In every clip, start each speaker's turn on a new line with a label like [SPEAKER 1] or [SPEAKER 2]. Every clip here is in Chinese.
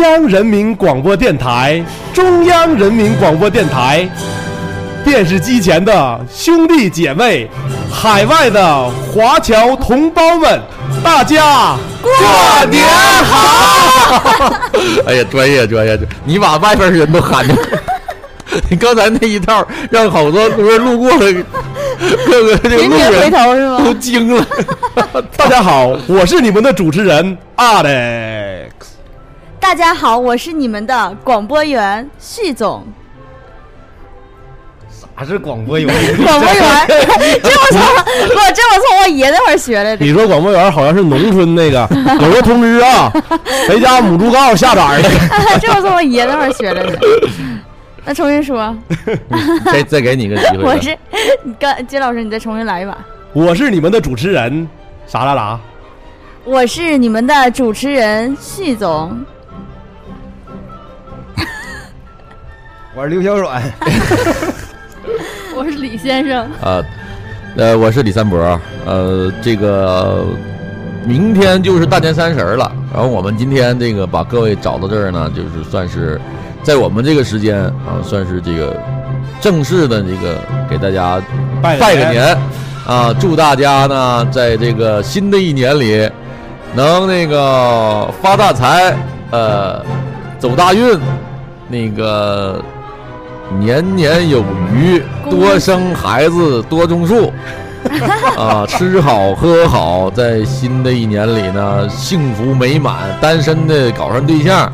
[SPEAKER 1] 央人民广播电台，中央人民广播电台，电视机前的兄弟姐妹，海外的华侨同胞们，大家过年好！
[SPEAKER 2] 哎呀，专业专业，你把外边人都喊 住。你刚才那一套让好多不是路过的各个这个
[SPEAKER 3] 频
[SPEAKER 2] 路
[SPEAKER 3] 频回
[SPEAKER 2] 人
[SPEAKER 3] 头是
[SPEAKER 2] 都
[SPEAKER 3] 吗？
[SPEAKER 2] 惊了。
[SPEAKER 1] 大家好，我是你们的主持人 Alex。
[SPEAKER 3] 大家好，我是你们的广播员 旭总，
[SPEAKER 1] 还是广播员？
[SPEAKER 3] 广 播员，这我从我这我从我爷那会儿学来的。
[SPEAKER 1] 你说广播员好像是农村那 个，有个通知啊，回家母猪告下崽儿的。
[SPEAKER 3] 这我从我爷那会儿学来的。 那重新说，
[SPEAKER 2] 再再给你个机会吧，
[SPEAKER 3] 我是你刚金老师，你再重新来一把。
[SPEAKER 1] 我是你们的主持人，啥啦啦？
[SPEAKER 3] 我是你们的主持人旭总，
[SPEAKER 4] 我是刘小 阮，
[SPEAKER 5] 我是李先生，
[SPEAKER 2] 啊，呃，我是李三博啊，呃，这个明天就是大年三十儿了，然后我们今天这个把各位找到这儿呢，就是算是在我们这个时间啊，算是这个正式的这个给大家
[SPEAKER 1] 拜
[SPEAKER 2] 拜个年啊，祝大家呢在这个新的一年里能那个发大财，呃，走大运，那个年年有余，多生孩子，多种树。啊，吃好喝好，在新的一年里呢，幸福美满。单身的搞上对象，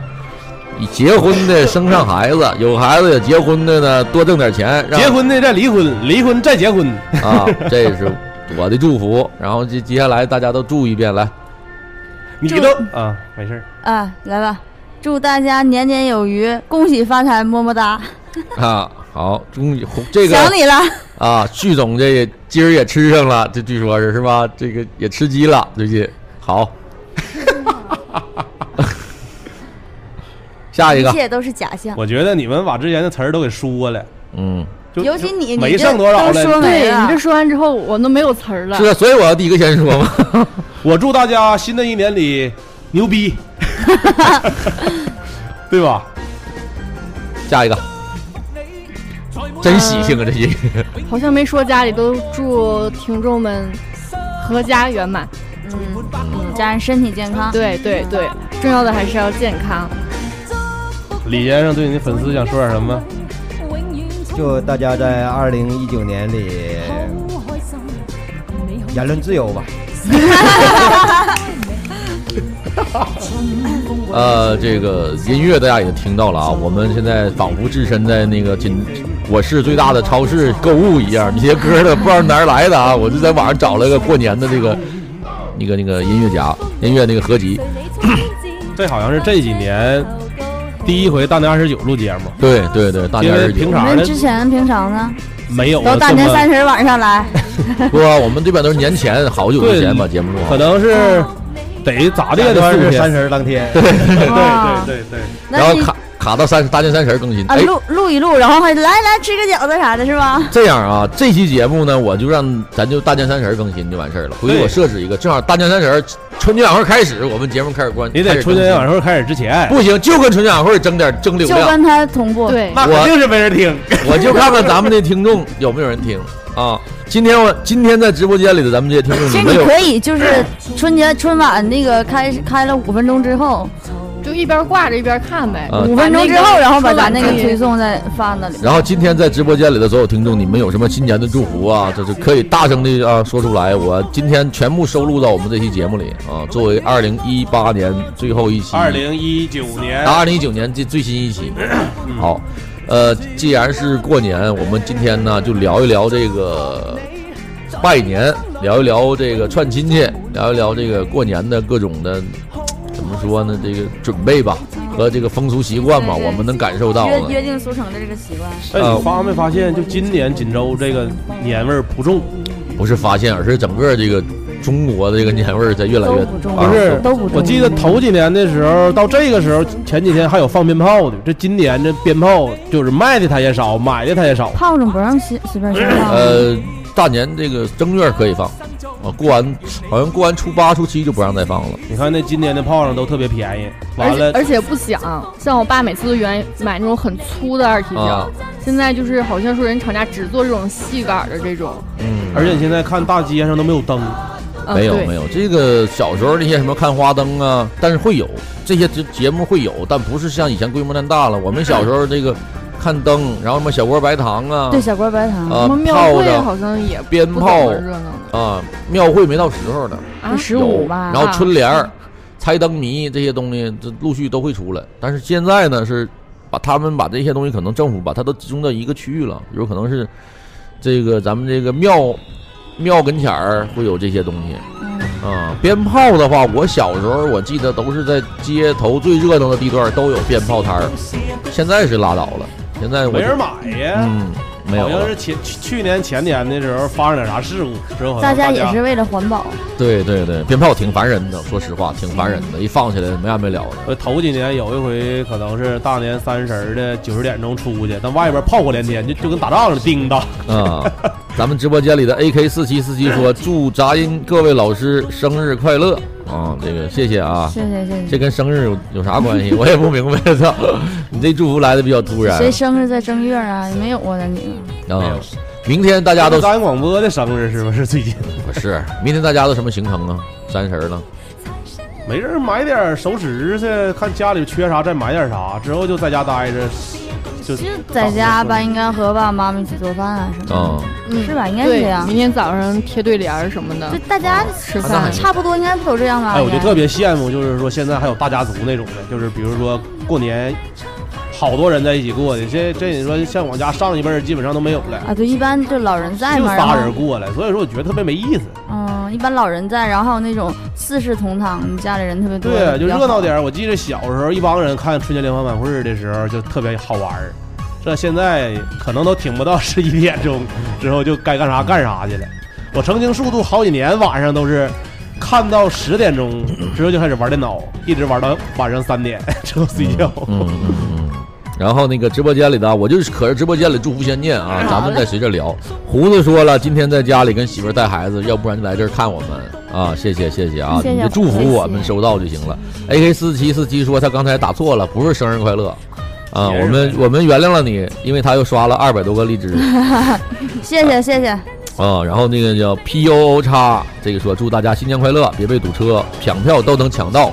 [SPEAKER 2] 结婚的生上孩子，有孩子也结婚的呢，多挣点钱。让
[SPEAKER 1] 结婚的再离婚，离婚再结 婚。
[SPEAKER 2] 啊， 这是我的祝福。然后接接下来大家都祝一遍，来，
[SPEAKER 1] 你
[SPEAKER 3] 祝
[SPEAKER 1] 都啊，没事儿
[SPEAKER 3] 啊，来吧，祝大家年年有余，恭喜发财，么么哒，
[SPEAKER 2] 啊，好，终于这个
[SPEAKER 3] 想你了，
[SPEAKER 2] 啊，旭总这也今儿也吃上了，这据说是是吧？这个也吃鸡了，最近好。 下一
[SPEAKER 3] 一
[SPEAKER 2] 个，
[SPEAKER 3] 切都是假象。
[SPEAKER 1] 我觉得你们把之前的词儿都给说了，
[SPEAKER 2] 嗯，
[SPEAKER 1] 就
[SPEAKER 3] 尤其你，你
[SPEAKER 1] 没
[SPEAKER 3] 这
[SPEAKER 1] 剩多少
[SPEAKER 3] 都说
[SPEAKER 1] 了。
[SPEAKER 3] 没啊
[SPEAKER 5] 对
[SPEAKER 3] 了
[SPEAKER 5] 你这说完之后，我都没有词儿了
[SPEAKER 2] 是。啊，所以我要第一个先说嘛。
[SPEAKER 1] 我祝大家新的一年里牛 逼，对吧？
[SPEAKER 2] 下一个， 真喜庆啊，这音乐。
[SPEAKER 5] 好像没说家里都祝听众们阖家圆满。
[SPEAKER 3] 嗯，嗯家人身体健康。
[SPEAKER 5] 对对对，重要的还是要健康。
[SPEAKER 1] 李先生对你的粉丝想说点什么？
[SPEAKER 4] 祝 大家在二零一九年里言论自由吧。
[SPEAKER 2] 呃，这个音乐大家也听到了啊，我们现在仿佛置身在那个锦我市最大的超市购物一样，这些歌的不知道哪儿来的啊，我就在网上找了个过年的这个 那个那个音乐夹音乐那个合集，
[SPEAKER 1] 这好像是这几年第一回大年二十九录节目，
[SPEAKER 2] 对对对，大
[SPEAKER 1] 因
[SPEAKER 2] 年二
[SPEAKER 1] 为
[SPEAKER 2] 十九
[SPEAKER 1] 平，
[SPEAKER 3] 你
[SPEAKER 1] 常
[SPEAKER 3] 们
[SPEAKER 1] 的
[SPEAKER 3] 之前平常呢，
[SPEAKER 1] 没有
[SPEAKER 3] 都大
[SPEAKER 1] 这
[SPEAKER 3] 年
[SPEAKER 1] 么
[SPEAKER 3] 三十晚上来，
[SPEAKER 2] 不，我们这边都是年前好久之前吧，
[SPEAKER 1] 对
[SPEAKER 2] 节目录好
[SPEAKER 1] 可，能是得咋的也得
[SPEAKER 4] 假
[SPEAKER 1] 四
[SPEAKER 4] 如
[SPEAKER 1] 五
[SPEAKER 4] 是
[SPEAKER 1] 天
[SPEAKER 4] 三。十当天，
[SPEAKER 1] 对
[SPEAKER 3] 哇
[SPEAKER 1] 对对对，
[SPEAKER 3] 那
[SPEAKER 2] 然后
[SPEAKER 3] 你
[SPEAKER 2] 卡卡到三十大年三十更新，
[SPEAKER 3] 啊
[SPEAKER 2] 哎，
[SPEAKER 3] 录录一录，然后还来来吃个饺子啥的，是吧？
[SPEAKER 2] 这样啊，这期节目呢，我就让咱就大年三十儿更新就完事儿了。回去
[SPEAKER 1] 对
[SPEAKER 2] 我设置一个，正好大年三十儿春节晚会开始，我们节目开始关。
[SPEAKER 1] 你
[SPEAKER 2] 开
[SPEAKER 1] 得
[SPEAKER 2] 始
[SPEAKER 1] 春
[SPEAKER 2] 更
[SPEAKER 1] 节
[SPEAKER 2] 新
[SPEAKER 1] 晚会开始之前，
[SPEAKER 2] 不行，就跟春节晚会争点争流
[SPEAKER 3] 就
[SPEAKER 2] 量。
[SPEAKER 3] 跟他同步。，
[SPEAKER 5] 对，
[SPEAKER 1] 那肯定是没人听。
[SPEAKER 2] 我就看看咱们的听众有没有人听啊。今天我今天在直播间里的咱们这些听
[SPEAKER 3] 其
[SPEAKER 2] 众
[SPEAKER 3] 实
[SPEAKER 2] 有
[SPEAKER 3] 你
[SPEAKER 2] 没有？
[SPEAKER 3] 可以就是春节春晚那个开开了五分钟之后，
[SPEAKER 5] 就一边挂着一边看呗。
[SPEAKER 2] 啊
[SPEAKER 3] 五分钟之后，然后把咱那个推送再发那里。
[SPEAKER 2] 然后今天在直播间里的所有听众，你们有什么新年的祝福啊？这是可以大声的啊说出来。我今天全部收录到我们这期节目里啊，作为二零一八年最后一期。
[SPEAKER 1] 二零一九年
[SPEAKER 2] 到二零一九年这最新一期。好，呃，既然是过年，我们今天呢就聊一聊这个拜年，聊一聊这个串亲戚，聊一聊这个过年的各种的。怎么说呢？这个准备吧，和这个风俗习惯吧，
[SPEAKER 3] 对对
[SPEAKER 2] 我们能感受到
[SPEAKER 3] 约
[SPEAKER 2] 的。
[SPEAKER 3] 约定俗成的这个习惯，
[SPEAKER 1] 哎，
[SPEAKER 2] 呃
[SPEAKER 1] 你发没发现，就今年锦州这个年味儿不重，
[SPEAKER 2] 不是发现，而是整个这个中国的这个年味儿在越来越
[SPEAKER 3] 都不重
[SPEAKER 2] 啊
[SPEAKER 1] 不是
[SPEAKER 3] 都不重
[SPEAKER 1] 我记得头几年的时候，到这个时候，前几天还有放鞭炮的，这今年这鞭炮就是卖的它也少，买的它也少。
[SPEAKER 2] 呃
[SPEAKER 3] 炮仗不让随随便扔。
[SPEAKER 2] 呃，大年这个正月可以放啊、啊，过完好像过完初八、初七就不让再放了。
[SPEAKER 1] 你看那今年的炮仗都特别便宜，
[SPEAKER 5] 而
[SPEAKER 1] 完
[SPEAKER 5] 且
[SPEAKER 1] 了
[SPEAKER 5] 而且不响，像我爸每次都原买那种很粗的二踢脚，
[SPEAKER 2] 啊
[SPEAKER 5] 现在就是好像说人厂家只做这种细杆的这种，
[SPEAKER 2] 嗯
[SPEAKER 1] 而且你现在看大街上都没有灯，
[SPEAKER 5] 嗯、
[SPEAKER 2] 没有
[SPEAKER 5] 对
[SPEAKER 2] 没有，这个小时候那些什么看花灯啊，但是会有这些节节目会有，但不是像以前规模那么大了。我们小时候这个看灯，然后什么小锅白糖啊
[SPEAKER 3] 对，小锅白糖，
[SPEAKER 2] 啊
[SPEAKER 5] 什么庙
[SPEAKER 2] 炮
[SPEAKER 5] 会
[SPEAKER 2] 仗
[SPEAKER 5] 好像也
[SPEAKER 2] 鞭
[SPEAKER 5] 不怎
[SPEAKER 2] 炮
[SPEAKER 5] 么热闹了
[SPEAKER 2] 啊，庙会没到时候呢，
[SPEAKER 5] 啊，
[SPEAKER 3] 十五
[SPEAKER 2] 有
[SPEAKER 3] 吧，
[SPEAKER 2] 然后春联儿、猜灯谜这些东西，这陆续都会出来。但是现在呢，是把他们把这些东西，可能政府把它都集中到一个区域了，有可能是这个咱们这个庙庙跟前儿会有这些东西。啊，鞭炮的话，我小时候我记得都是在街头最热闹的地段都有鞭炮摊儿，现在是拉倒了，现在我
[SPEAKER 1] 没人买呀。
[SPEAKER 2] 嗯没有
[SPEAKER 1] 好
[SPEAKER 2] 了
[SPEAKER 1] 像是前去去年前年的时候发生点啥事故之后，
[SPEAKER 3] 大家也是为了环保，
[SPEAKER 2] 对对对，鞭炮挺烦人的，说实话挺烦人的，一放起来没完没了的。
[SPEAKER 1] 呃，头几年有一回，可能是大年三十儿的九十点钟出去，但外边炮火连天，就就跟打仗似的，叮当。
[SPEAKER 2] 啊、咱们直播间里的 AK 四七四七
[SPEAKER 3] 哎
[SPEAKER 2] 说祝杂音各位老师生日快乐啊、这个谢谢啊，
[SPEAKER 3] 谢谢谢
[SPEAKER 2] 这
[SPEAKER 3] 谢。
[SPEAKER 2] 跟生日有有啥关系？我也不明白， 操，你这祝福来的比较突
[SPEAKER 1] 啊
[SPEAKER 2] 然
[SPEAKER 3] 谁生日在正月啊？没有啊，那你
[SPEAKER 2] 啊。明天大家都
[SPEAKER 1] 咱广播的生日是不是最近？
[SPEAKER 2] 不是，明天大家都什么行程啊？三十儿了，
[SPEAKER 1] 没人买点熟食去，看家里缺啥再买点啥，之后就在家待着，就
[SPEAKER 3] 其实在家吧，应该和爸爸妈妈一起做饭啊什么
[SPEAKER 2] 啊、
[SPEAKER 5] 嗯
[SPEAKER 3] 的，是吧？应该是
[SPEAKER 5] 对
[SPEAKER 3] 这，样
[SPEAKER 5] 明。天早上贴对联儿什么的
[SPEAKER 3] 就，大家啊
[SPEAKER 5] 吃
[SPEAKER 1] 啊
[SPEAKER 2] 那
[SPEAKER 5] 饭
[SPEAKER 2] 还。
[SPEAKER 3] 差不多应该都这样啊吧。
[SPEAKER 1] 哎，我就
[SPEAKER 3] 应该
[SPEAKER 1] 特别羡慕，就是说现在还有大家族那种的，就是比如说过年，好多人在一起过的。这这你说像我家上一辈儿基本上都没有了，
[SPEAKER 3] 啊，对，一般就老人在
[SPEAKER 1] 就
[SPEAKER 3] 嘛，
[SPEAKER 1] 仨
[SPEAKER 3] 然
[SPEAKER 1] 人
[SPEAKER 3] 后
[SPEAKER 1] 过来，所以说我觉得特别没意思。
[SPEAKER 3] 嗯，一般老人在，然后还有那种四世同堂，家里人特别多，
[SPEAKER 1] 对，就
[SPEAKER 3] 比较
[SPEAKER 1] 热闹
[SPEAKER 3] 好
[SPEAKER 1] 点。儿。我记得小时候一帮人看春节联欢晚会儿的时候就特别好玩儿，这现在可能都挺不到十一点钟，之后就该干啥干啥去了。我曾经速度好几年晚上都是。看到十点钟之后就开始玩电脑，一直玩到晚上三点，之后睡觉。
[SPEAKER 2] 嗯嗯嗯。然后那个直播间里的啊，我就是可是直播间里祝福先念
[SPEAKER 3] 嗯
[SPEAKER 2] 啊，咱们再随着聊。胡子说了，今天在家里跟媳妇儿带孩子，要不然就来这儿看我们啊，谢谢谢谢啊，
[SPEAKER 3] 嗯谢谢
[SPEAKER 2] 你就祝
[SPEAKER 3] 谢
[SPEAKER 2] 福
[SPEAKER 3] 谢
[SPEAKER 2] 我们收到就行了。A K 四七四七说他刚才打错了，不是生日快乐。啊，
[SPEAKER 1] 节日
[SPEAKER 2] 我们我们原谅了你，因为他又刷了二百多个荔 枝
[SPEAKER 3] 谢谢谢谢，
[SPEAKER 2] 啊。然后那个叫 P U O 叉，这个说祝大家新年快乐，别被堵车，抢票都能抢到。啊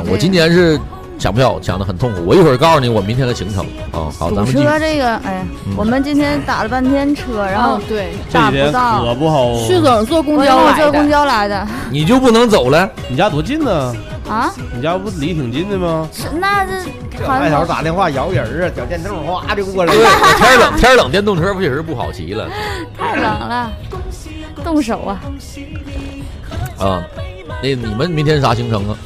[SPEAKER 3] 嗯，
[SPEAKER 2] 我今年是抢票抢的很痛苦，我一会儿告诉你我明天的行程啊。好，咱
[SPEAKER 3] 堵
[SPEAKER 2] 们继续
[SPEAKER 3] 车这个，哎呀
[SPEAKER 2] 嗯，
[SPEAKER 3] 我们今天打了半天车，然后
[SPEAKER 5] 嗯对，
[SPEAKER 1] 这
[SPEAKER 3] 打
[SPEAKER 1] 几
[SPEAKER 3] 不
[SPEAKER 1] 天可
[SPEAKER 3] 到，
[SPEAKER 1] 不好。哦
[SPEAKER 5] 旭总坐公
[SPEAKER 3] 我
[SPEAKER 5] 交啊
[SPEAKER 3] 我
[SPEAKER 5] 来
[SPEAKER 3] 坐
[SPEAKER 5] 哦的
[SPEAKER 3] 公，交来的
[SPEAKER 2] 你就不能走了？
[SPEAKER 1] 你家多近呢？
[SPEAKER 3] 啊，
[SPEAKER 1] 你家不离挺近的 吗？
[SPEAKER 3] 是那这好
[SPEAKER 4] 外头
[SPEAKER 3] 像
[SPEAKER 4] 打电话摇人啊，小电动哗就过来
[SPEAKER 2] 对，
[SPEAKER 4] 了。
[SPEAKER 2] 天儿冷，天儿冷，电动车不也是不好骑了
[SPEAKER 3] 太冷了，动手啊！
[SPEAKER 2] 啊？那你们明天啥行程啊？
[SPEAKER 3] 哦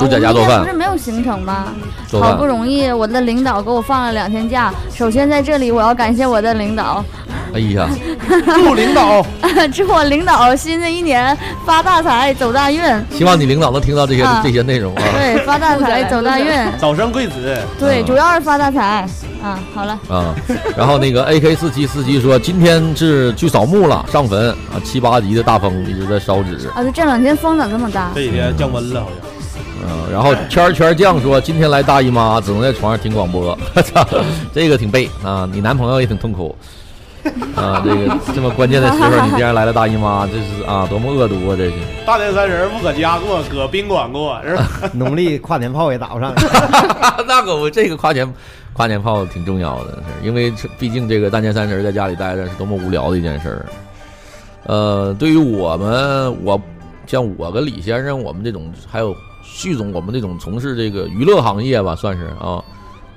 [SPEAKER 3] 我
[SPEAKER 2] 就在家做
[SPEAKER 3] 明天不
[SPEAKER 2] 饭，啊
[SPEAKER 3] 是没有行程吗？
[SPEAKER 2] 做
[SPEAKER 3] 好不
[SPEAKER 2] 饭。
[SPEAKER 3] 容易我的领导给我放了两天假，首先在这里我要感谢我的领导，
[SPEAKER 2] 哎呀，
[SPEAKER 1] 祝领导
[SPEAKER 3] 祝我领导新的一年发大财，走大运。
[SPEAKER 2] 希望你领导能听到这些
[SPEAKER 3] 啊
[SPEAKER 2] 这些内容啊
[SPEAKER 3] 对，发大财，走大运。
[SPEAKER 1] 早生贵子。
[SPEAKER 3] 对，
[SPEAKER 2] 嗯
[SPEAKER 3] 主要是发大财。啊，好了，
[SPEAKER 2] 啊。然后那个 A K 四七四七说，今天是去扫墓了，上坟啊，七八级的大风一直在烧纸。
[SPEAKER 3] 啊，就这两天风咋这么大？
[SPEAKER 1] 这几天降温了，好像。
[SPEAKER 2] 嗯，然后圈儿圈儿酱说，今天来大姨妈，只能在床上听广播，操， 这个挺背啊，你男朋友也挺痛苦。啊，这个这么关键的时候，你竟然来了大姨妈，这是啊，多么恶毒啊！这是
[SPEAKER 1] 大年三十儿不搁家过，搁宾馆过，是吧？
[SPEAKER 4] 农历跨年炮也打不上，
[SPEAKER 2] 啊那可不，这个跨年跨年炮挺重要的，是因为这毕竟这个大年三十在家里待着是多么无聊的一件事儿。呃，对于我们，我像我跟李先生，我们这种还有旭总，我们这种从事这个娱乐行业吧，算是啊，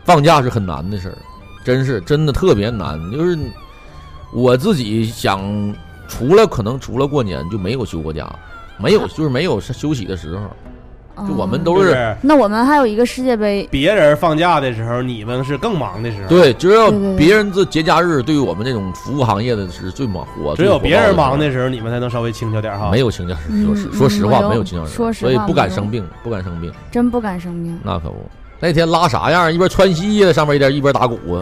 [SPEAKER 2] 放假是很难的事儿，真是真的特别难。就是我自己想，除了可能除了过年就没有休过假，没有就是没有休息的时候，就我们
[SPEAKER 3] 嗯
[SPEAKER 2] 都。
[SPEAKER 1] 就是是
[SPEAKER 3] 那我们还有一个世界杯，
[SPEAKER 1] 别人放假的时候，你们是更忙的时候。，
[SPEAKER 2] 对，只有
[SPEAKER 3] 对对对
[SPEAKER 2] 别人这节假日，对于我们这种服务行业的是最忙 活，
[SPEAKER 1] 只有别人忙
[SPEAKER 2] 的
[SPEAKER 1] 的时候，你们才能稍微轻巧点儿
[SPEAKER 2] 时候
[SPEAKER 1] 哈。
[SPEAKER 2] 没有请假日，
[SPEAKER 3] 嗯
[SPEAKER 2] 说实说实
[SPEAKER 3] 嗯
[SPEAKER 2] 话
[SPEAKER 3] 我有
[SPEAKER 2] 没有请假日，
[SPEAKER 3] 说实
[SPEAKER 2] 所
[SPEAKER 3] 话
[SPEAKER 2] 以不敢
[SPEAKER 3] 没有
[SPEAKER 2] 生病，不敢生病，
[SPEAKER 3] 真不敢生病。
[SPEAKER 2] 那可不。那天拉啥样？一边穿西衣上面一边一边打鼓啊，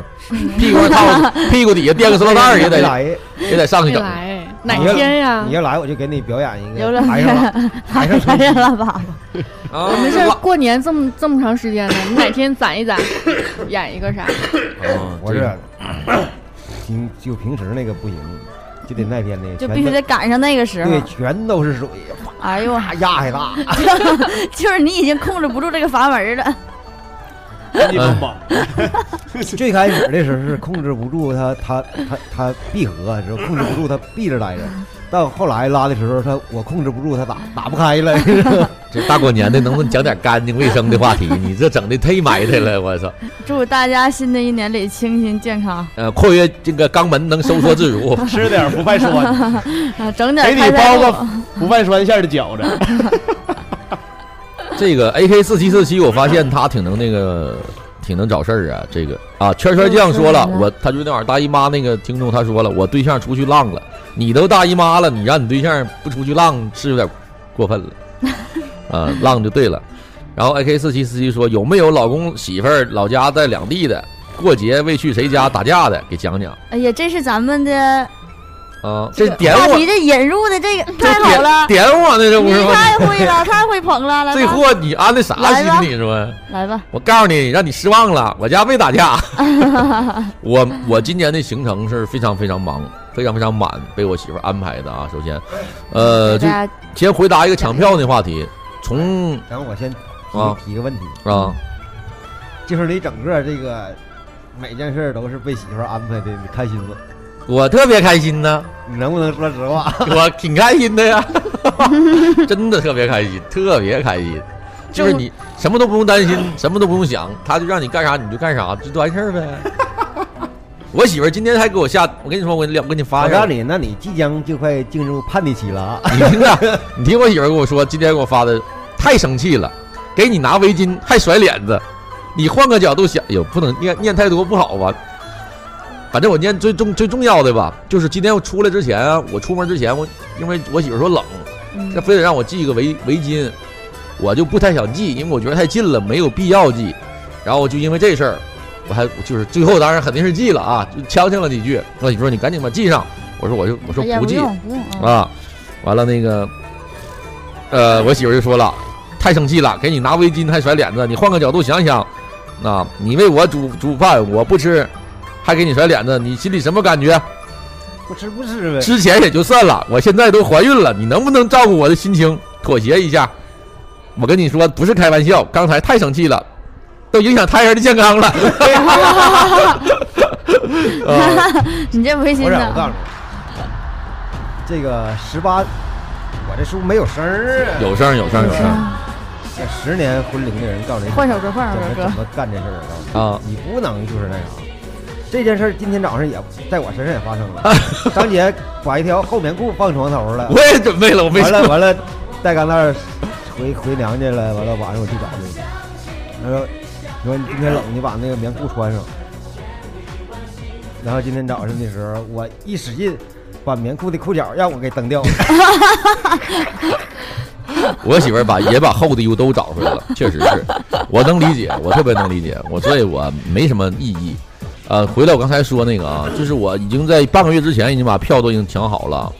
[SPEAKER 2] 屁 股上套屁股底下垫个塑料袋儿也
[SPEAKER 4] 没
[SPEAKER 2] 得
[SPEAKER 4] 来，
[SPEAKER 2] 也得上去
[SPEAKER 5] 没
[SPEAKER 2] 整。
[SPEAKER 5] 来，
[SPEAKER 4] 你
[SPEAKER 5] 哪
[SPEAKER 4] 要
[SPEAKER 5] 天呀
[SPEAKER 4] 你？要来我就给你表演一
[SPEAKER 3] 啊有
[SPEAKER 4] 个，
[SPEAKER 3] 了
[SPEAKER 4] 台上了，台上
[SPEAKER 3] 来人了吧？
[SPEAKER 2] 啊，
[SPEAKER 5] 没事
[SPEAKER 2] 拉，
[SPEAKER 5] 过年这么这么长时间呢，你哪天攒一 攒，演一个啥？
[SPEAKER 1] 嗯
[SPEAKER 2] 啊
[SPEAKER 4] 我
[SPEAKER 2] 这
[SPEAKER 4] 这 平就平时那个不行，就得那天那个
[SPEAKER 3] 就
[SPEAKER 4] 全
[SPEAKER 3] 必须
[SPEAKER 4] 都
[SPEAKER 3] 得赶上那个时候
[SPEAKER 4] 对，。全都是水，
[SPEAKER 3] 哎呦，
[SPEAKER 4] 啪压还大，
[SPEAKER 3] 就是你已经控制不住这个阀门了。
[SPEAKER 1] 你
[SPEAKER 2] 嗯
[SPEAKER 1] 们吧，
[SPEAKER 4] 最开始的时候是控制不住他，他他他闭合，啊是吧控制不住他闭着待着。到后来拉的时候，他我控制不住他打打不开了， 是吧
[SPEAKER 2] 这大过年的，能不能讲点干净卫生的话题？你这整的忒埋汰了，我操！
[SPEAKER 3] 祝大家新的一年里清新健康
[SPEAKER 2] 呃，括约这个肛门能收缩自如，
[SPEAKER 1] 吃点不败栓，
[SPEAKER 3] 啊！整
[SPEAKER 1] 给
[SPEAKER 3] 点
[SPEAKER 1] 你
[SPEAKER 3] 开塞
[SPEAKER 1] 包
[SPEAKER 3] 露
[SPEAKER 1] 个不败栓馅儿的饺子。
[SPEAKER 2] 这个 AK 四七四七，我发现他挺能那个，挺能找事儿啊。这个啊，圈圈酱说
[SPEAKER 3] 嗯
[SPEAKER 2] 了，我他就那玩意儿大姨妈那个听众他说了，我对象出去浪了，你都大姨妈了，你让你对象不出去浪是有点过分了， 啊，浪就对了。然后 AK 四七四七说有没有老公媳妇儿老家在两地的，过节为去谁家打架的，给讲讲
[SPEAKER 3] 哎呀，这是咱们的
[SPEAKER 2] 啊。这点
[SPEAKER 3] 话
[SPEAKER 2] 我
[SPEAKER 3] 题，这引入的这个
[SPEAKER 2] 这
[SPEAKER 3] 太好了，
[SPEAKER 2] 点点我呢，这不
[SPEAKER 3] 你
[SPEAKER 2] 是吗？
[SPEAKER 3] 太会了，太会捧了，来
[SPEAKER 2] 这
[SPEAKER 3] 吧，
[SPEAKER 2] 货你安的啥
[SPEAKER 3] 来吧
[SPEAKER 2] 心理是吧？
[SPEAKER 3] 来吧，
[SPEAKER 2] 我告诉你，让你失望了。我家没打架。 我我今年的行程是非常非常忙，非常非常满，被我媳妇儿安排的啊。首先，呃，就
[SPEAKER 3] 大家
[SPEAKER 2] 先回答一个抢票的话题。从
[SPEAKER 4] 然后我先
[SPEAKER 2] 啊
[SPEAKER 4] 提提个问题，
[SPEAKER 2] 啊，
[SPEAKER 4] 就是你整个这个每件事儿都是被媳妇儿安排的，你开心吗？
[SPEAKER 2] 我特别开心呢，
[SPEAKER 4] 你能不能说实话？
[SPEAKER 2] 我挺开心的呀， 真的特别开心，特别开心。就是你什么都不用担心，什么都不用想，他就让你干啥你就干啥，就完事儿呗。我媳妇儿今天还给我下，我跟你说，我两我给你发
[SPEAKER 4] 我
[SPEAKER 2] 一下
[SPEAKER 4] 告诉。你，那你即将就快进入叛逆期了啊！
[SPEAKER 2] 你听着，你听我媳妇儿跟我说，今天给我发的，太生气了，给你拿围巾还甩脸子，你换个角度想，哎呦，不能念念太多不好吧？反正我念最重最重要的吧，就是今天我出来之前啊，我出门之前，我因为我媳妇儿说冷，
[SPEAKER 3] 嗯
[SPEAKER 2] 她非得让我系一个围围巾，我就不太想系，因为我觉得太近了，没有必要系。然后我就因为这事儿，我还就是最后当然肯定是系了啊，就呛呛了几句。我媳妇儿说你赶紧吧系上，我说我就我说
[SPEAKER 3] 哎呀，
[SPEAKER 2] 不
[SPEAKER 3] 不
[SPEAKER 2] 系，
[SPEAKER 3] 用不用啊，
[SPEAKER 2] 啊，完了那个，呃，我媳妇儿就说了，太生气了，给你拿围巾还甩脸子，你换个角度想想，啊，你为我煮煮饭，我不吃，还给你甩脸子，你心里什么感觉？
[SPEAKER 4] 不吃不吃呗。
[SPEAKER 2] 之前也就算了，我现在都怀孕了，你能不能照顾我的心情，妥协一下？我跟你说，不是开玩笑，刚才太生气了，都影响胎儿的健康了。 啊
[SPEAKER 3] 你这违心
[SPEAKER 4] 不是，我告
[SPEAKER 3] 的，
[SPEAKER 4] 诉你，这个十八，我这书没有声儿啊。
[SPEAKER 2] 有声儿有声儿有声儿
[SPEAKER 4] 这十年婚龄的人告诉你，
[SPEAKER 3] 换首
[SPEAKER 5] 嗯
[SPEAKER 3] 歌换首
[SPEAKER 4] 怎么
[SPEAKER 3] 歌
[SPEAKER 4] 怎么干这事儿啊？
[SPEAKER 2] 啊，
[SPEAKER 4] 你不能就是那啥。这件事儿今天早上也在我身上也发生 了。张杰把一条厚棉裤放床头了，
[SPEAKER 2] 我也准备了，我没
[SPEAKER 4] 完了
[SPEAKER 2] 说。
[SPEAKER 4] 完了，带钢蛋儿回回娘家了。完了晚上我去找他，他说：“说你今天冷，你把那个棉裤穿上。”然后今天早上的时候，我一使劲把棉裤的裤脚让我给蹬 掉了。
[SPEAKER 2] 我媳妇儿把也把厚的又都找回来了，确实是，我能理解，我特别能理解，我所以我没什么异议。呃，回到我刚才说那个啊，就是我已经在半个月之前已经把票都已经抢好了，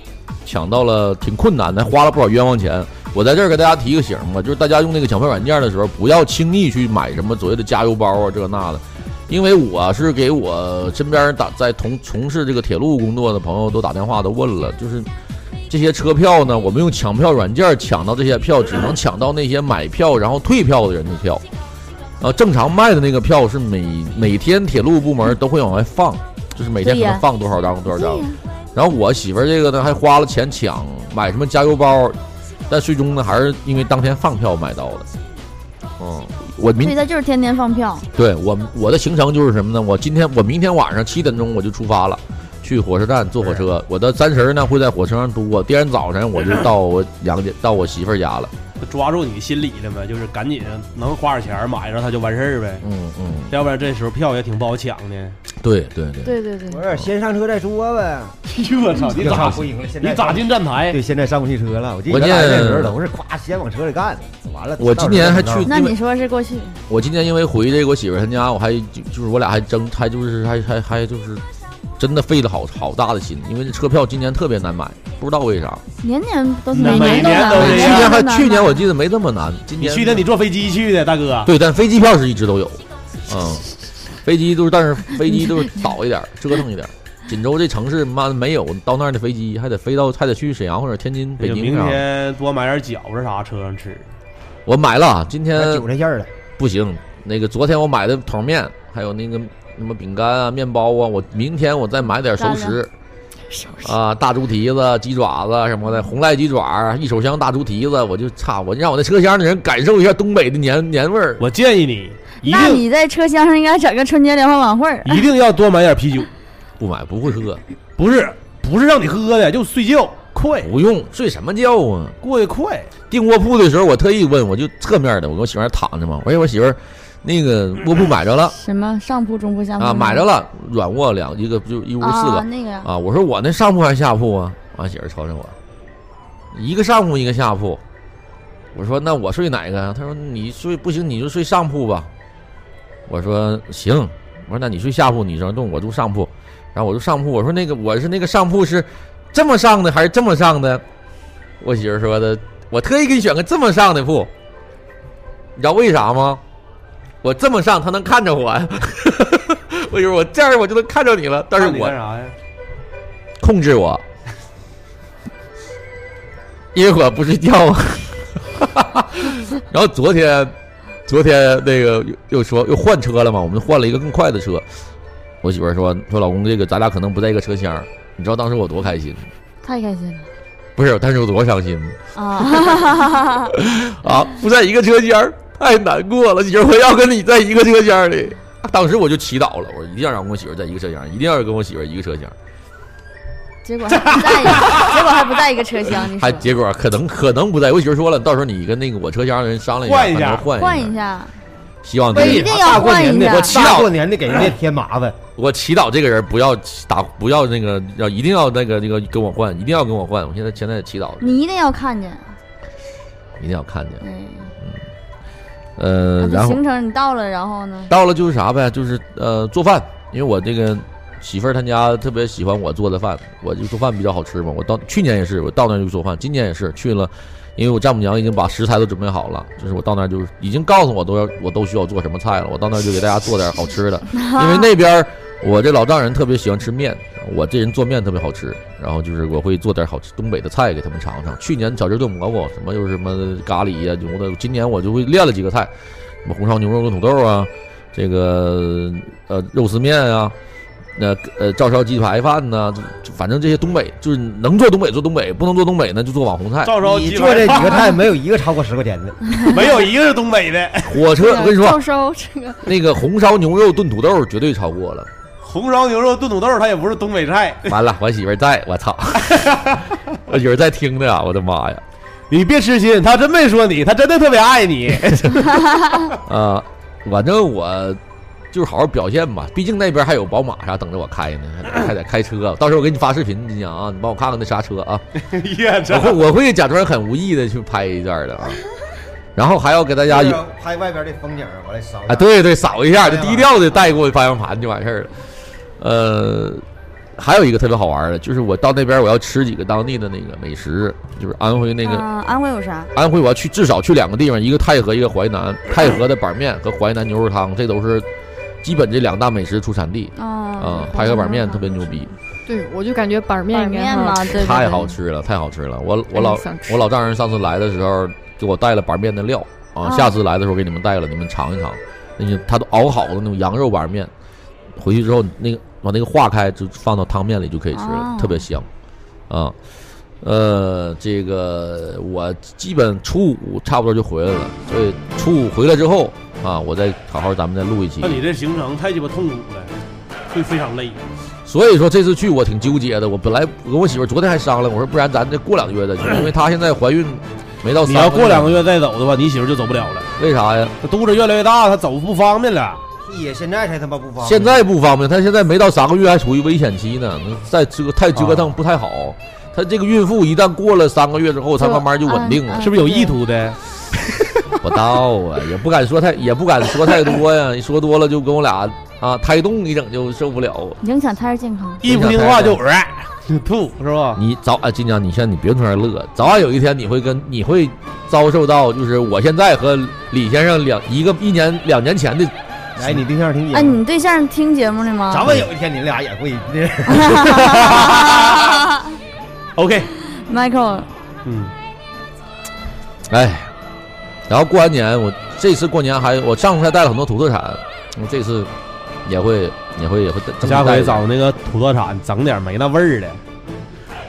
[SPEAKER 2] 抢到了挺困难的，花了不少冤枉钱。我在这儿给大家提个醒吧，就是大家用那个抢票软件的时候，不要轻易去买什么所谓的加油包啊这那的，因为我是给我身边打在同从事这个铁路工作的朋友都打电话都问了，就是这些车票呢，我们用抢票软件抢到这些票，只能抢到那些买票然后退票的人的票。呃，正常卖的那个票是每每天铁路部门都会往外放，就是每天可
[SPEAKER 3] 对呀
[SPEAKER 2] 能放多少张多少
[SPEAKER 3] 对
[SPEAKER 2] 张
[SPEAKER 3] 呀。
[SPEAKER 2] 然后我媳妇儿这个呢，还花了钱抢买什么加油包，但最终呢，还是因为当天放票买到的。嗯，我明
[SPEAKER 3] 对他就是天天放票，
[SPEAKER 2] 对我我的行程就是什么呢？我今天我明天晚上七点钟我就出发了，去火车站坐火车。我的三十儿呢会在火车上度过，第二天早晨我就到我娘家，到我媳妇儿家了。
[SPEAKER 1] 抓住你心里了呗，就是赶紧能花点钱买上它就完事儿呗，
[SPEAKER 2] 嗯嗯，
[SPEAKER 1] 要不然这时候票也挺不好抢的。
[SPEAKER 2] 对对对，
[SPEAKER 5] 对对对，
[SPEAKER 4] 不是先上车再说呗。
[SPEAKER 1] 我操，你咋
[SPEAKER 4] 不赢了？现在
[SPEAKER 1] 你咋进站台
[SPEAKER 4] 对，？现在上不去车了。我记得
[SPEAKER 2] 关键
[SPEAKER 4] 原来那时候都是夸先往车里干，完了。
[SPEAKER 2] 我今年还去
[SPEAKER 3] 那你说是过去
[SPEAKER 2] 我今天因为回这个我媳妇儿她家，我还就就是我俩还争，还就是还还还就是，真的费了好好大的心，因为这车票今年特别难买，不知道为啥。
[SPEAKER 3] 年年都是
[SPEAKER 1] 每
[SPEAKER 3] 年
[SPEAKER 1] 年
[SPEAKER 3] 难
[SPEAKER 1] 都
[SPEAKER 3] 买，
[SPEAKER 1] 这
[SPEAKER 2] 去
[SPEAKER 1] 样
[SPEAKER 2] 年
[SPEAKER 3] 每都
[SPEAKER 2] 还
[SPEAKER 3] 难
[SPEAKER 2] 去年
[SPEAKER 3] 买
[SPEAKER 2] 我记得没这么难，今
[SPEAKER 1] 你
[SPEAKER 2] 年
[SPEAKER 1] 去年你坐飞机去的，大哥。
[SPEAKER 2] 对，但飞机票是一直都有， 嗯，飞机都是，但是飞机都是倒一点儿，折腾一点儿。锦州这城市妈的没有到那儿的飞机，还得飞到还得去沈阳或者天津、
[SPEAKER 1] 那
[SPEAKER 2] 北
[SPEAKER 1] 就
[SPEAKER 2] 京
[SPEAKER 1] 哎
[SPEAKER 2] 啊
[SPEAKER 1] 明
[SPEAKER 2] 啥。
[SPEAKER 1] 天多买点饺子啥，车上吃。
[SPEAKER 2] 我买了，今天
[SPEAKER 4] 酒这馅儿了，
[SPEAKER 2] 不行，那个昨天我买的桶面，还有那个什么饼干啊、面包啊，我明天我再买点熟食。啊，大猪蹄子、鸡爪子什么的，红赖鸡爪，一手香大猪蹄子，我就差我让我那车厢的人感受一下东北的年年味儿。
[SPEAKER 1] 我建议你一
[SPEAKER 3] 那
[SPEAKER 1] 定
[SPEAKER 3] 你在车厢上应该整个春节联欢晚会儿，
[SPEAKER 1] 一定要多买点啤酒，
[SPEAKER 2] 不买不会喝，
[SPEAKER 1] 不是不是让你喝的，就睡觉快，
[SPEAKER 2] 不用睡什么觉啊？
[SPEAKER 1] 过得快。
[SPEAKER 2] 订卧铺的时候，我特意问，我就侧面的，我跟我媳妇儿躺着嘛，我说我媳妇儿，那个卧铺买着了
[SPEAKER 3] 什么上铺、中铺、下铺
[SPEAKER 2] 啊，买着
[SPEAKER 3] 了，
[SPEAKER 2] 了，软卧两一个就一屋四
[SPEAKER 3] 啊
[SPEAKER 2] 个
[SPEAKER 3] 那个呀，
[SPEAKER 2] 啊，我说我那上铺还是下铺啊？完、媳妇儿瞅瞅我，一个上铺一个下铺，我说那我睡哪个？啊她说你睡不行你就睡上铺吧，我说行，我说那你睡下铺，你说那我住上铺，然后我住上铺，我说那个我是那个上铺是这么上的还是这么上的？我媳妇儿说的，我特意给你选个这么上的铺，你知道为啥吗？我这么上，她能看着我。 我媳妇儿，我这样我就能看着你了，但是
[SPEAKER 1] 看你
[SPEAKER 2] 我
[SPEAKER 1] 干啥呀？
[SPEAKER 2] 控制我，因为我不睡觉啊。然后昨天，昨天那个又又说又换车了嘛，我们换了一个更快的车。我媳妇儿说说老公，这个咱俩可能不在一个车厢儿。你知道当时我多开心？
[SPEAKER 3] 太开心了
[SPEAKER 2] 不是，但是我多伤心
[SPEAKER 3] 啊！
[SPEAKER 2] 啊！不在一个车厢儿，太难过了。媳妇儿，我要跟你在一个车厢里。当时我就祈祷了，我说一定要让我媳妇儿在一个车厢，一定要跟我媳妇儿一个车厢。
[SPEAKER 3] 结果还不在一 个，结果还不在一个车厢，你
[SPEAKER 2] 还
[SPEAKER 3] 说
[SPEAKER 2] 结果可能可能不在，我媳妇说了，到时候你跟那个我车厢的人商量
[SPEAKER 1] 换一
[SPEAKER 2] 下，
[SPEAKER 1] 下
[SPEAKER 2] 换
[SPEAKER 3] 换
[SPEAKER 2] 一
[SPEAKER 3] 一，下，
[SPEAKER 2] 希望
[SPEAKER 3] 我
[SPEAKER 2] 这
[SPEAKER 3] 一
[SPEAKER 2] 个
[SPEAKER 3] 定要换一下
[SPEAKER 2] 我。祈
[SPEAKER 4] 大过
[SPEAKER 2] 祷
[SPEAKER 4] 年的给 人家添麻烦，
[SPEAKER 2] 我祈祷这个人不要打，不要那个要一定要那个那个跟我换，一定要跟我换。我现在现在祈祷，
[SPEAKER 3] 你一定要看见，
[SPEAKER 2] 一定要看见。
[SPEAKER 3] 嗯，
[SPEAKER 2] 呃，
[SPEAKER 3] 那
[SPEAKER 2] 然后
[SPEAKER 3] 啊行程你到了，然后呢？
[SPEAKER 2] 到了就是啥呗，就是呃做饭，因为我这个媳妇儿她家特别喜欢我做的饭，我就做饭比较好吃嘛。我到去年也是，我到那儿就做饭，今年也是去了，因为我丈母娘已经把食材都准备好了，就是我到那儿就已经告诉我都要我都需要做什么菜了，我到那儿就给大家做点好吃的，因为那边儿我这老丈人特别喜欢吃面，我这人做面特别好吃，然后就是我会做点好吃东北的菜给他们尝尝。去年饺子炖蘑菇，什么又是什么咖喱呀、牛的，今年我就会练了几个菜，什么红烧牛肉炖土豆啊，这个呃肉丝面啊，那呃照烧鸡排饭呐、就反正这些东北就是能做东北做东北，不能做东北呢就做网红菜。
[SPEAKER 1] 照烧
[SPEAKER 4] 你
[SPEAKER 1] 鸡
[SPEAKER 4] 做 这
[SPEAKER 1] 排
[SPEAKER 4] 几个菜没有一个超过十块钱的，
[SPEAKER 1] 没有一个是东北的，
[SPEAKER 2] 火车，我跟你说
[SPEAKER 5] 照，烧这个
[SPEAKER 2] 那个红烧牛肉炖土豆绝对超过了。
[SPEAKER 1] 红烧牛肉炖土豆，它也不是东北菜。
[SPEAKER 2] 完了，我媳妇儿在，我操！我媳妇儿在听的啊，我的妈呀！
[SPEAKER 1] 你别痴心，他真没说你，他真的特别爱你。
[SPEAKER 2] 啊、反正我就是好好表现吧，毕竟那边还有宝马啥等着我开呢，还得还得开车。到时候我给你发视频，金阳啊，你帮我看看那啥车啊，
[SPEAKER 1] 呀，
[SPEAKER 2] 我
[SPEAKER 1] 这
[SPEAKER 2] 会我会假装很无意的去拍一段的啊。然后还要给大家有
[SPEAKER 4] 拍外边的风景，完了烧
[SPEAKER 2] 啊，对对，扫一下，就低调的带过方向盘就完事儿了。呃，还有一个特别好玩的，就是我到那边我要吃几个当地的那个美食，就是安徽那个
[SPEAKER 3] 嗯，安徽有啥？
[SPEAKER 2] 安徽我要去至少去两个地方，一个太和，一个淮南。太和的板面和淮南牛肉汤，这都是基本这两大美食出产地啊
[SPEAKER 3] 啊。
[SPEAKER 2] 太和板面特别牛逼，
[SPEAKER 5] 对，我就感觉板面
[SPEAKER 3] 板
[SPEAKER 5] 应该
[SPEAKER 3] 面
[SPEAKER 5] 很
[SPEAKER 3] 嘛
[SPEAKER 5] 好，吃
[SPEAKER 3] 对，对
[SPEAKER 2] 太
[SPEAKER 3] 对哎
[SPEAKER 2] 好吃了，太好吃了。我我老
[SPEAKER 5] 真想吃
[SPEAKER 2] 我老丈人上次来的时候给我带了板面的料啊，
[SPEAKER 3] 啊
[SPEAKER 2] 下次来的时候给你们带了，你们尝一尝。那些他都熬好的那种羊肉板面，回去之后那个把那个化开，就放到汤面里就可以吃了
[SPEAKER 3] 哦，
[SPEAKER 2] 特别香啊。呃，这个我基本初五差不多就回来了，所以初五回来之后啊，我再好好咱们再录一期
[SPEAKER 1] 那。你这行程太鸡巴痛苦了，会非常累。
[SPEAKER 2] 所以说这次去我挺纠结的，我本来我跟我媳妇儿昨天还商量，我说不然咱这过两个月再去，因为她现在怀孕没到
[SPEAKER 1] 你要
[SPEAKER 2] 三个月。
[SPEAKER 1] 过两个月再走的话，你媳妇就走不了了。
[SPEAKER 2] 为啥呀？
[SPEAKER 1] 她肚子越来越大，她走不方便了。
[SPEAKER 4] 也哎现在才他妈不发。
[SPEAKER 2] 现在不方便，她现在没到三个月，还处于危险期呢，那再折太折腾不太好。她这个孕妇一旦过了三个月之后，她
[SPEAKER 3] 就
[SPEAKER 2] 慢慢就稳定了
[SPEAKER 3] 嗯。
[SPEAKER 1] 是不是有意图的？
[SPEAKER 2] 不到啊，也不敢说太，也不敢说太多呀，一说多了就跟我俩啊胎动一整就受不了。
[SPEAKER 3] 影响胎儿健康。
[SPEAKER 1] 一不听话就呃就吐，是吧？
[SPEAKER 2] 你早啊，金江，你现在你别从这儿乐，早晚有一天你会跟你会遭受到，就是我现在和李先生两一个一年两年前的
[SPEAKER 4] 哎，你对象挺
[SPEAKER 3] 哎，
[SPEAKER 4] 姐吗，
[SPEAKER 3] 你对象听节目呢吗？
[SPEAKER 4] 早晚有一天你俩也 会。
[SPEAKER 1] OK，
[SPEAKER 3] Michael，
[SPEAKER 1] 嗯，
[SPEAKER 2] 哎，然后过完年，我这次过年还我上次还带了很多土特产，我这次也会也会也会带
[SPEAKER 1] 下回
[SPEAKER 2] 找
[SPEAKER 1] 找那个土特产整点没那味儿的。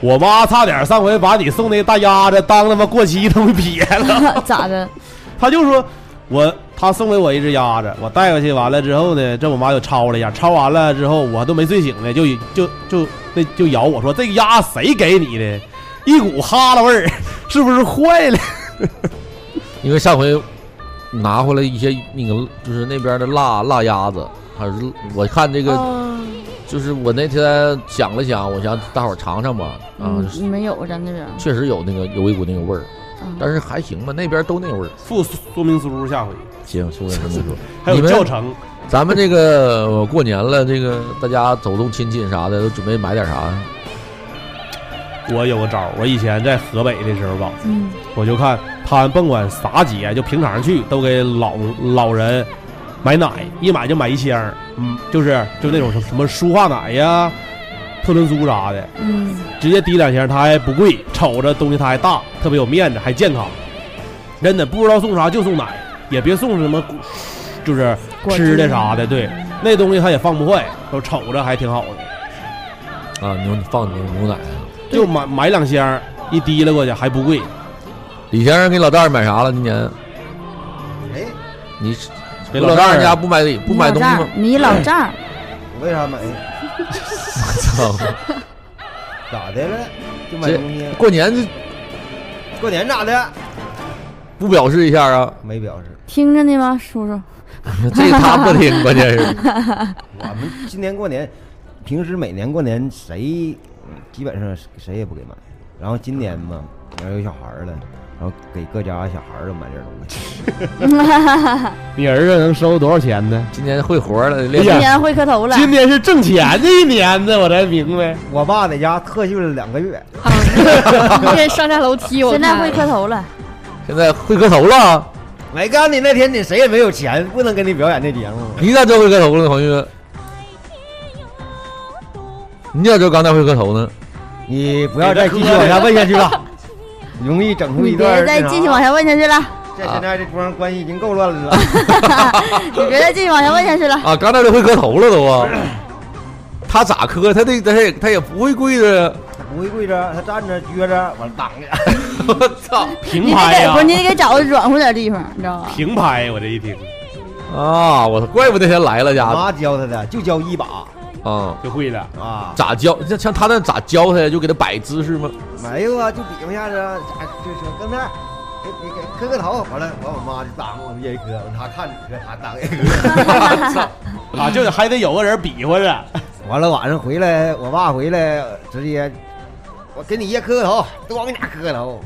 [SPEAKER 1] 我妈差点上回把你送那大鸭子当他妈过期他妈撇了，
[SPEAKER 3] 咋的？
[SPEAKER 1] 她就说我她送给我一只鸭子，我带回去完了之后呢，这我妈就抄了一下，抄完了之后我还都没睡醒呢，就就就那就咬我说这个鸭谁给你的？一股哈喇味儿，是不是 坏了？
[SPEAKER 2] 因为上回拿回来一些那个就是那边的腊腊鸭子，还是我看这个、
[SPEAKER 5] 哦嗯
[SPEAKER 2] 就是我那天想了想，我想大伙儿尝尝吧，啊、
[SPEAKER 3] 嗯，你们有咱这边儿？
[SPEAKER 2] 确实有那个有一股那个味儿，
[SPEAKER 3] 嗯
[SPEAKER 2] 但是还行吧，那边都那味儿。
[SPEAKER 1] 附说明书下回
[SPEAKER 2] 行，说 什么说？
[SPEAKER 1] 还
[SPEAKER 2] 你
[SPEAKER 1] 有
[SPEAKER 2] 们
[SPEAKER 1] 教程，
[SPEAKER 2] 咱们这个呃过年了，这个大家走动亲戚啥的，都准备买点啥啊呀？
[SPEAKER 1] 我有个招儿，我以前在河北的时候吧，
[SPEAKER 3] 嗯，
[SPEAKER 1] 我就看他们甭管啥节，就平常去都给老老人买奶，一买就买一箱儿，嗯，就是就那种什么舒化奶呀、特仑苏啥的，
[SPEAKER 3] 嗯，
[SPEAKER 1] 直接滴两箱，它还不贵，瞅着东西它还大，特别有面子，还健康。真的不知道送啥就送奶，也别送什么 谷，就是
[SPEAKER 3] 果汁
[SPEAKER 1] 吃的啥的，对，
[SPEAKER 3] 嗯
[SPEAKER 1] 那东西它也放不坏，都瞅着还挺好的。
[SPEAKER 2] 啊，牛放牛牛奶啊。
[SPEAKER 1] 就买买两箱儿，一提了过去还不贵。
[SPEAKER 2] 李先生给老丈人买啥了？今年
[SPEAKER 4] 哎，
[SPEAKER 2] 你
[SPEAKER 1] 给
[SPEAKER 2] 老
[SPEAKER 1] 丈
[SPEAKER 2] 丈人家不买礼不买东西吗？
[SPEAKER 3] 你老丈儿，
[SPEAKER 4] 我为啥买？
[SPEAKER 2] 操！
[SPEAKER 4] 咋的了？就买
[SPEAKER 2] 这
[SPEAKER 4] 东西？
[SPEAKER 2] 过年这
[SPEAKER 4] 过年咋的？
[SPEAKER 2] 不表示一下啊？
[SPEAKER 4] 没表示。
[SPEAKER 3] 听着呢吗，叔叔？
[SPEAKER 2] 这他不听，关键是
[SPEAKER 4] 我们今年过年，平时每年过年谁基本上谁也不给买，然后今年嘛，然后有小孩儿了，然后给各家小孩儿都买点东西。
[SPEAKER 1] 你儿子能收多少钱呢？
[SPEAKER 2] 今年会活了，
[SPEAKER 1] 哎
[SPEAKER 2] 练
[SPEAKER 1] 呀
[SPEAKER 3] 今年会磕头了。
[SPEAKER 1] 今年是挣钱的一年呢，我才明白。
[SPEAKER 4] 我爸在家特训了两个月，
[SPEAKER 5] 啊，这上下楼梯我
[SPEAKER 3] 现在
[SPEAKER 5] 看
[SPEAKER 3] 会磕头了，
[SPEAKER 2] 现在会磕头了。
[SPEAKER 4] 没告诉你那天你谁也没有钱，不能跟你表演这节目。
[SPEAKER 2] 你咋知道会磕头了呢，黄玉？你咋知道刚才会磕头呢？
[SPEAKER 4] 你不要再继续往下问下去 了，容易整出
[SPEAKER 3] 你
[SPEAKER 4] 一段儿
[SPEAKER 3] 别再
[SPEAKER 4] 那啥
[SPEAKER 3] 继续往下问下去了，
[SPEAKER 4] 这现在这桌上关系已经够乱了。
[SPEAKER 3] 你别再继续往下问下去了。
[SPEAKER 2] 啊，刚才都会磕头了都 啊！他咋磕？他得他也他也不会跪着。
[SPEAKER 4] 他不会跪着，他站着撅着，完了挡着。
[SPEAKER 2] 我操！
[SPEAKER 1] 平
[SPEAKER 3] 你得
[SPEAKER 1] 拍
[SPEAKER 3] 给
[SPEAKER 1] 哎呀、
[SPEAKER 3] 不，你得给找个软乎点地方，你 知道吧？
[SPEAKER 1] 平拍！我这一听
[SPEAKER 2] 啊，我操！怪不得那天来了家
[SPEAKER 3] 啊
[SPEAKER 4] 我
[SPEAKER 2] 伙
[SPEAKER 4] 妈教他的，就教一把
[SPEAKER 2] 啊。
[SPEAKER 1] 就会了。
[SPEAKER 4] 啊。
[SPEAKER 2] 咋教？像像他那咋教他呀？就给他摆姿势吗？
[SPEAKER 4] 没有啊，就比划一下子啊，咋就说跟那儿给给给磕个头，完了完我妈就当我们也磕，她看你磕，她当也磕。
[SPEAKER 1] 啊，就是还得有个人比划着。
[SPEAKER 4] 完了晚上回来，我爸回来直接，我给你爷磕个头，都往你俩磕个头，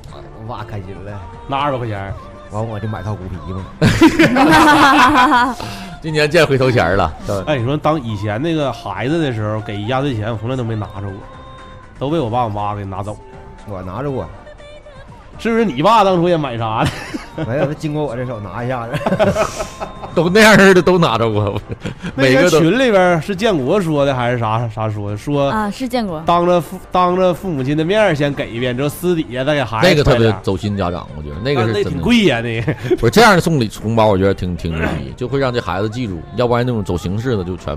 [SPEAKER 4] 我爸开心了。
[SPEAKER 1] 拿二百块钱，
[SPEAKER 4] 完我就买套骨皮嘛，
[SPEAKER 2] 今年见回头钱儿了，对
[SPEAKER 1] 哎，你说当以前那个孩子的时候，给压岁钱我从来都没拿着过，都被我爸我妈给拿走。
[SPEAKER 4] 我拿着过，
[SPEAKER 1] 是不是你爸当初也买啥的？
[SPEAKER 4] 没有他经过我这手拿一下子，
[SPEAKER 2] 都那样式的都拿着过， 每
[SPEAKER 1] 那
[SPEAKER 2] 个
[SPEAKER 1] 个
[SPEAKER 2] 都
[SPEAKER 1] 群里边是建国说的还是啥啥说的？说
[SPEAKER 3] 啊，是建国。
[SPEAKER 1] 当着父当着父母亲的面儿先给一遍，之后私底下再给孩子
[SPEAKER 2] 那个特别
[SPEAKER 1] 揣点儿
[SPEAKER 2] 走心家长，我觉得那
[SPEAKER 1] 但
[SPEAKER 2] 个
[SPEAKER 1] 那
[SPEAKER 2] 是
[SPEAKER 1] 挺
[SPEAKER 2] 真的。
[SPEAKER 1] 贵呀、那 个
[SPEAKER 2] 不是这样的送礼红包，我觉得挺挺牛逼，就会让这孩子记住，要不然那种走形式的就全。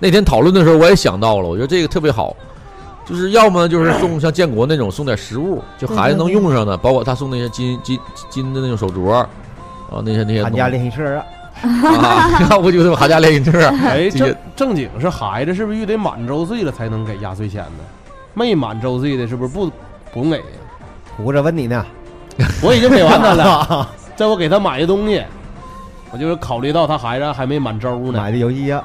[SPEAKER 2] 那天讨论的时候我也想到了，我觉得这个特别好，就是要么就是送像建国那种送点实物，就孩子能用上的，包括他送那些金金金的那种手镯，啊那些那些
[SPEAKER 4] 俺
[SPEAKER 2] 东西
[SPEAKER 4] 家练习社啊，
[SPEAKER 2] 啊，我就这么寒假练习册。
[SPEAKER 1] 哎，
[SPEAKER 2] 这
[SPEAKER 1] 正
[SPEAKER 2] 些
[SPEAKER 1] 正经是孩子，是不是又得满周岁了才能给压岁钱呢？没满周岁的，是不是不不用给？
[SPEAKER 4] 胡子问你呢，
[SPEAKER 1] 我已经给完他了，这我给他买的东西，我就是考虑到他孩子还没满周呢，
[SPEAKER 4] 买的游戏啊呀，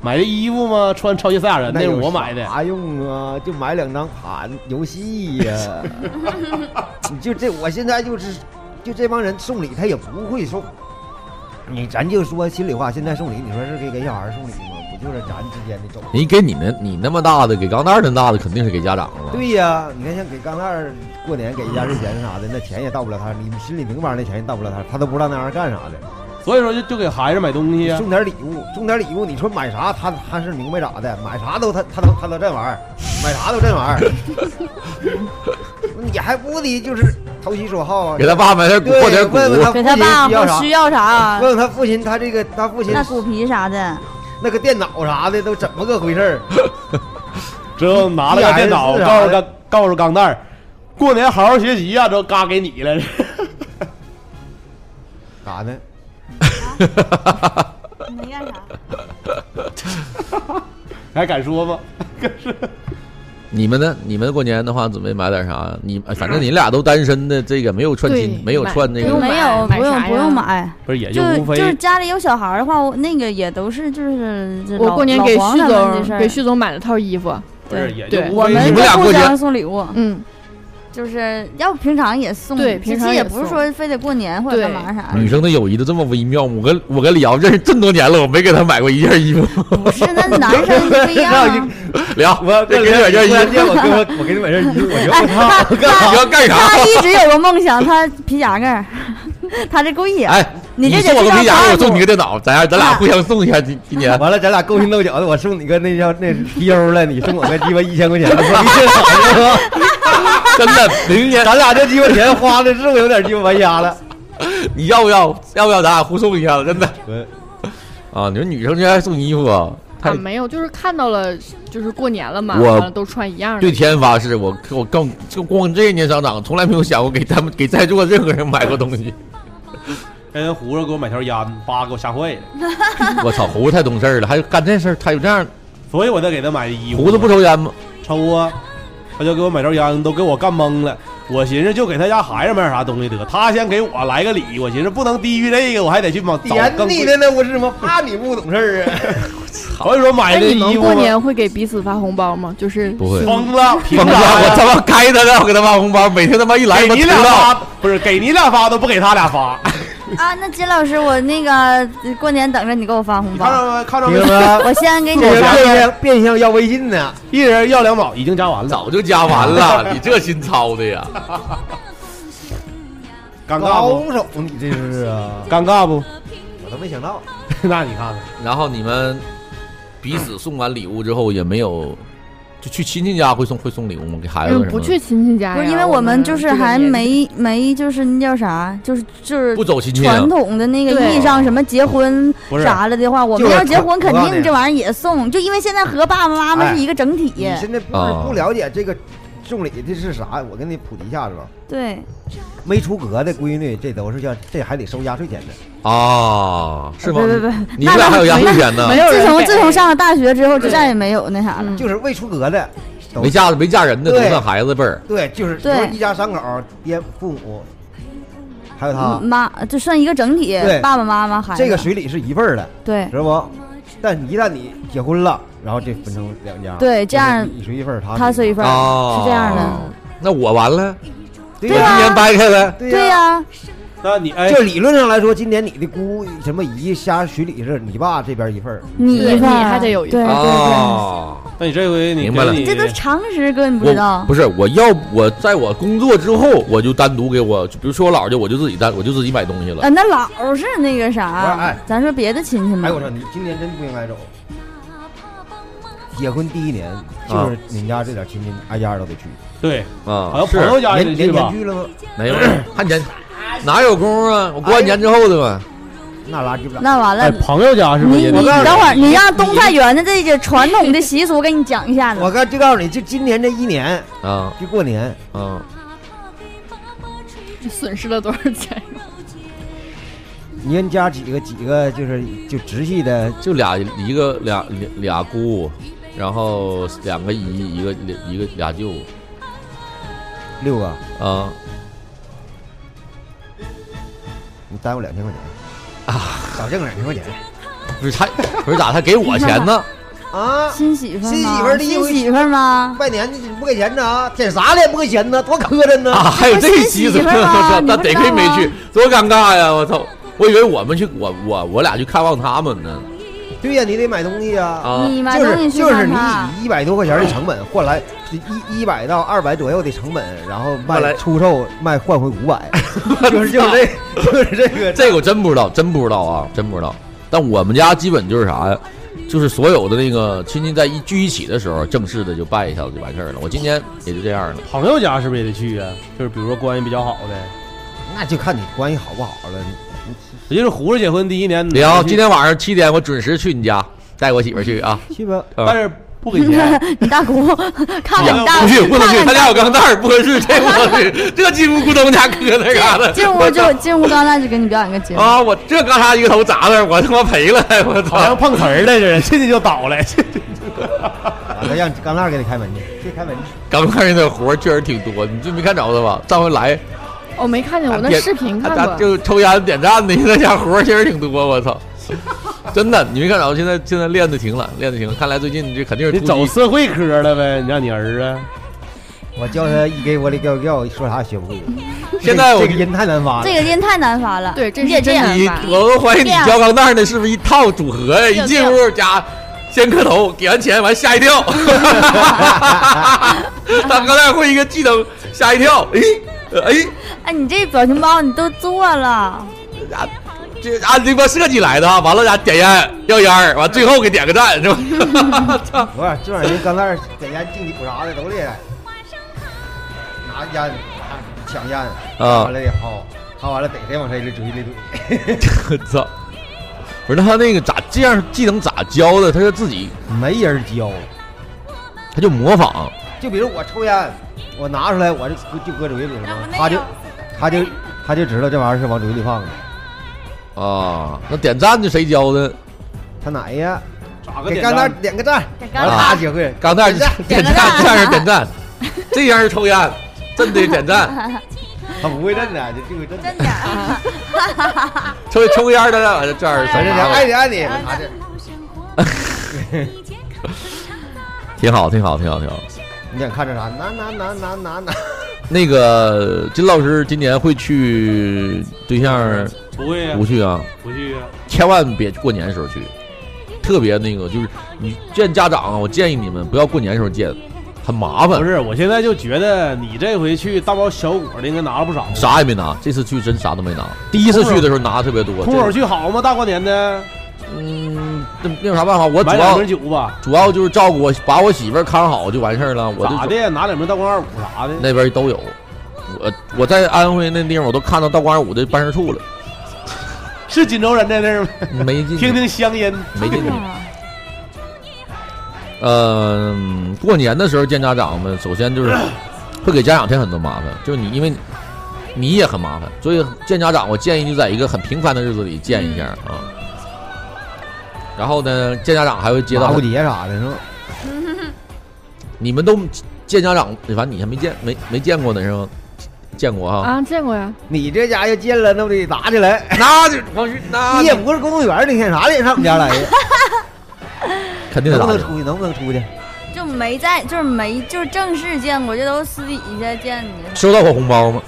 [SPEAKER 1] 买的衣服嘛，穿超级赛亚人呃那是我买的，
[SPEAKER 4] 啥用啊？就买两张盘游戏呀。你就这，我现在就是，就这帮人送礼他也不会送。你咱就说心里话，现在送礼，你说是给给小孩送礼吗？不就是咱之间的走？
[SPEAKER 2] 你给你那你那么大的，给钢蛋儿那么大的，肯定是给家长了。
[SPEAKER 4] 对呀、你看像给钢蛋儿过年给压岁钱啥的，那钱也到不了他，你心里明白那钱也到不了他，他都不知道那玩意儿干啥的。
[SPEAKER 1] 所以说就就给孩子买东西啊。
[SPEAKER 4] 送点礼物，送点礼物，你说买啥？他他是明白咋的，买啥都他他都他都这玩意儿，买啥都这玩意儿， 你还不得就是投其所好啊？
[SPEAKER 2] 给他爸买点骨
[SPEAKER 4] 对
[SPEAKER 2] 或者骨，
[SPEAKER 4] 问问他
[SPEAKER 3] 给他爸
[SPEAKER 4] 父亲需要啥
[SPEAKER 3] 不需要啥，
[SPEAKER 4] 问问他父亲，他这个他父亲
[SPEAKER 3] 那骨皮啥的，
[SPEAKER 4] 那个电脑啥的都怎么个回事儿？
[SPEAKER 1] 之后拿了个电脑，
[SPEAKER 4] 一一眼是
[SPEAKER 1] 告
[SPEAKER 4] 啥
[SPEAKER 1] 诉
[SPEAKER 4] 的
[SPEAKER 1] 他，告诉钢蛋儿，过年好好学习呀、都嘎给你了。
[SPEAKER 4] 咋呢？
[SPEAKER 3] 没干啥。
[SPEAKER 1] 还敢说吗？
[SPEAKER 2] 你们呢？你们过年的话准备买点啥？你哎反正你俩都单身的，这个没有串亲
[SPEAKER 5] 对，
[SPEAKER 2] 没有
[SPEAKER 5] 买
[SPEAKER 2] 串那
[SPEAKER 5] 不用
[SPEAKER 2] 个。
[SPEAKER 5] 买
[SPEAKER 3] 没有，
[SPEAKER 5] 买
[SPEAKER 3] 不用
[SPEAKER 5] 啥呀
[SPEAKER 3] 不用买，
[SPEAKER 1] 不是，也
[SPEAKER 3] 就
[SPEAKER 1] 就无非
[SPEAKER 3] 就是家里有小孩儿的话，我那个也都是就是这
[SPEAKER 5] 我
[SPEAKER 3] 老
[SPEAKER 5] 过年给
[SPEAKER 3] 老黄
[SPEAKER 5] 旭
[SPEAKER 3] 他们的事
[SPEAKER 5] 总
[SPEAKER 3] 儿
[SPEAKER 5] 给旭总买了套衣服，
[SPEAKER 1] 不是，
[SPEAKER 3] 对
[SPEAKER 1] 也就
[SPEAKER 5] 对
[SPEAKER 1] 无
[SPEAKER 3] 我
[SPEAKER 1] 非
[SPEAKER 3] 们
[SPEAKER 2] 你们俩
[SPEAKER 3] 互
[SPEAKER 2] 过节
[SPEAKER 3] 相送礼物，
[SPEAKER 5] 嗯，
[SPEAKER 3] 就是要不平常也送，
[SPEAKER 5] 对平常
[SPEAKER 3] 其实
[SPEAKER 5] 也
[SPEAKER 3] 也不是
[SPEAKER 5] 送
[SPEAKER 3] 说非得过年或者干嘛啥的，
[SPEAKER 2] 女生的友谊都这么微妙，我跟我跟李瑶认识这么多年了，我没给她买过一件衣服。
[SPEAKER 3] 不是那男生不一样啊。
[SPEAKER 2] 李瑶，
[SPEAKER 4] 我
[SPEAKER 2] 这给你买件衣
[SPEAKER 4] 突然
[SPEAKER 2] 服，
[SPEAKER 4] 间我给我我给你买件衣服，我就
[SPEAKER 3] 哎，
[SPEAKER 4] 操，
[SPEAKER 3] 他
[SPEAKER 2] 你要干啥？
[SPEAKER 3] 他一直有个梦想，他皮夹克儿，他这故意。
[SPEAKER 2] 哎，
[SPEAKER 3] 你这
[SPEAKER 2] 送我
[SPEAKER 3] 就
[SPEAKER 2] 个
[SPEAKER 3] 是
[SPEAKER 2] 皮
[SPEAKER 3] 要
[SPEAKER 2] 夹，
[SPEAKER 3] 套
[SPEAKER 2] 我送你个电脑，咱俩咱俩互相送一下，今今 年。
[SPEAKER 4] 完了咱俩勾心斗角的，我送你个那叫那 PU 了，你送我个鸡巴一千块钱， 我说你这啥呀？
[SPEAKER 2] 真的，明年
[SPEAKER 4] 咱俩这鸡巴钱花的是不是有点鸡巴白瞎了？
[SPEAKER 2] 你要不要？要不要咱俩互送一下子？真的
[SPEAKER 4] 我
[SPEAKER 2] 啊！你说女生居然还送衣服啊，
[SPEAKER 5] 啊
[SPEAKER 2] 太
[SPEAKER 5] 没有，就是看到了，就是过年了嘛，
[SPEAKER 2] 我
[SPEAKER 5] 完了都穿一样的。
[SPEAKER 2] 对天发誓，我我更就光这一年商场，从来没有想过给他们给在座任何人买过东西。
[SPEAKER 1] 跟胡子给我买条烟，叭给我吓坏了。
[SPEAKER 2] 我操，胡子太懂事儿了，还干这事儿，还有这样。
[SPEAKER 1] 所以我才给他买的衣服。
[SPEAKER 2] 胡子不抽烟吗？
[SPEAKER 1] 抽啊，他就给我买条烟，都给我干懵了。我寻思就给他家孩子买点啥东西得，他先给我来个礼，我寻思不能低于这个，我还得去往找
[SPEAKER 4] 点
[SPEAKER 1] 更
[SPEAKER 4] 你
[SPEAKER 1] 贵
[SPEAKER 4] 的。呢，不是吗？怕你不懂事儿啊！
[SPEAKER 1] 所以说买
[SPEAKER 5] 那
[SPEAKER 1] 这
[SPEAKER 5] 哎你
[SPEAKER 1] 衣
[SPEAKER 5] 们
[SPEAKER 1] 服
[SPEAKER 5] 过
[SPEAKER 1] 嘛
[SPEAKER 5] 年会给彼此发红包吗？就是
[SPEAKER 2] 啊不会
[SPEAKER 1] 疯子，凭
[SPEAKER 2] 疯子，
[SPEAKER 1] 啥
[SPEAKER 2] 我
[SPEAKER 1] 呀
[SPEAKER 2] 他妈开他，让我给他发红包，每天他妈一来
[SPEAKER 1] 啊给
[SPEAKER 2] 他
[SPEAKER 1] 你
[SPEAKER 2] 妈
[SPEAKER 1] 俩
[SPEAKER 2] 迟到
[SPEAKER 1] 发不是给你俩发都不给他俩发，
[SPEAKER 3] 啊，那金老师，我那个过年等着你给我发红
[SPEAKER 1] 看
[SPEAKER 3] 包，
[SPEAKER 1] 着没？看着
[SPEAKER 4] 听
[SPEAKER 1] 没
[SPEAKER 4] 着？吗？
[SPEAKER 3] 我先给
[SPEAKER 4] 这
[SPEAKER 3] 你
[SPEAKER 4] 人
[SPEAKER 3] 发。
[SPEAKER 4] 变相变相要微信呢，
[SPEAKER 1] 一人要两毛，已经加完了，
[SPEAKER 2] 早就加完了，你这心操的呀！
[SPEAKER 1] 尴尬
[SPEAKER 4] 高
[SPEAKER 1] 不？
[SPEAKER 4] 手你这是啊！
[SPEAKER 1] 尴尬不？
[SPEAKER 4] 我都没想 到，
[SPEAKER 1] 那你看看，
[SPEAKER 2] 然后你们彼此送完礼物之后也没有，就去亲戚家会送会送礼物吗？给孩子什
[SPEAKER 5] 嗯
[SPEAKER 2] 么的
[SPEAKER 5] 不去亲戚家呀，
[SPEAKER 3] 不是因为
[SPEAKER 5] 我
[SPEAKER 3] 我们就是
[SPEAKER 5] 这个
[SPEAKER 3] 还
[SPEAKER 5] 年
[SPEAKER 3] 没没就是那叫啥，就是就是
[SPEAKER 2] 不走亲戚啊
[SPEAKER 3] 传？统的那个
[SPEAKER 5] 对
[SPEAKER 3] 意义上，什么结婚
[SPEAKER 1] 不是
[SPEAKER 3] 啥了的话，我
[SPEAKER 4] 就
[SPEAKER 3] 们
[SPEAKER 4] 是
[SPEAKER 3] 要结婚肯
[SPEAKER 4] 传我告诉
[SPEAKER 3] 定
[SPEAKER 4] 你
[SPEAKER 3] 这玩意儿也送，就因为现在和爸爸妈妈
[SPEAKER 4] 哎
[SPEAKER 3] 是一个整体。
[SPEAKER 4] 你现在不是
[SPEAKER 2] 啊
[SPEAKER 4] 不了解这个送礼的是啥？我跟你普及一下子吧。
[SPEAKER 3] 对，
[SPEAKER 4] 没出阁的闺女，这都是叫这还得收压岁钱呢。
[SPEAKER 2] 啊，是吗？
[SPEAKER 3] 不不不，
[SPEAKER 2] 你们俩还有压岁钱呢
[SPEAKER 5] 没？有人
[SPEAKER 3] 自从
[SPEAKER 5] 给
[SPEAKER 3] 自从上了大学之后，就再也没有那啥了。
[SPEAKER 5] 嗯
[SPEAKER 4] 就是未出阁的，都
[SPEAKER 2] 没嫁没嫁人的都
[SPEAKER 4] 对
[SPEAKER 2] 算孩子辈儿，
[SPEAKER 4] 对，就是比
[SPEAKER 3] 对
[SPEAKER 4] 如一家三口，爹父母，还有他，
[SPEAKER 3] 嗯妈，就算一个整体
[SPEAKER 4] 啊对，
[SPEAKER 3] 爸爸妈妈孩子。
[SPEAKER 4] 这个随礼是啊一份儿的，
[SPEAKER 3] 对
[SPEAKER 4] 知道不？但一旦你结婚了，然后这分成两家，
[SPEAKER 3] 对这样
[SPEAKER 4] 就是你随一份儿，他
[SPEAKER 3] 他随
[SPEAKER 4] 一
[SPEAKER 3] 份儿
[SPEAKER 2] 哦，
[SPEAKER 3] 是这样的。。
[SPEAKER 2] 那我完了，
[SPEAKER 4] 对
[SPEAKER 2] 我
[SPEAKER 3] 对
[SPEAKER 2] 今
[SPEAKER 3] 啊
[SPEAKER 4] 呀，
[SPEAKER 2] 年掰开了，
[SPEAKER 4] 对
[SPEAKER 3] 对
[SPEAKER 4] 呀。
[SPEAKER 3] 呀，
[SPEAKER 1] 那你哎
[SPEAKER 4] 就，理论上来说，今年你的姑什么姨瞎随礼是你爸这边一份儿，
[SPEAKER 3] 你
[SPEAKER 5] 对
[SPEAKER 3] 一份儿
[SPEAKER 5] 你还得有一份
[SPEAKER 3] 对啊对对，
[SPEAKER 2] 哦，
[SPEAKER 1] 那你这回你
[SPEAKER 2] 明白了
[SPEAKER 1] 你
[SPEAKER 3] 这都是常识，哥你不知
[SPEAKER 2] 我
[SPEAKER 3] 道。
[SPEAKER 2] 不是我要我在我工作之后，我就单独给我，就比如说我姥儿家，我就自己单，我就自己买东西了。
[SPEAKER 3] 啊，那老是那个
[SPEAKER 4] 不是
[SPEAKER 3] 啥
[SPEAKER 4] 哎，
[SPEAKER 3] 咱说别的亲戚
[SPEAKER 4] 哎，我
[SPEAKER 3] 们，
[SPEAKER 4] 操，你今年真不应该走。结婚第一
[SPEAKER 1] 啊
[SPEAKER 4] 年，就是你们家这点亲戚，挨家都得去。
[SPEAKER 1] 对，好
[SPEAKER 2] 啊
[SPEAKER 1] 像朋友家也
[SPEAKER 4] 年
[SPEAKER 1] 得去
[SPEAKER 4] 年
[SPEAKER 1] 吧
[SPEAKER 4] 年？聚了吗？
[SPEAKER 2] 没有，看年哪有工啊？我过完年之后的嘛。
[SPEAKER 4] 那拉鸡巴。
[SPEAKER 3] 那完
[SPEAKER 1] 哎，
[SPEAKER 3] 了。
[SPEAKER 1] 朋友家是不是
[SPEAKER 3] 你
[SPEAKER 1] 也
[SPEAKER 3] 你
[SPEAKER 1] 得
[SPEAKER 3] 等
[SPEAKER 1] 去？
[SPEAKER 3] 会儿，你让东菜园子这些传统的习俗给你讲一下子
[SPEAKER 4] 我。刚就告诉你，就今年这一年，
[SPEAKER 3] 哎
[SPEAKER 2] 啊
[SPEAKER 4] 就过年，
[SPEAKER 2] 啊！
[SPEAKER 5] 损失了多少钱？
[SPEAKER 4] 你们家几个几个就是就直系的，
[SPEAKER 2] 就俩一个俩俩俩姑，然后两个姨，一个一个俩舅
[SPEAKER 4] 六个，
[SPEAKER 2] 啊。
[SPEAKER 4] 你耽误两千块钱。
[SPEAKER 2] 啊
[SPEAKER 4] 少挣点零块钱
[SPEAKER 2] 不是他，不是咋他给我钱 呢？
[SPEAKER 4] 啊！
[SPEAKER 3] 新媳妇儿吗？
[SPEAKER 4] 新媳妇儿的意
[SPEAKER 3] 新
[SPEAKER 4] 思
[SPEAKER 3] 媳妇儿吗？
[SPEAKER 4] 拜年你不给钱呢？舔啥脸不给钱呢？多磕碜呢！
[SPEAKER 2] 啊，还有这一期怎么？
[SPEAKER 3] 他
[SPEAKER 2] 我
[SPEAKER 3] 是新媳妇儿
[SPEAKER 2] 操
[SPEAKER 3] 啊，你
[SPEAKER 2] 那
[SPEAKER 3] 不
[SPEAKER 2] 得
[SPEAKER 3] 知道
[SPEAKER 2] 亏没去
[SPEAKER 3] 吗，
[SPEAKER 2] 多尴尬呀！我操，我以为我们去，我我我俩去看望他们呢。
[SPEAKER 4] 对呀，你得买东西呀、
[SPEAKER 2] 啊，
[SPEAKER 3] 你买
[SPEAKER 4] 就
[SPEAKER 3] 东西
[SPEAKER 4] 是
[SPEAKER 3] 去
[SPEAKER 4] 就是
[SPEAKER 3] 看
[SPEAKER 4] 你
[SPEAKER 3] 他，
[SPEAKER 4] 以一百多块钱的成本换来一一百到二百左右的成本，然后
[SPEAKER 2] 换
[SPEAKER 4] 卖
[SPEAKER 2] 来
[SPEAKER 4] 出售卖换回 五百，就是就是这就是这个
[SPEAKER 2] 这个我真不知道，真不知道啊，真不知道。但我们家基本就是啥呀，就是所有的那个亲戚在一聚一起的时候，正式的就拜一下子就完事儿了。我今年也就这样了。
[SPEAKER 1] 朋友家是不是也得去啊？就是比如说关系比较好的，
[SPEAKER 4] 那就看你关系好不好了。你
[SPEAKER 1] 也就是胡子结婚第一年，
[SPEAKER 2] 李阳，今天晚上七点我准时去你家，带我媳妇儿去啊。
[SPEAKER 4] 你去吧，
[SPEAKER 1] 但是不给钱，
[SPEAKER 3] 你大姑， 看
[SPEAKER 2] 呀
[SPEAKER 3] 看你大，
[SPEAKER 2] 不去，不能去，
[SPEAKER 3] 看
[SPEAKER 2] 他
[SPEAKER 3] 看
[SPEAKER 2] 家有钢蛋儿，不合适。这不合适， 这进屋咕咚家搁那嘎达，
[SPEAKER 3] 进屋就进屋，刚才就给你表演个节 目。
[SPEAKER 2] 啊！我这嘎嚓一个头砸那儿，我他妈赔了，我
[SPEAKER 1] 好像
[SPEAKER 2] 操！
[SPEAKER 1] 碰瓷儿了似的，进去就倒了。
[SPEAKER 4] 完了让钢蛋给你开门去， 去开门去。
[SPEAKER 2] 刚看见那活儿确实挺多，你就没看着他吧？上回来，
[SPEAKER 5] 我没看见，我
[SPEAKER 4] 啊
[SPEAKER 5] 那
[SPEAKER 2] 点
[SPEAKER 5] 视频看
[SPEAKER 2] 他
[SPEAKER 5] 过。
[SPEAKER 2] 啊就抽烟点赞的，那家活儿确实挺多，我 操！真的，你没看着？现在现在练的停了，练的停了。看来最近这肯 定
[SPEAKER 1] 你
[SPEAKER 2] 是
[SPEAKER 1] 走
[SPEAKER 2] 突击
[SPEAKER 1] 社会科了呗？你让你儿啊子
[SPEAKER 4] 我教他一给窝里叫叫，说啥也学不会。
[SPEAKER 2] 现在我
[SPEAKER 4] 这个音太难发了，
[SPEAKER 3] 这个音太难发了，
[SPEAKER 5] 对这
[SPEAKER 3] 你
[SPEAKER 5] 是
[SPEAKER 3] 得这
[SPEAKER 5] 真
[SPEAKER 3] 样
[SPEAKER 5] 的
[SPEAKER 2] 你
[SPEAKER 3] 发。
[SPEAKER 2] 我都怀疑你教钢蛋儿那是不是一套组合呀？一进屋家先磕头，给完钱完吓一跳，他钢蛋儿会一个技能吓一跳，哎呃哎，
[SPEAKER 3] 哎，你这表情包你都做了，
[SPEAKER 2] 啊这按这波设计来的啊，完了家点烟要烟儿，完最后给点个赞是吧？
[SPEAKER 4] 不是，这玩意儿钢蛋在家敬酒啥的都厉害，拿烟抢烟，
[SPEAKER 2] 啊
[SPEAKER 4] 完了得薅，薅完了逮谁往谁这嘴里怼。
[SPEAKER 2] 我 操！不是那他那个咋这样技能咋教的？他是自己
[SPEAKER 4] 没人教，
[SPEAKER 2] 他就模仿，
[SPEAKER 4] 就比如我抽烟，我拿出来我就就搁嘴里了，他就他就他就知道这玩意儿是往嘴里放的。
[SPEAKER 2] 啊，那点赞是谁教的？
[SPEAKER 4] 他奶呀，
[SPEAKER 1] 咋
[SPEAKER 4] 给钢蛋点个赞，
[SPEAKER 3] 点
[SPEAKER 4] 完
[SPEAKER 3] 钢
[SPEAKER 4] 了
[SPEAKER 2] 啊
[SPEAKER 4] 他
[SPEAKER 3] 蛋，
[SPEAKER 4] 学会了。
[SPEAKER 2] 钢蛋
[SPEAKER 4] 点
[SPEAKER 2] 儿点
[SPEAKER 4] 赞
[SPEAKER 2] 赞，这样是点赞， 这样是抽烟，真的点赞，
[SPEAKER 4] 他不会认的，就就会认的
[SPEAKER 3] 真。点儿。
[SPEAKER 2] 抽抽烟的这样
[SPEAKER 4] 反
[SPEAKER 2] 是
[SPEAKER 4] 正
[SPEAKER 2] 啥？
[SPEAKER 4] 爱你爱你，
[SPEAKER 2] 哎
[SPEAKER 4] 我拿着。
[SPEAKER 2] 挺好，挺好，挺好，挺好。
[SPEAKER 4] 你想看着啥？拿拿拿拿拿拿。
[SPEAKER 2] 那个金老师今年会去对象儿
[SPEAKER 1] 不会呀
[SPEAKER 2] 不，去啊？
[SPEAKER 1] 不去呀。
[SPEAKER 2] 千万别过年的时候去，特别那个就是你见家长啊，我建议你们不要过年的时候见，很麻
[SPEAKER 1] 不
[SPEAKER 2] 烦，
[SPEAKER 1] 是，我现在就觉得你这回去大包小裹的应该拿了不少。？
[SPEAKER 2] 啥也没拿。这次去真啥都没拿，第一次去的时候拿的特别多。
[SPEAKER 1] 空手去好吗？大过年的，
[SPEAKER 2] 嗯，那那有啥办法？我主
[SPEAKER 1] 买两
[SPEAKER 2] 要
[SPEAKER 1] 瓶酒吧。
[SPEAKER 2] 主要就是照顾我，把我媳妇儿看好就完事儿了。我
[SPEAKER 1] 咋
[SPEAKER 2] 就
[SPEAKER 1] 的？拿两瓶道光二五啥的？
[SPEAKER 2] 那边都有，我我在安徽那地方我都看到道光二五的办事处 了，
[SPEAKER 1] 是锦州人在那儿吗？
[SPEAKER 2] 没进去
[SPEAKER 1] 听听乡音。
[SPEAKER 2] 没进去。
[SPEAKER 3] 啊
[SPEAKER 2] 嗯，过年的时候见家长们，首先就是 会给家长添很多麻烦，就是你因为你也很麻烦，所以见家长，我建议你在一个很平凡的日子里见一下啊。然后呢，见家长还会接
[SPEAKER 4] 马
[SPEAKER 2] 到
[SPEAKER 4] 布节啥的是吧？
[SPEAKER 2] 你们都见家长，反正你还没见没没见过呢是吗？见过哈，
[SPEAKER 5] 啊，见过呀，
[SPEAKER 4] 你这家要见了，那不得打起来？
[SPEAKER 2] 那就光是那
[SPEAKER 4] 你也不是公务员，你看啥脸上我们家来 呀？
[SPEAKER 2] 肯定得
[SPEAKER 4] 能不
[SPEAKER 2] 打
[SPEAKER 4] 能
[SPEAKER 2] 架
[SPEAKER 4] 出去？能不能出去？
[SPEAKER 3] 就没在，就是没，就是正式见过，这都私底下见的。
[SPEAKER 2] 收到过红包吗？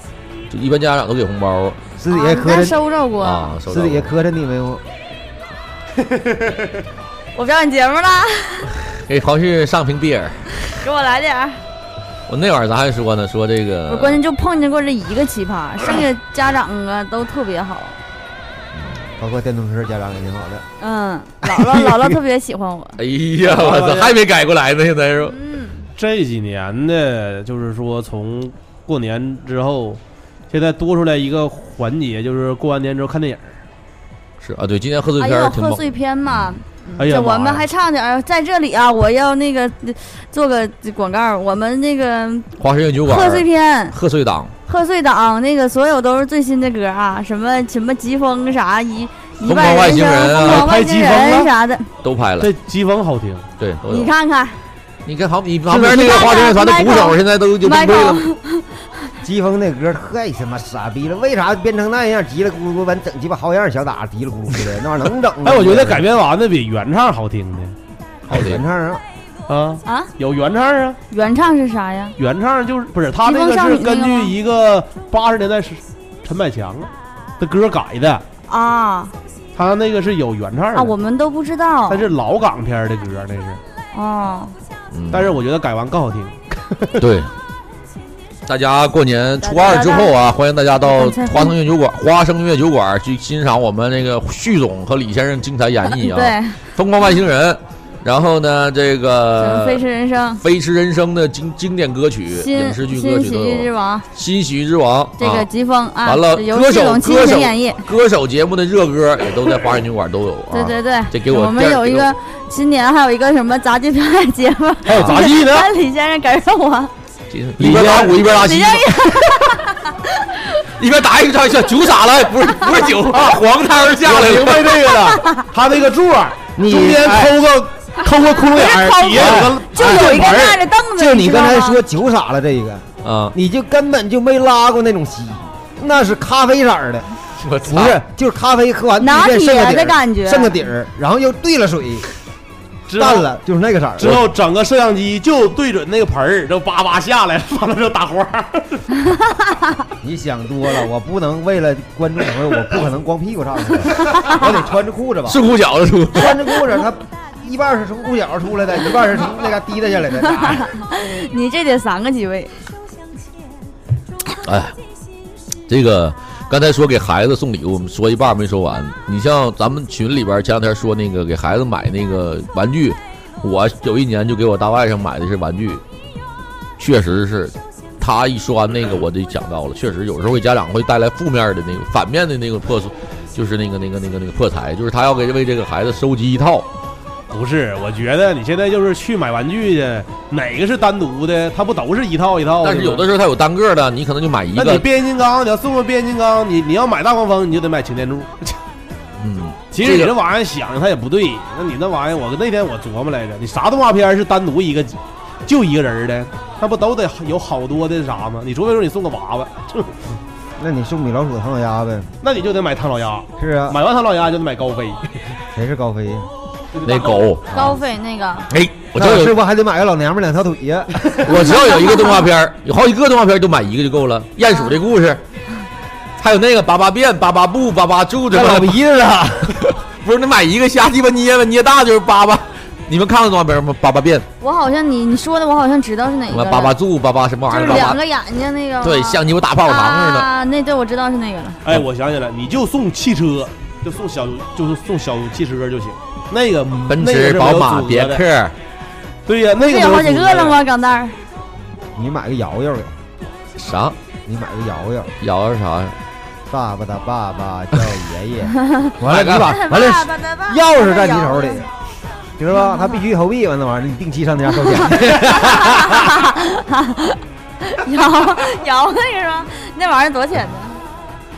[SPEAKER 2] 就一般家长都给红包
[SPEAKER 4] 私底下
[SPEAKER 5] 啊
[SPEAKER 4] 磕
[SPEAKER 5] 那
[SPEAKER 4] 碜，
[SPEAKER 5] 收着过。
[SPEAKER 2] 啊，收到
[SPEAKER 4] 私底下
[SPEAKER 2] 过。
[SPEAKER 4] 磕碜你没有？
[SPEAKER 3] 我表演节目啦，
[SPEAKER 2] 给哎黄旭上瓶 beer，
[SPEAKER 3] 给我来点儿。
[SPEAKER 2] 我那晚儿咱还说呢，说这
[SPEAKER 3] 我
[SPEAKER 2] 个
[SPEAKER 3] 关键就碰见过这一个奇葩，剩下家长啊都特别好。
[SPEAKER 4] 包括电动车家长也挺好的。
[SPEAKER 3] 嗯，姥姥姥姥特别喜欢 我。
[SPEAKER 2] 哎呀，我操，还没改过来呢，现在是吧
[SPEAKER 3] 嗯，
[SPEAKER 1] 这几年呢，就是说从过年之后，现在多出来一个环节，就是过完年之后看电影儿。
[SPEAKER 2] 是啊，对，今天贺岁
[SPEAKER 3] 哎
[SPEAKER 2] 片儿
[SPEAKER 3] 呦，
[SPEAKER 2] 挺
[SPEAKER 3] 贺
[SPEAKER 2] 猛，
[SPEAKER 3] 岁片嘛，嗯
[SPEAKER 1] 哎呀
[SPEAKER 3] 这
[SPEAKER 1] 妈呀
[SPEAKER 3] 我们还差点儿在这里啊，我要那个做个广告，我们那个
[SPEAKER 2] 花式烟酒馆
[SPEAKER 3] 贺岁
[SPEAKER 2] 儿
[SPEAKER 3] 片、
[SPEAKER 2] 贺岁档，
[SPEAKER 3] 贺岁档那个所有都是最新的歌啊，什么什么疾风啥一一
[SPEAKER 2] 疯
[SPEAKER 3] 万
[SPEAKER 2] 狂外
[SPEAKER 3] 人
[SPEAKER 2] 星
[SPEAKER 3] 生、
[SPEAKER 2] 人啊
[SPEAKER 3] 疯狂外
[SPEAKER 1] 拍
[SPEAKER 3] 星
[SPEAKER 1] 疾风
[SPEAKER 3] 人
[SPEAKER 1] 了
[SPEAKER 3] 啥的，
[SPEAKER 2] 都拍了
[SPEAKER 1] 这，机房好听，
[SPEAKER 2] 对，都
[SPEAKER 3] 你
[SPEAKER 2] 有。
[SPEAKER 3] 看看
[SPEAKER 2] 你看旁你旁边那个花式乐团的鼓手现在都就崩溃了，
[SPEAKER 4] 季风那歌太他妈傻逼了，为啥编成那样？叽里咕噜完整鸡巴好样，小打叽里咕噜的，那玩意儿能整 吗？
[SPEAKER 1] 哎，我觉得改编完的比原唱好听
[SPEAKER 2] 好的
[SPEAKER 4] 原唱啊，
[SPEAKER 1] 的啊，
[SPEAKER 3] 啊，
[SPEAKER 1] 有原唱啊，
[SPEAKER 3] 原唱是啥呀？
[SPEAKER 1] 原唱就是不是他
[SPEAKER 3] 疾
[SPEAKER 1] 这
[SPEAKER 3] 风
[SPEAKER 1] 个
[SPEAKER 3] 少
[SPEAKER 1] 是
[SPEAKER 3] 女
[SPEAKER 1] 根
[SPEAKER 3] 那个
[SPEAKER 1] 据
[SPEAKER 3] 吗
[SPEAKER 1] 一个八十年代是陈百强的歌改的，
[SPEAKER 3] 啊
[SPEAKER 1] 他那个是有原唱
[SPEAKER 3] 啊，
[SPEAKER 1] 的，
[SPEAKER 3] 我们都不知道
[SPEAKER 1] 但。是老港片的歌那是，
[SPEAKER 3] 哦，
[SPEAKER 2] 嗯
[SPEAKER 1] 但是我觉得改完更好听。
[SPEAKER 2] 对，大家过年初二之后啊，欢迎大家到花生音乐酒馆、花生音乐酒馆去欣赏我们那个旭总和李先生精彩演绎啊，
[SPEAKER 3] 对，
[SPEAKER 2] 《疯狂外星人》，然后呢，这
[SPEAKER 3] 嗯
[SPEAKER 2] 个
[SPEAKER 3] 飞驰人生》
[SPEAKER 2] 《飞驰人生》的经经典歌曲、
[SPEAKER 3] 新
[SPEAKER 2] 影视
[SPEAKER 3] 新
[SPEAKER 2] 剧
[SPEAKER 3] 喜
[SPEAKER 2] 歌曲
[SPEAKER 3] 剧
[SPEAKER 2] 都
[SPEAKER 3] 之
[SPEAKER 2] 有，《
[SPEAKER 3] 王，
[SPEAKER 2] 新喜剧之王》
[SPEAKER 3] 这个
[SPEAKER 2] 啊，
[SPEAKER 3] 疾风啊，
[SPEAKER 2] 完了
[SPEAKER 3] 由
[SPEAKER 2] 歌
[SPEAKER 3] 这
[SPEAKER 2] 手
[SPEAKER 3] 种亲
[SPEAKER 2] 歌手
[SPEAKER 3] 情演绎。
[SPEAKER 2] 歌手节目的热歌也都在花生酒馆都有啊。
[SPEAKER 3] 对对对，
[SPEAKER 2] 这给我
[SPEAKER 3] 们
[SPEAKER 2] 第二
[SPEAKER 3] 有一
[SPEAKER 2] 给
[SPEAKER 3] 个今年还有一个什么杂技表演节目，
[SPEAKER 1] 还有杂技呢，
[SPEAKER 3] 看 李先生感受我，
[SPEAKER 2] 一边打鼓一边拉
[SPEAKER 3] 李
[SPEAKER 2] 稀
[SPEAKER 3] 先，生
[SPEAKER 2] 一边打一边唱，酒傻了，不是不是酒啊，黄胎儿下
[SPEAKER 1] 我
[SPEAKER 2] 来
[SPEAKER 1] 明
[SPEAKER 2] 了。
[SPEAKER 1] 白这个 了，他那个座儿中
[SPEAKER 6] 你
[SPEAKER 1] 间抠个抠个窟窿眼儿，底下 有个
[SPEAKER 3] 就有一个
[SPEAKER 1] 键盘儿
[SPEAKER 3] 大着凳子，
[SPEAKER 4] 就你
[SPEAKER 3] 知道
[SPEAKER 4] 刚才
[SPEAKER 3] 吗
[SPEAKER 4] 说酒傻了这一个，
[SPEAKER 2] 啊，
[SPEAKER 4] 你就根本就没拉过那种稀，那是咖啡色儿的，
[SPEAKER 2] 我操
[SPEAKER 4] 不
[SPEAKER 1] 啊
[SPEAKER 4] 是，就是咖啡喝完
[SPEAKER 3] 拿
[SPEAKER 4] 一遍剩个
[SPEAKER 3] 铁
[SPEAKER 4] 底
[SPEAKER 3] 的
[SPEAKER 4] 儿，
[SPEAKER 3] 感觉
[SPEAKER 4] 剩个底儿，然后又兑了水，
[SPEAKER 1] 之后
[SPEAKER 4] 淡了，就是那个色儿。
[SPEAKER 1] 之后整个摄像机就对准那个盆儿，就叭叭下来， 完了就打花儿。
[SPEAKER 4] 你想多了，我不能为了观众朋友，我不可能光屁股上去，我得穿着裤子吧。
[SPEAKER 2] 是鼓角子出。
[SPEAKER 4] 穿着裤子，它一半是从裤脚出来的，一半是从那个滴答下来的。
[SPEAKER 3] 你这得三个机位，
[SPEAKER 2] 哎，这个刚才说给孩子送礼物，我们说一半没说完。你像咱们群里边前两天说那个给孩子买那个玩具，我有一年就给我大外甥买的是玩具，确实是。他一说完那个，我就想到了，确实有时候给家长会带来负面的那个、反面的那个破，就是那个、那个、那个、那个破财，就是他要给为这个孩子收集一套，
[SPEAKER 1] 不是，我觉得你现在就是去买玩具去，哪个是单独的？它不都是一套一套的吗？
[SPEAKER 2] 但是有的时候他有单个的，你可能就买一
[SPEAKER 1] 那你
[SPEAKER 2] 个，
[SPEAKER 1] 变形金刚，你要送个变形金刚，你你要买大黄蜂，你就得买擎天柱。
[SPEAKER 2] 嗯，
[SPEAKER 1] 其实
[SPEAKER 2] 这
[SPEAKER 1] 你
[SPEAKER 2] 个
[SPEAKER 1] 这玩意儿想它也不对，那你那玩意儿，我那天我琢磨来着，你啥动画片是单独一个就一个人儿的，那不都得有好多的啥吗？你除非说你送个娃娃，
[SPEAKER 4] 那你送米老鼠、唐老鸭呗？
[SPEAKER 1] 那你就得买唐老鸭，
[SPEAKER 4] 是啊，
[SPEAKER 1] 买完唐老鸭就得买高飞，
[SPEAKER 4] 谁是高飞呀？
[SPEAKER 2] 那狗，
[SPEAKER 3] 高飞那个
[SPEAKER 2] 哎，我知道
[SPEAKER 4] 那
[SPEAKER 2] 有
[SPEAKER 4] 是不还得买个老娘们两条腿 呀？
[SPEAKER 2] 我知道有一个动画片儿，有好几个动画片儿，就买一个就够了，《鼹鼠的故事》，还有那个八八变、八八步、八八柱，这
[SPEAKER 4] 看老
[SPEAKER 2] 不
[SPEAKER 4] 鼻子了，
[SPEAKER 2] 不是你买一个瞎鸡巴捏吧，捏大就是八八。你们看过动画片吗？八八变，
[SPEAKER 3] 我好像你你说的，我好像知道是哪
[SPEAKER 2] 什
[SPEAKER 3] 一
[SPEAKER 2] 么
[SPEAKER 3] 个
[SPEAKER 2] 八八
[SPEAKER 3] 了，
[SPEAKER 2] 柱、八八什么玩
[SPEAKER 3] 就是
[SPEAKER 2] 意儿，八
[SPEAKER 3] 两
[SPEAKER 2] 八
[SPEAKER 3] 个眼睛那个，
[SPEAKER 2] 对，像鸡巴打泡泡糖似的。
[SPEAKER 3] 啊，那对我知道是那个了，
[SPEAKER 1] 哎，我想起来，你就送汽车，就送小，就是送小汽车就行。那个
[SPEAKER 2] 奔驰、宝马、别，
[SPEAKER 1] 那个是没有阻隔的
[SPEAKER 2] 克，
[SPEAKER 1] 对呀，那
[SPEAKER 3] 这
[SPEAKER 1] 个
[SPEAKER 3] 有好几
[SPEAKER 1] 没有阻隔
[SPEAKER 3] 个了
[SPEAKER 1] 的？
[SPEAKER 3] 吗？钢蛋儿，
[SPEAKER 4] 你买个瑶瑶呀？
[SPEAKER 2] 啥
[SPEAKER 4] 你买个瑶瑶，
[SPEAKER 2] 瑶瑶啥呀？
[SPEAKER 4] 爸爸的爸爸叫爷爷。完了，你
[SPEAKER 2] 啊
[SPEAKER 4] 把完了
[SPEAKER 3] 爸爸的 爸爸
[SPEAKER 4] 钥匙在你手里，知道吧？他必须投币完那玩意儿，你定期上他家收钱。
[SPEAKER 3] 摇摇那个是吗？那玩意儿多少钱呢？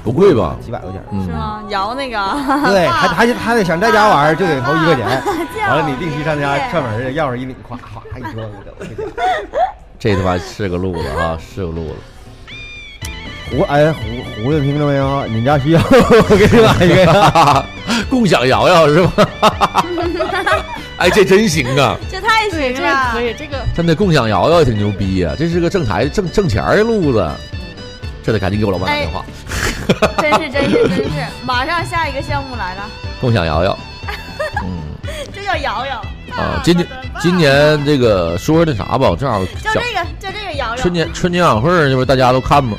[SPEAKER 2] 不贵吧？
[SPEAKER 4] 几百块钱。
[SPEAKER 2] 嗯
[SPEAKER 3] 是，吗？摇那个，
[SPEAKER 4] 对，还还还得想在家玩儿，就得投一块钱。
[SPEAKER 3] 叫
[SPEAKER 4] 完了，你定期上
[SPEAKER 3] 爷爷
[SPEAKER 4] 家串门去，钥匙一领，咵咵一说，我就回家。
[SPEAKER 2] 这他妈是个路子啊，是个路子。
[SPEAKER 4] 胡哎胡胡子听着没有？你家需要 我给你买一个呀。
[SPEAKER 2] 共享瑶瑶是吧？ 哎，这真行啊！
[SPEAKER 3] 这太
[SPEAKER 5] 对，
[SPEAKER 3] 行
[SPEAKER 5] 这个
[SPEAKER 3] 了
[SPEAKER 5] 可，以，这个
[SPEAKER 2] 真的共享瑶瑶挺牛逼呀、这是个挣财挣挣钱儿的路子。这得赶紧给我老
[SPEAKER 3] 哎
[SPEAKER 2] 板打电话。
[SPEAKER 3] 真是真是真是，马上下一个项目 来了，
[SPEAKER 2] 共享瑶瑶，嗯
[SPEAKER 3] 就叫摇摇，
[SPEAKER 2] 啊，今年今年这个说说那啥吧，我正好
[SPEAKER 3] 就
[SPEAKER 2] 讲
[SPEAKER 3] 这个就这个摇摇
[SPEAKER 2] 春。节春节晚会儿，这不是大家都看吗？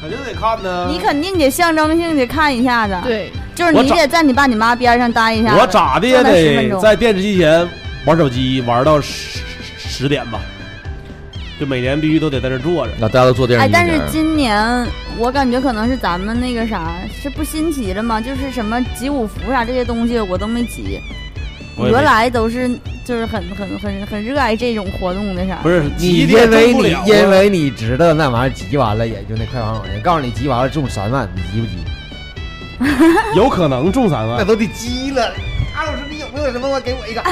[SPEAKER 1] 肯定得看呢。
[SPEAKER 3] 你肯定得象征性的看一下子，，
[SPEAKER 5] 对，
[SPEAKER 3] 就是
[SPEAKER 1] 我
[SPEAKER 3] 你
[SPEAKER 1] 找
[SPEAKER 3] 得在你爸你妈边上待一下子，
[SPEAKER 1] 我咋的也
[SPEAKER 3] 坐那10分
[SPEAKER 1] 得
[SPEAKER 3] 钟
[SPEAKER 1] 在电视机前玩手机玩到十十十点吧，就每年必须都得在这坐着。
[SPEAKER 2] 那大家都坐电视
[SPEAKER 3] 哎，
[SPEAKER 2] 机
[SPEAKER 3] 但是
[SPEAKER 2] 前儿，
[SPEAKER 3] 今年我感觉可能是咱们那个啥是不新奇了嘛，就是什么集五福啥这些东西我都没集，
[SPEAKER 1] 我也
[SPEAKER 3] 原
[SPEAKER 1] 没
[SPEAKER 3] 来都是就是很很很很热爱这种活动的啥，
[SPEAKER 1] 不是 急
[SPEAKER 4] 你
[SPEAKER 1] 的也
[SPEAKER 4] 因为
[SPEAKER 1] 挣不
[SPEAKER 4] 你
[SPEAKER 1] 了啊
[SPEAKER 4] 因为你知道那玩意儿急完了也就那快完往告诉你急完了中三万，你急不急？
[SPEAKER 1] 有可能中三万，
[SPEAKER 4] 都得急了。啊，我说你有没有什么？我给我一个，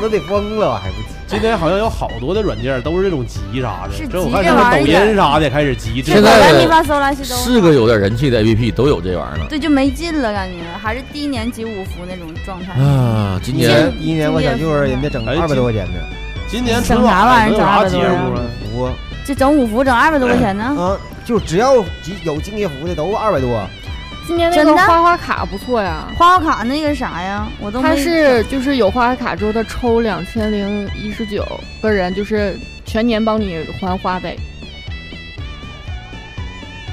[SPEAKER 4] 都得疯了，我还不急。
[SPEAKER 1] 今天好像有好多的软件都是这种集啥的，
[SPEAKER 3] 是
[SPEAKER 1] 这我
[SPEAKER 3] 集
[SPEAKER 1] 看
[SPEAKER 3] 这
[SPEAKER 1] 什么
[SPEAKER 3] 玩意
[SPEAKER 1] 抖
[SPEAKER 3] 儿
[SPEAKER 1] 音啥的也开始集，这
[SPEAKER 2] 现
[SPEAKER 1] 个
[SPEAKER 2] 在
[SPEAKER 3] 百万地方搜来西都
[SPEAKER 2] 是个有点人气的 APP 都有这玩意儿
[SPEAKER 3] 对，就没劲了，感觉还是低年级五服那种状态。
[SPEAKER 2] 了啊！今
[SPEAKER 4] 一
[SPEAKER 2] 年
[SPEAKER 4] 年一年我小舅儿人家整
[SPEAKER 1] 哎
[SPEAKER 4] 二百多块钱呢，
[SPEAKER 1] 今年
[SPEAKER 3] 整
[SPEAKER 1] 春
[SPEAKER 3] 啥玩
[SPEAKER 1] 晚
[SPEAKER 3] 意儿
[SPEAKER 1] 有
[SPEAKER 3] 整
[SPEAKER 1] 啥
[SPEAKER 3] 二百
[SPEAKER 1] 节
[SPEAKER 3] 多呀
[SPEAKER 1] 目啊？
[SPEAKER 4] 我
[SPEAKER 3] 这整五服整二百多块钱呢，
[SPEAKER 4] 啊，就只要集有敬业福的都二百多，啊
[SPEAKER 5] 今年那
[SPEAKER 3] 真
[SPEAKER 5] 个
[SPEAKER 3] 的
[SPEAKER 5] 花花卡不错呀，
[SPEAKER 3] 花花卡那个啥呀，我都没
[SPEAKER 5] 它是就是有花花卡之后，它抽两千零一十九个人，就是全年帮你还花呗。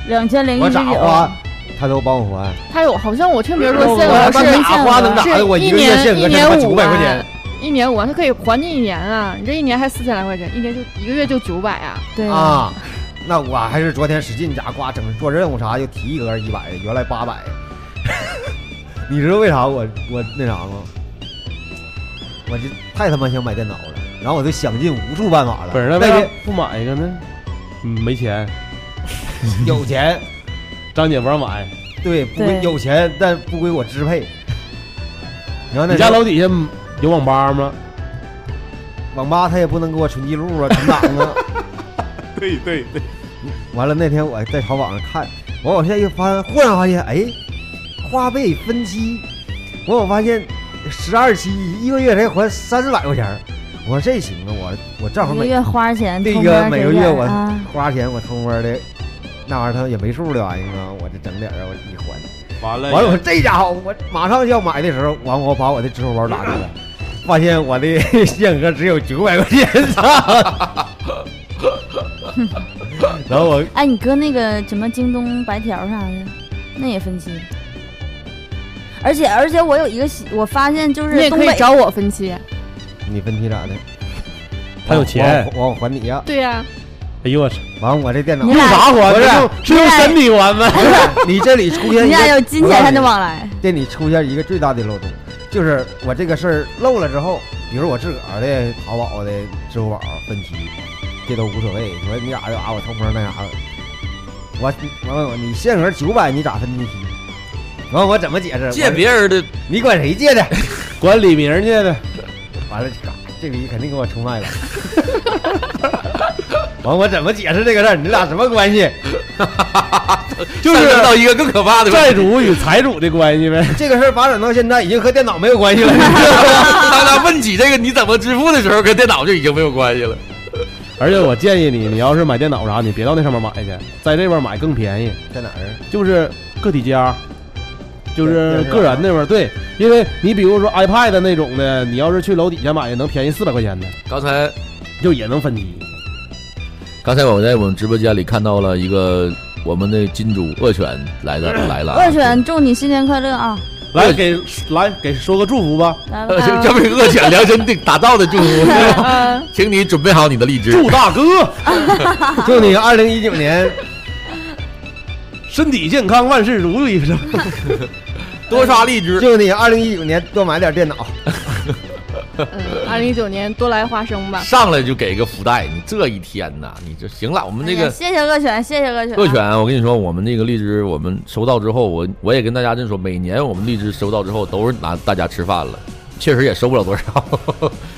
[SPEAKER 3] 两千零一
[SPEAKER 4] 我
[SPEAKER 3] 十
[SPEAKER 4] 咋
[SPEAKER 3] 九
[SPEAKER 4] 花，他都帮我还。
[SPEAKER 5] 它有好像我听别人
[SPEAKER 4] 我
[SPEAKER 5] 说限
[SPEAKER 4] 他
[SPEAKER 5] 额
[SPEAKER 4] 妈
[SPEAKER 5] 是
[SPEAKER 4] 哪花能咋的？我
[SPEAKER 5] 是
[SPEAKER 4] 一
[SPEAKER 5] 一
[SPEAKER 4] 个月
[SPEAKER 5] 年
[SPEAKER 4] 限额
[SPEAKER 5] 一
[SPEAKER 4] 才他妈
[SPEAKER 5] 年
[SPEAKER 4] 九
[SPEAKER 5] 五
[SPEAKER 4] 百块钱
[SPEAKER 5] 万，，一年五万，它可以还你一年啊！你这一年还四千来块钱，一年就一个月就九百啊！
[SPEAKER 3] 对，
[SPEAKER 4] 啊，那我还是昨天使劲家呱整做任务啥，又提一格一百，原来八百。 你知道为啥我我那啥吗？我这太他妈想买电脑了，然后我就想尽无数办法了。
[SPEAKER 1] 不是那为
[SPEAKER 4] 但
[SPEAKER 1] 啥
[SPEAKER 4] 是
[SPEAKER 1] 不买一个呢？嗯没钱，
[SPEAKER 4] 有钱，
[SPEAKER 1] 张姐不让买。
[SPEAKER 4] 对，不归
[SPEAKER 3] 对
[SPEAKER 4] 有钱，但不归我支配。然后那
[SPEAKER 1] 你
[SPEAKER 4] 时
[SPEAKER 1] 家
[SPEAKER 4] 候
[SPEAKER 1] 楼底下有网吧吗？
[SPEAKER 4] 网吧他也不能给我存记录啊，存档啊。
[SPEAKER 1] 对对对，
[SPEAKER 4] 完了那天我在淘宝上看，完我现在又发，忽然发现，哎，花呗分期，完我发现十二期一个月才还三四百块钱儿，我说这行啊，我我正好
[SPEAKER 3] 一个
[SPEAKER 4] 每
[SPEAKER 3] 月花钱，
[SPEAKER 4] 那
[SPEAKER 3] 偷摸
[SPEAKER 4] 个
[SPEAKER 3] 儿
[SPEAKER 4] 每
[SPEAKER 3] 给
[SPEAKER 4] 个
[SPEAKER 3] 点
[SPEAKER 4] 月
[SPEAKER 3] 儿
[SPEAKER 4] 我
[SPEAKER 3] 啊
[SPEAKER 4] 花钱我偷摸的，那玩意儿它也没数的玩意儿啊，我这整点儿啊，我一还，
[SPEAKER 1] 完了
[SPEAKER 4] 完了我说这家伙，我马上要买的时候，完我把我的支付宝打开了，发现我的 限额只有九百块钱，然后我
[SPEAKER 3] 哎，你搁那个什么京东白条啥的，那也分期。而且而且我有一个习，我发现就
[SPEAKER 5] 你
[SPEAKER 3] 是
[SPEAKER 5] 也
[SPEAKER 3] 东
[SPEAKER 5] 可
[SPEAKER 3] 北
[SPEAKER 5] 以找我分期。
[SPEAKER 4] 你分期咋的？
[SPEAKER 1] 他有钱
[SPEAKER 4] 我我我还你呀、
[SPEAKER 5] 对呀、
[SPEAKER 1] 哎呦我操，
[SPEAKER 4] 完我这电脑
[SPEAKER 3] 你
[SPEAKER 1] 用
[SPEAKER 3] 俩
[SPEAKER 1] 啥还？
[SPEAKER 4] 不是
[SPEAKER 1] 是用是用身体还吗？
[SPEAKER 4] 不是你这里出现
[SPEAKER 3] 你
[SPEAKER 4] 一
[SPEAKER 3] 俩
[SPEAKER 4] 个，
[SPEAKER 3] 有金钱上的往来，
[SPEAKER 4] 这里出现一个最大的漏洞，就是我这个事儿漏了之后，比如我自个儿的淘宝的支付宝分期，这都无所谓。你说你咋就啊我偷摸那啥，我我问我你限额九百，你咋分期？完我怎么解释？
[SPEAKER 2] 借
[SPEAKER 4] 我说
[SPEAKER 2] 别人的
[SPEAKER 4] 你管谁借的？
[SPEAKER 1] 管李明去的，
[SPEAKER 4] 完了，嘎这逼肯定给我出卖了。 完我怎么解释这个事儿？你俩什么关系？
[SPEAKER 1] 就是
[SPEAKER 2] 上升到一个更可怕的
[SPEAKER 1] 债主与财主的关系呗。
[SPEAKER 4] 这个事儿发展到现在，已经和电脑没有关系了。
[SPEAKER 2] 当他问起这个你怎么支付的时候，跟电脑就已经没有关系了。
[SPEAKER 1] 而且我建议你，你要是买电脑啥，你别到那上面买去，在这边买更便宜。
[SPEAKER 4] 在哪儿？
[SPEAKER 1] 就是个体家，就
[SPEAKER 4] 对
[SPEAKER 1] 是
[SPEAKER 4] 就是
[SPEAKER 1] 个人那边儿对，因为你比如说 iPad 那种的，你要是去楼底下买，能便宜四百块钱的，
[SPEAKER 2] 刚才
[SPEAKER 1] 就也能分期。
[SPEAKER 2] 刚才我在我们直播间里看到了一个我们的金主恶犬来的来了啊，
[SPEAKER 3] 恶犬祝你新年快乐啊！
[SPEAKER 1] 来给来给说个祝福吧，
[SPEAKER 3] 来吧啊
[SPEAKER 2] 呃，，这为恶犬量身定打造的祝 福，
[SPEAKER 5] 啊，
[SPEAKER 2] 请你准备好你的荔枝。
[SPEAKER 1] 祝大哥
[SPEAKER 4] 祝啊你二零一 九年
[SPEAKER 1] 身体健康，万事如意。
[SPEAKER 2] 多刷荔枝，
[SPEAKER 4] 祝你二零一九年多买点电脑，
[SPEAKER 5] 嗯，二零一九年多来花生吧。
[SPEAKER 2] 上来就给个福袋，你这一天呐，你这行了。我们
[SPEAKER 3] 哎
[SPEAKER 2] 这
[SPEAKER 3] 呀
[SPEAKER 2] 个
[SPEAKER 3] 谢谢恶犬，谢谢恶犬啊，
[SPEAKER 2] 恶犬，我跟你说，我们这个荔枝，我们收到之后，我我也跟大家这么说，每年我们荔枝收到之后，都是拿大家吃饭了，确实也收不了多少。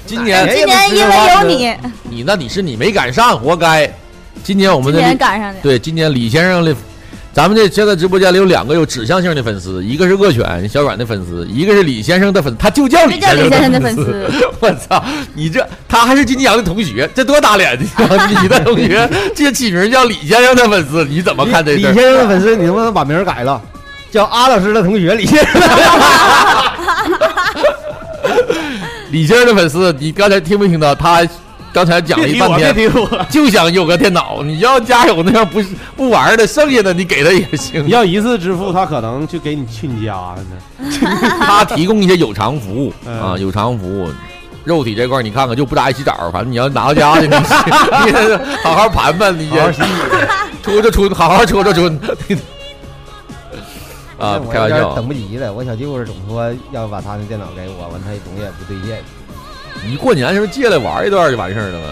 [SPEAKER 2] 今年
[SPEAKER 3] 今年因为有你，
[SPEAKER 2] 你那你是你没赶上，活该。今年我们
[SPEAKER 3] 今
[SPEAKER 2] 的
[SPEAKER 3] 年
[SPEAKER 2] 荔
[SPEAKER 3] 赶上的，
[SPEAKER 2] 对今年李先生的，咱们这现在直播间里有两个有指向性的粉丝，一个是恶犬小阮的粉丝，一个是李先生的粉，他就叫
[SPEAKER 3] 这
[SPEAKER 2] 李
[SPEAKER 3] 叫
[SPEAKER 2] 先
[SPEAKER 3] 李先生
[SPEAKER 2] 生
[SPEAKER 3] 的
[SPEAKER 2] 的
[SPEAKER 3] 粉
[SPEAKER 2] 粉丝。
[SPEAKER 3] 丝，
[SPEAKER 2] 我操！你这他还是金阳的同学，这多打脸！你的同学这起名叫李先生的粉丝，你怎么看这
[SPEAKER 4] 李
[SPEAKER 2] 事
[SPEAKER 4] 李
[SPEAKER 2] 儿？
[SPEAKER 4] 先生的粉丝，你能不能把名儿改了，叫阿老师的同学李先生？
[SPEAKER 2] 李先生的粉丝，你刚才听没听到？他刚才讲
[SPEAKER 1] 别
[SPEAKER 2] 了一
[SPEAKER 1] 提
[SPEAKER 2] 半
[SPEAKER 1] 我，别
[SPEAKER 2] 天，
[SPEAKER 1] 提 我，
[SPEAKER 2] 就想有个电脑。你要家有那样不是不玩的，剩下的你给他也
[SPEAKER 1] 你
[SPEAKER 2] 行。
[SPEAKER 1] 要一次支付，他可能就给你去你家了呢。
[SPEAKER 2] 他提供一些有偿服务
[SPEAKER 1] 嗯
[SPEAKER 2] 啊，有偿服务。肉体这块儿你看看，就不咋爱洗澡，反正你要拿到家去，你 你也好好盘盘，你也
[SPEAKER 4] 好好洗洗。
[SPEAKER 2] 出着出，好好出着出。 啊，
[SPEAKER 4] 我
[SPEAKER 2] 开
[SPEAKER 4] 有
[SPEAKER 2] 玩
[SPEAKER 4] 点
[SPEAKER 2] 笑，
[SPEAKER 4] 等不及了。我小舅子总说要把他的电脑给我，完他总也不兑现。
[SPEAKER 2] 你过年时候借来玩一段就完事儿了吗？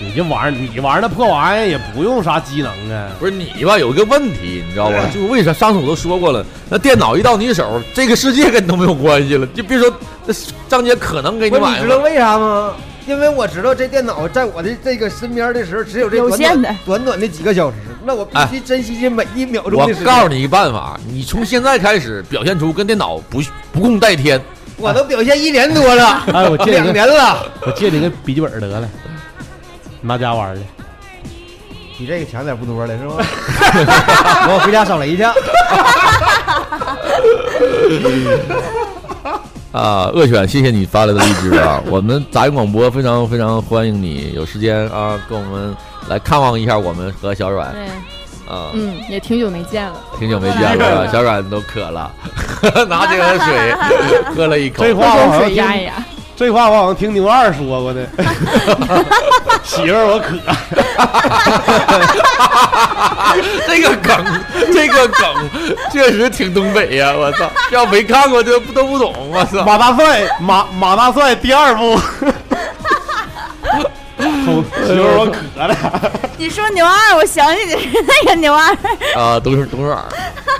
[SPEAKER 1] 你这玩意儿，你玩那破玩意儿也不用啥机能啊。
[SPEAKER 2] 不是你吧？有一个问题，你知道
[SPEAKER 4] 啊
[SPEAKER 2] 吧？就是为啥上次我都说过了，那电脑一到你手，这个世界跟你都没有关系了，就别说那上街可能给你
[SPEAKER 4] 不是，你
[SPEAKER 2] 买
[SPEAKER 4] 知道
[SPEAKER 2] 了。
[SPEAKER 4] 为啥吗？因为我知道这电脑在我的这个身边的时候，只有这
[SPEAKER 3] 有
[SPEAKER 4] 短
[SPEAKER 3] 限
[SPEAKER 4] 短
[SPEAKER 3] 的
[SPEAKER 4] 短短的几个小时，那我必须珍惜这每一秒钟
[SPEAKER 2] 哎我
[SPEAKER 4] 的时间。
[SPEAKER 2] 告诉你一个办法，你从现在开始表现出跟电脑不不共戴天。
[SPEAKER 4] 我都表现一年 多了，
[SPEAKER 1] 哎，我借
[SPEAKER 4] 两
[SPEAKER 1] 你个，
[SPEAKER 4] 年了，
[SPEAKER 1] 我借你个笔记本得了，拿家玩去。
[SPEAKER 4] 比这个强点不多了是吗？ 我回家扫 雷去。
[SPEAKER 2] 啊，恶犬，谢谢你发来的荔枝啊！我们杂音广播非常非常欢迎你，有时间啊，跟我们来看望一下我们和小阮
[SPEAKER 5] 对，
[SPEAKER 2] 啊，
[SPEAKER 5] 嗯，也挺久没见了。
[SPEAKER 2] 挺久没见了，小阮都渴了， 拿这个水喝了一口
[SPEAKER 1] 这。话我
[SPEAKER 5] 用
[SPEAKER 1] 好像
[SPEAKER 5] 水压一
[SPEAKER 1] 听，
[SPEAKER 5] 压，
[SPEAKER 1] 这话我好像听牛二说过呢。 媳妇儿，我渴。
[SPEAKER 2] 这个梗，这个梗确实挺东北呀！我操，要没看过就都不懂。我操，
[SPEAKER 1] 马大帅，马马大帅第二 部。头媳妇儿，我渴了。
[SPEAKER 3] 你说牛二，我想起你是那个牛二，
[SPEAKER 2] 啊，董事董事长，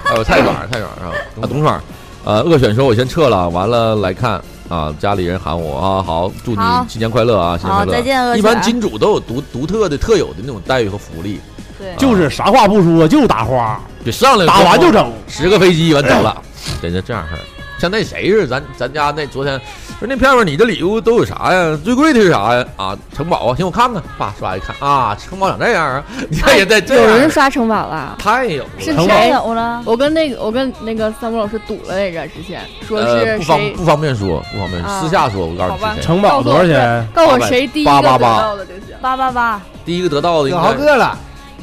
[SPEAKER 2] 哎呦，太爽了太爽了啊！啊，董事长，呃，恶选说我先撤了，完了来看啊，家里人喊我啊，好，祝你
[SPEAKER 3] 好
[SPEAKER 2] 新年快乐啊，新年快
[SPEAKER 3] 好
[SPEAKER 2] 乐。
[SPEAKER 3] 再见恶
[SPEAKER 2] 一般
[SPEAKER 3] 犬
[SPEAKER 2] 金主都有独独特的、特有的那种待遇和福利，
[SPEAKER 3] 对
[SPEAKER 1] 就是啥话不说，就打花，
[SPEAKER 2] 就上来
[SPEAKER 1] 打完就，整。
[SPEAKER 2] 十个飞机完走了，得是这样式儿。像那谁似的，咱咱家那昨天说那票票，你这礼物都有啥呀？最贵的是啥呀？啊，城堡啊，行，我看看。爸刷一看啊，城堡长这样啊，你
[SPEAKER 3] 哎
[SPEAKER 2] 看也在这
[SPEAKER 5] 有人
[SPEAKER 2] 样，
[SPEAKER 5] 刷城堡了。
[SPEAKER 2] 太有了。
[SPEAKER 5] 是
[SPEAKER 1] 城堡
[SPEAKER 3] 太
[SPEAKER 5] 谁？
[SPEAKER 3] 有了，
[SPEAKER 5] 我跟那个，我跟那个三木老师堵了那个，之前说
[SPEAKER 2] 呃，
[SPEAKER 5] 是
[SPEAKER 2] 不方
[SPEAKER 5] 谁
[SPEAKER 2] 不方便说，不方便说，
[SPEAKER 5] 啊
[SPEAKER 2] 私下说。我告诉
[SPEAKER 5] 好吧
[SPEAKER 2] 你是谁，
[SPEAKER 1] 城堡多少钱？
[SPEAKER 5] 告诉我谁第一个
[SPEAKER 2] 八
[SPEAKER 5] 得
[SPEAKER 2] 八八
[SPEAKER 5] 到的就行。
[SPEAKER 3] 八八八，
[SPEAKER 2] 第一个得到的应
[SPEAKER 4] 小豪
[SPEAKER 2] 该
[SPEAKER 4] 哥了，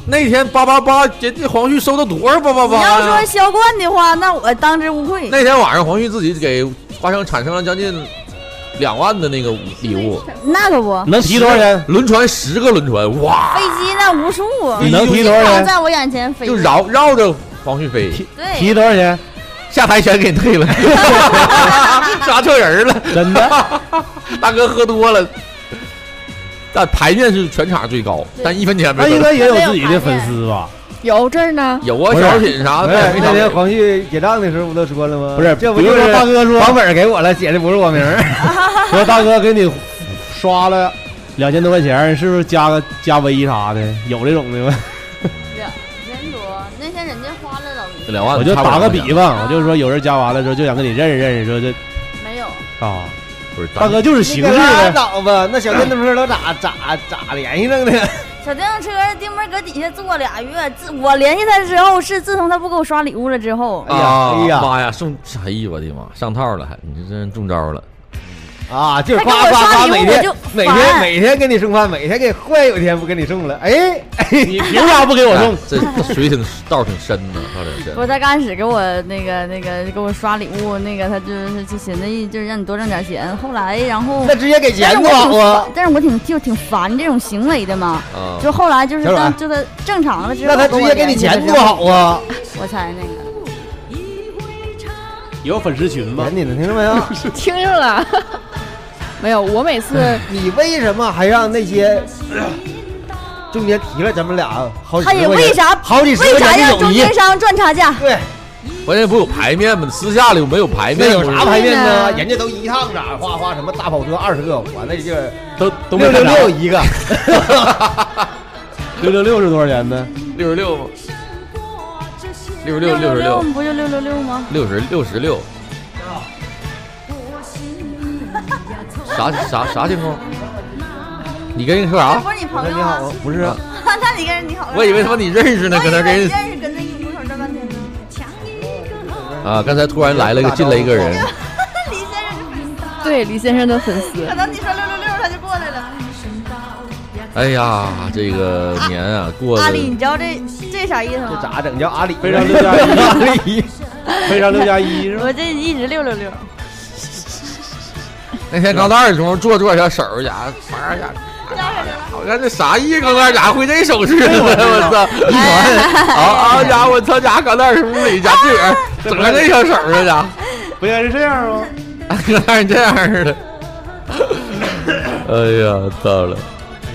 [SPEAKER 2] 那天八八八，人家黄旭收到多少八八
[SPEAKER 3] 你要
[SPEAKER 2] 八
[SPEAKER 3] 说
[SPEAKER 2] 呀？
[SPEAKER 3] 销冠的话，那我当之无愧。
[SPEAKER 2] 那天晚上黄旭自己给花生产生了将近两万的那个礼物，
[SPEAKER 3] 那可不，
[SPEAKER 1] 能提多少钱？
[SPEAKER 2] 轮船十个轮船，哇
[SPEAKER 3] 飞，机那无数，啊
[SPEAKER 1] 你能提多少
[SPEAKER 3] 经常
[SPEAKER 1] 钱？
[SPEAKER 3] 在我眼前飞
[SPEAKER 2] 就，绕绕着黄旭飞，
[SPEAKER 1] 提
[SPEAKER 3] 对，
[SPEAKER 1] 多少钱？
[SPEAKER 2] 下台全给 退了，杀错人了，
[SPEAKER 1] 真的？
[SPEAKER 2] 大哥喝多了。但牌面是全场最高，但一分钱 没
[SPEAKER 1] 那应
[SPEAKER 2] 得。
[SPEAKER 1] 该也有自己的粉丝吧？
[SPEAKER 5] 有这儿呢，
[SPEAKER 2] 有啊，
[SPEAKER 1] 不是
[SPEAKER 2] 小品啥
[SPEAKER 4] 不
[SPEAKER 2] 的
[SPEAKER 4] 是，
[SPEAKER 2] 没
[SPEAKER 4] 哎那
[SPEAKER 2] 少给
[SPEAKER 4] 天黄旭结账的时候不都说了 吗？
[SPEAKER 1] 不是
[SPEAKER 4] 这不
[SPEAKER 1] 比
[SPEAKER 4] 就
[SPEAKER 1] 如
[SPEAKER 4] 是
[SPEAKER 1] 说
[SPEAKER 4] 大
[SPEAKER 1] 大
[SPEAKER 4] 哥
[SPEAKER 1] 哥
[SPEAKER 4] 说
[SPEAKER 1] 说
[SPEAKER 4] 房本给我了，写的不是我名儿。
[SPEAKER 1] 说大哥给 你刷了两千多块钱，是不是加个加微啥的？有这种的吗？
[SPEAKER 3] 人多，那天人家花了老多
[SPEAKER 2] 两万，
[SPEAKER 1] 我就
[SPEAKER 2] 差不啊
[SPEAKER 1] 打
[SPEAKER 2] 多
[SPEAKER 1] 个
[SPEAKER 2] 两万
[SPEAKER 1] 比方，我就说有人加完了之后就想跟你认识认识，说这
[SPEAKER 3] 没有，
[SPEAKER 1] 啊，
[SPEAKER 2] 不是咱
[SPEAKER 1] 大哥 就是形式
[SPEAKER 4] 拉
[SPEAKER 1] 呗。
[SPEAKER 4] 倒吧，那小电动车都咋咋咋联系上的？
[SPEAKER 3] 小电动车丁妹儿搁底下坐俩月，自我联系他之后，是自从他不给我刷礼物了之后，
[SPEAKER 4] 哎呀哎呀
[SPEAKER 2] 啊妈呀，送！哎呀，我的妈，上套了还，你这真是中招了。
[SPEAKER 4] 啊，就
[SPEAKER 3] 他
[SPEAKER 4] 是夸
[SPEAKER 3] 给我
[SPEAKER 4] 夸
[SPEAKER 3] 刷
[SPEAKER 4] 夸，
[SPEAKER 3] 礼物
[SPEAKER 4] 每
[SPEAKER 3] 我
[SPEAKER 4] 天
[SPEAKER 3] 就
[SPEAKER 4] 每天
[SPEAKER 3] 烦
[SPEAKER 4] 每天给你送饭，每天给忽然有一天不给你送了，哎，
[SPEAKER 1] 你凭啥不给我送
[SPEAKER 2] 哎？这这水挺道挺深的，道挺深
[SPEAKER 3] 不，。他刚开始给我那个那个给我刷礼物，那个他就是就寻思就是让你多挣点钱。后来然后，
[SPEAKER 4] 那直接给
[SPEAKER 3] 但
[SPEAKER 4] 钱
[SPEAKER 3] 是
[SPEAKER 4] 不
[SPEAKER 3] 我挺
[SPEAKER 4] 好
[SPEAKER 3] 烦
[SPEAKER 4] 啊？，哦
[SPEAKER 3] 但是我挺就挺烦这种行为的嘛。
[SPEAKER 2] 啊，
[SPEAKER 3] 就后来就是
[SPEAKER 4] 小阮
[SPEAKER 3] 当就他正常了之后，
[SPEAKER 4] 那他直接给你钱不
[SPEAKER 3] 多
[SPEAKER 4] 好啊？
[SPEAKER 3] 我才那个
[SPEAKER 1] 有粉丝群吗
[SPEAKER 4] 点？你的，听着没啊有？
[SPEAKER 5] 听着了。 没有，我每 次
[SPEAKER 4] 你为什么还让那些 中间提了咱们俩好几
[SPEAKER 3] 他
[SPEAKER 4] 十
[SPEAKER 3] 也
[SPEAKER 4] 块钱
[SPEAKER 3] 为啥
[SPEAKER 4] 好几十
[SPEAKER 3] 为
[SPEAKER 4] 块
[SPEAKER 3] 啥
[SPEAKER 4] 钱的
[SPEAKER 3] 让
[SPEAKER 4] 友
[SPEAKER 3] 中
[SPEAKER 4] 谊
[SPEAKER 3] 间？商赚差价？
[SPEAKER 4] 对，
[SPEAKER 2] 关键不有牌面吗？私下里没有牌
[SPEAKER 4] 那
[SPEAKER 2] 面，
[SPEAKER 4] 有啥牌面呢？
[SPEAKER 3] 对呢
[SPEAKER 4] 人家都一趟咋花花什么大跑车二十个，我那就是
[SPEAKER 1] 都都没
[SPEAKER 4] 六六
[SPEAKER 1] 看着
[SPEAKER 4] 六一个。
[SPEAKER 1] 六六六是多少钱呢？
[SPEAKER 2] 六十六吗？六十六，六十
[SPEAKER 3] 六
[SPEAKER 2] 六，
[SPEAKER 3] 不就六六六吗？
[SPEAKER 2] 六十六十 六。啥啥啥情况？你跟人说
[SPEAKER 3] 这
[SPEAKER 2] 啥？
[SPEAKER 3] 不是你
[SPEAKER 4] 我
[SPEAKER 3] 朋
[SPEAKER 4] 说
[SPEAKER 3] 友
[SPEAKER 4] 你好
[SPEAKER 3] 吗
[SPEAKER 4] 啊？，不是啊，
[SPEAKER 3] 那你跟人你好，
[SPEAKER 2] 我以为他妈你认识呢，搁那
[SPEAKER 3] 我以
[SPEAKER 2] 跟
[SPEAKER 3] 为你
[SPEAKER 2] 人
[SPEAKER 3] 认识跟那一股手这半天呢。
[SPEAKER 2] 啊，刚才突然来了个进来一个人，
[SPEAKER 3] 李先生就
[SPEAKER 5] 对李先生的粉丝
[SPEAKER 3] 可，能你说六六六，他就过来了。
[SPEAKER 2] 哎呀，这个年啊过
[SPEAKER 3] 阿
[SPEAKER 2] 得
[SPEAKER 3] 丽，你知道这这啥意思
[SPEAKER 4] 这
[SPEAKER 3] 吗？
[SPEAKER 4] 咋整？叫阿里，
[SPEAKER 1] 非常六加一
[SPEAKER 4] 阿 里。
[SPEAKER 1] 非常六加一是吧？
[SPEAKER 3] 我这一直六六六，
[SPEAKER 2] 那天钢蛋儿的时候做做小手家伙，玩家伙，我看这啥意思？钢蛋儿咋会这手势呢？哎我操！一团啊啊家伙，我操家伙钢蛋儿是不是家自个儿整个这小手儿家伙，
[SPEAKER 1] 不应该是这样吗？
[SPEAKER 2] 钢蛋儿这样似的。 哎呀，糟了！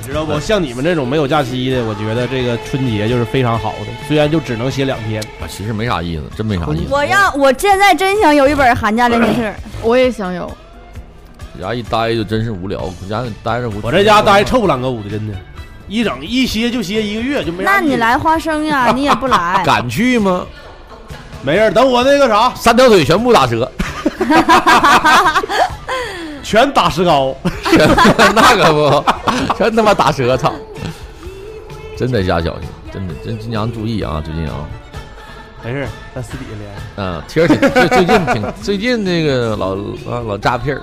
[SPEAKER 1] 你知道不？像你们这种没有假期的，我觉得这个春节就是非常好的，虽然就只能歇两天。
[SPEAKER 2] 啊其实没啥意思，真没啥意思。
[SPEAKER 3] 我让我现在真想有一本寒假练习册，
[SPEAKER 5] 我也想有。
[SPEAKER 2] 搁家一待就真是无聊，搁家待着，
[SPEAKER 1] 我在家待臭不啷个捂的，真的，一整一歇就歇一个月，就没啥
[SPEAKER 3] 那你
[SPEAKER 1] 劲
[SPEAKER 3] 来花生呀，你也不来
[SPEAKER 2] 敢去吗？
[SPEAKER 1] 没人等我那个啥
[SPEAKER 2] 三条腿全部打折，
[SPEAKER 1] 全打石膏，
[SPEAKER 2] 全那可不， 全他妈打折，操！真在家小心，真的真经常注意啊，最近啊，
[SPEAKER 1] 没事，在私底下连。
[SPEAKER 2] 嗯，贴儿挺最最近挺 最近那个老啊老扎屁儿，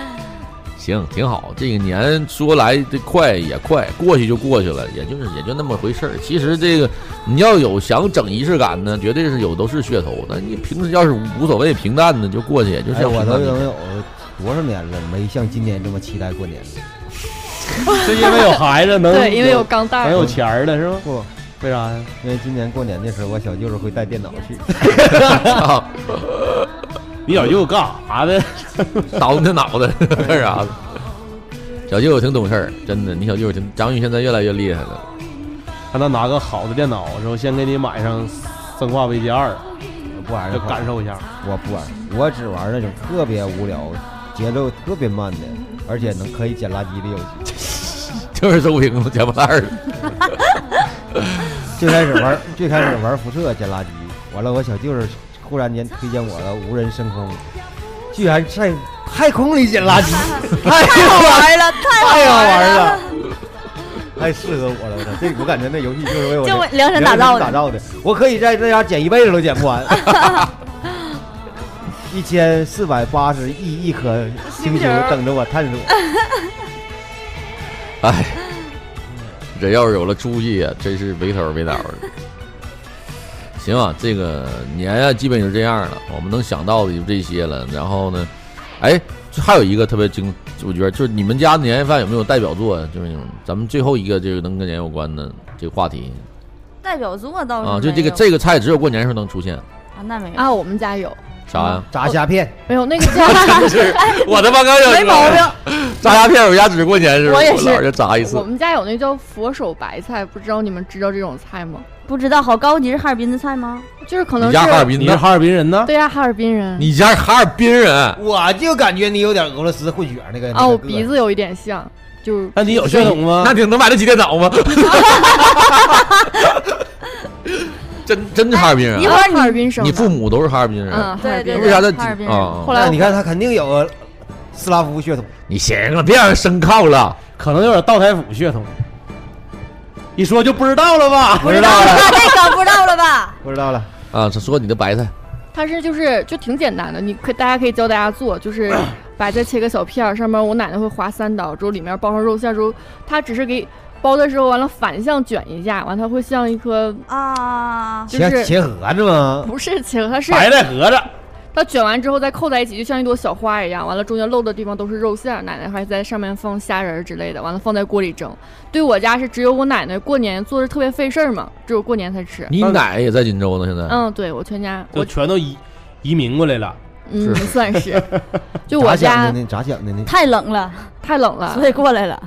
[SPEAKER 2] 行挺好。这个年说来这快也快，过去就过去了，也就是也就那么回事儿。其实这个你要有想整仪式感呢，绝对是有都是噱头。那你平时要是无所谓平淡的就过去，也就是
[SPEAKER 4] 哎，
[SPEAKER 2] 要平
[SPEAKER 4] 我都
[SPEAKER 2] 淡的
[SPEAKER 4] 能有多少年了，没像今年这么期待过年了。
[SPEAKER 1] 是因为有孩子能
[SPEAKER 5] 对，因为我刚带
[SPEAKER 1] 能有钱儿了是吧？
[SPEAKER 4] 不，
[SPEAKER 1] 为啥呀？
[SPEAKER 4] 因为今年过年的时候，我小舅子会带电脑去。
[SPEAKER 2] 啊，
[SPEAKER 1] 你小舅干啥的？
[SPEAKER 2] 倒腾脑袋干啥的？小舅挺懂事儿，真的，你小舅挺张宇现在越来越厉害了。
[SPEAKER 1] 让他拿个好的电脑，然后先给你买上《生化危机二
[SPEAKER 4] 我不玩》，
[SPEAKER 1] 就
[SPEAKER 4] 这块
[SPEAKER 1] 感
[SPEAKER 4] 儿，
[SPEAKER 1] 受一下。
[SPEAKER 4] 我不玩，我只玩那种特别无聊、节奏特别慢的，而且能可以捡垃圾的游 戏。
[SPEAKER 2] 就是周平了，捡破烂儿。
[SPEAKER 4] 最开始玩，最开始玩辐射捡垃圾，完了我小舅子忽然间推荐我了无人升空，居然在太空里捡 垃圾，太
[SPEAKER 3] 太好玩了，太好
[SPEAKER 4] 太好
[SPEAKER 3] 玩
[SPEAKER 4] 玩
[SPEAKER 3] 了
[SPEAKER 4] 了。，太适合我了！我操，这我感觉那游戏就是为我
[SPEAKER 3] 就为
[SPEAKER 4] 这
[SPEAKER 3] 量身打造的
[SPEAKER 4] 打造的。我可以在这家捡一辈子都捡不完，一千四百八十亿亿颗星球等着我探索。
[SPEAKER 2] 哎，这要是有了出息啊，真是没头没脑的。行啊，这个年啊，基本就这样了。我们能想到的就这些了。然后呢，哎，就还有一个特别精，我觉得就是你们家年夜饭有没有代表作啊？就是那种咱们最后一个这个能跟年有关的这个话题
[SPEAKER 3] 代表作哦倒是
[SPEAKER 2] 啊，就这
[SPEAKER 3] 没
[SPEAKER 2] 个
[SPEAKER 3] 有
[SPEAKER 2] 这个菜只有过年时候能出现，
[SPEAKER 3] 啊，那没有，
[SPEAKER 5] 啊，我们家有，
[SPEAKER 2] 啥呀、
[SPEAKER 4] 炸虾片，
[SPEAKER 5] 没有那个 叫
[SPEAKER 2] 我他妈刚想
[SPEAKER 5] 没毛病。
[SPEAKER 2] 炸虾片，我家只是过年时候，
[SPEAKER 5] 我也
[SPEAKER 2] 老
[SPEAKER 5] 是
[SPEAKER 2] 就炸一次
[SPEAKER 5] 我。们家有那叫佛手白菜，不知道你们知道这种菜吗？
[SPEAKER 3] 不知道好高级是哈尔滨的菜吗？
[SPEAKER 5] 就是可能
[SPEAKER 2] 你
[SPEAKER 5] 是
[SPEAKER 2] 家哈尔滨
[SPEAKER 1] 你是
[SPEAKER 2] 的？
[SPEAKER 1] 哈尔滨人呢？
[SPEAKER 5] 对呀、哈尔滨人
[SPEAKER 2] 你家是哈尔滨人？
[SPEAKER 4] 我就感觉你有点俄罗斯混血那个。
[SPEAKER 5] 啊，我鼻子有一点像，就是
[SPEAKER 1] 那你有血统
[SPEAKER 5] 嗯
[SPEAKER 1] 吗
[SPEAKER 2] 那？你能买得起电 脑吗？真真是哈尔滨人
[SPEAKER 3] 一
[SPEAKER 2] 啊，
[SPEAKER 3] 会儿
[SPEAKER 5] 哈尔滨哎生的，
[SPEAKER 2] 你父母都是哈尔滨人，
[SPEAKER 5] 嗯，哈尔滨
[SPEAKER 3] 对
[SPEAKER 5] 人
[SPEAKER 2] 为啥在
[SPEAKER 3] 哈尔滨人
[SPEAKER 2] 啊
[SPEAKER 5] 后？
[SPEAKER 2] 啊
[SPEAKER 5] 来
[SPEAKER 4] 那
[SPEAKER 5] 我
[SPEAKER 4] 你看他肯定有呃斯拉夫血统，
[SPEAKER 2] 你行了，别让人深靠了。
[SPEAKER 1] 可能有点道台府血统。一说就不知道了吧？
[SPEAKER 4] 不知道了，
[SPEAKER 3] 啊这个不知道了吧？
[SPEAKER 4] 不知道了。
[SPEAKER 2] 啊，说你的白
[SPEAKER 5] 嗯
[SPEAKER 2] 菜，
[SPEAKER 5] 它是就是就挺简单的，你可大家可以教大家做，就是 白菜切个小片儿，上面我奶奶会划三刀，之后里面包上肉馅儿，之后它只是给包的时候完了反向卷一下，完它会像一颗
[SPEAKER 3] 啊，
[SPEAKER 5] 就是
[SPEAKER 4] 切切盒子吗？
[SPEAKER 5] 不是茄，它是
[SPEAKER 1] 白菜盒子，
[SPEAKER 5] 它卷完之后再扣在一起，就像一朵小花一样。完了，中间露的地方都是肉馅儿，奶奶还在上面放虾仁儿之类的。完了，放在锅里蒸。对我家是只有我奶奶过年做的特别费事儿嘛，只有过年才吃。
[SPEAKER 2] 你奶也在锦州呢，现在。
[SPEAKER 5] 嗯，对我全家，
[SPEAKER 1] 就
[SPEAKER 5] 我
[SPEAKER 1] 全都移移民过来了。
[SPEAKER 5] 嗯
[SPEAKER 2] 是
[SPEAKER 5] 算是，就我
[SPEAKER 4] 咋想
[SPEAKER 5] 家
[SPEAKER 4] 的呢？咋想的呢？
[SPEAKER 3] 太冷了，
[SPEAKER 5] 太冷了
[SPEAKER 3] 所，以过来了。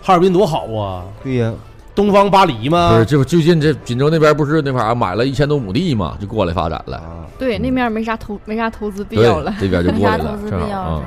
[SPEAKER 1] 哈尔滨多好啊，
[SPEAKER 4] 对呀，
[SPEAKER 1] 东方巴黎
[SPEAKER 2] 不
[SPEAKER 1] 吗
[SPEAKER 2] 是，？这不最近这锦州那边不是那块儿啊买了一千多亩地嘛，就过来发展了。
[SPEAKER 4] 啊，
[SPEAKER 5] 对那面没啥投没啥投资必
[SPEAKER 2] 对
[SPEAKER 5] 要了，，
[SPEAKER 2] 这 边就
[SPEAKER 3] 没
[SPEAKER 2] 过
[SPEAKER 3] 啥
[SPEAKER 2] 来
[SPEAKER 3] 投
[SPEAKER 2] 了
[SPEAKER 3] 资，必
[SPEAKER 2] 正好
[SPEAKER 3] 要
[SPEAKER 2] 啊
[SPEAKER 3] 了。。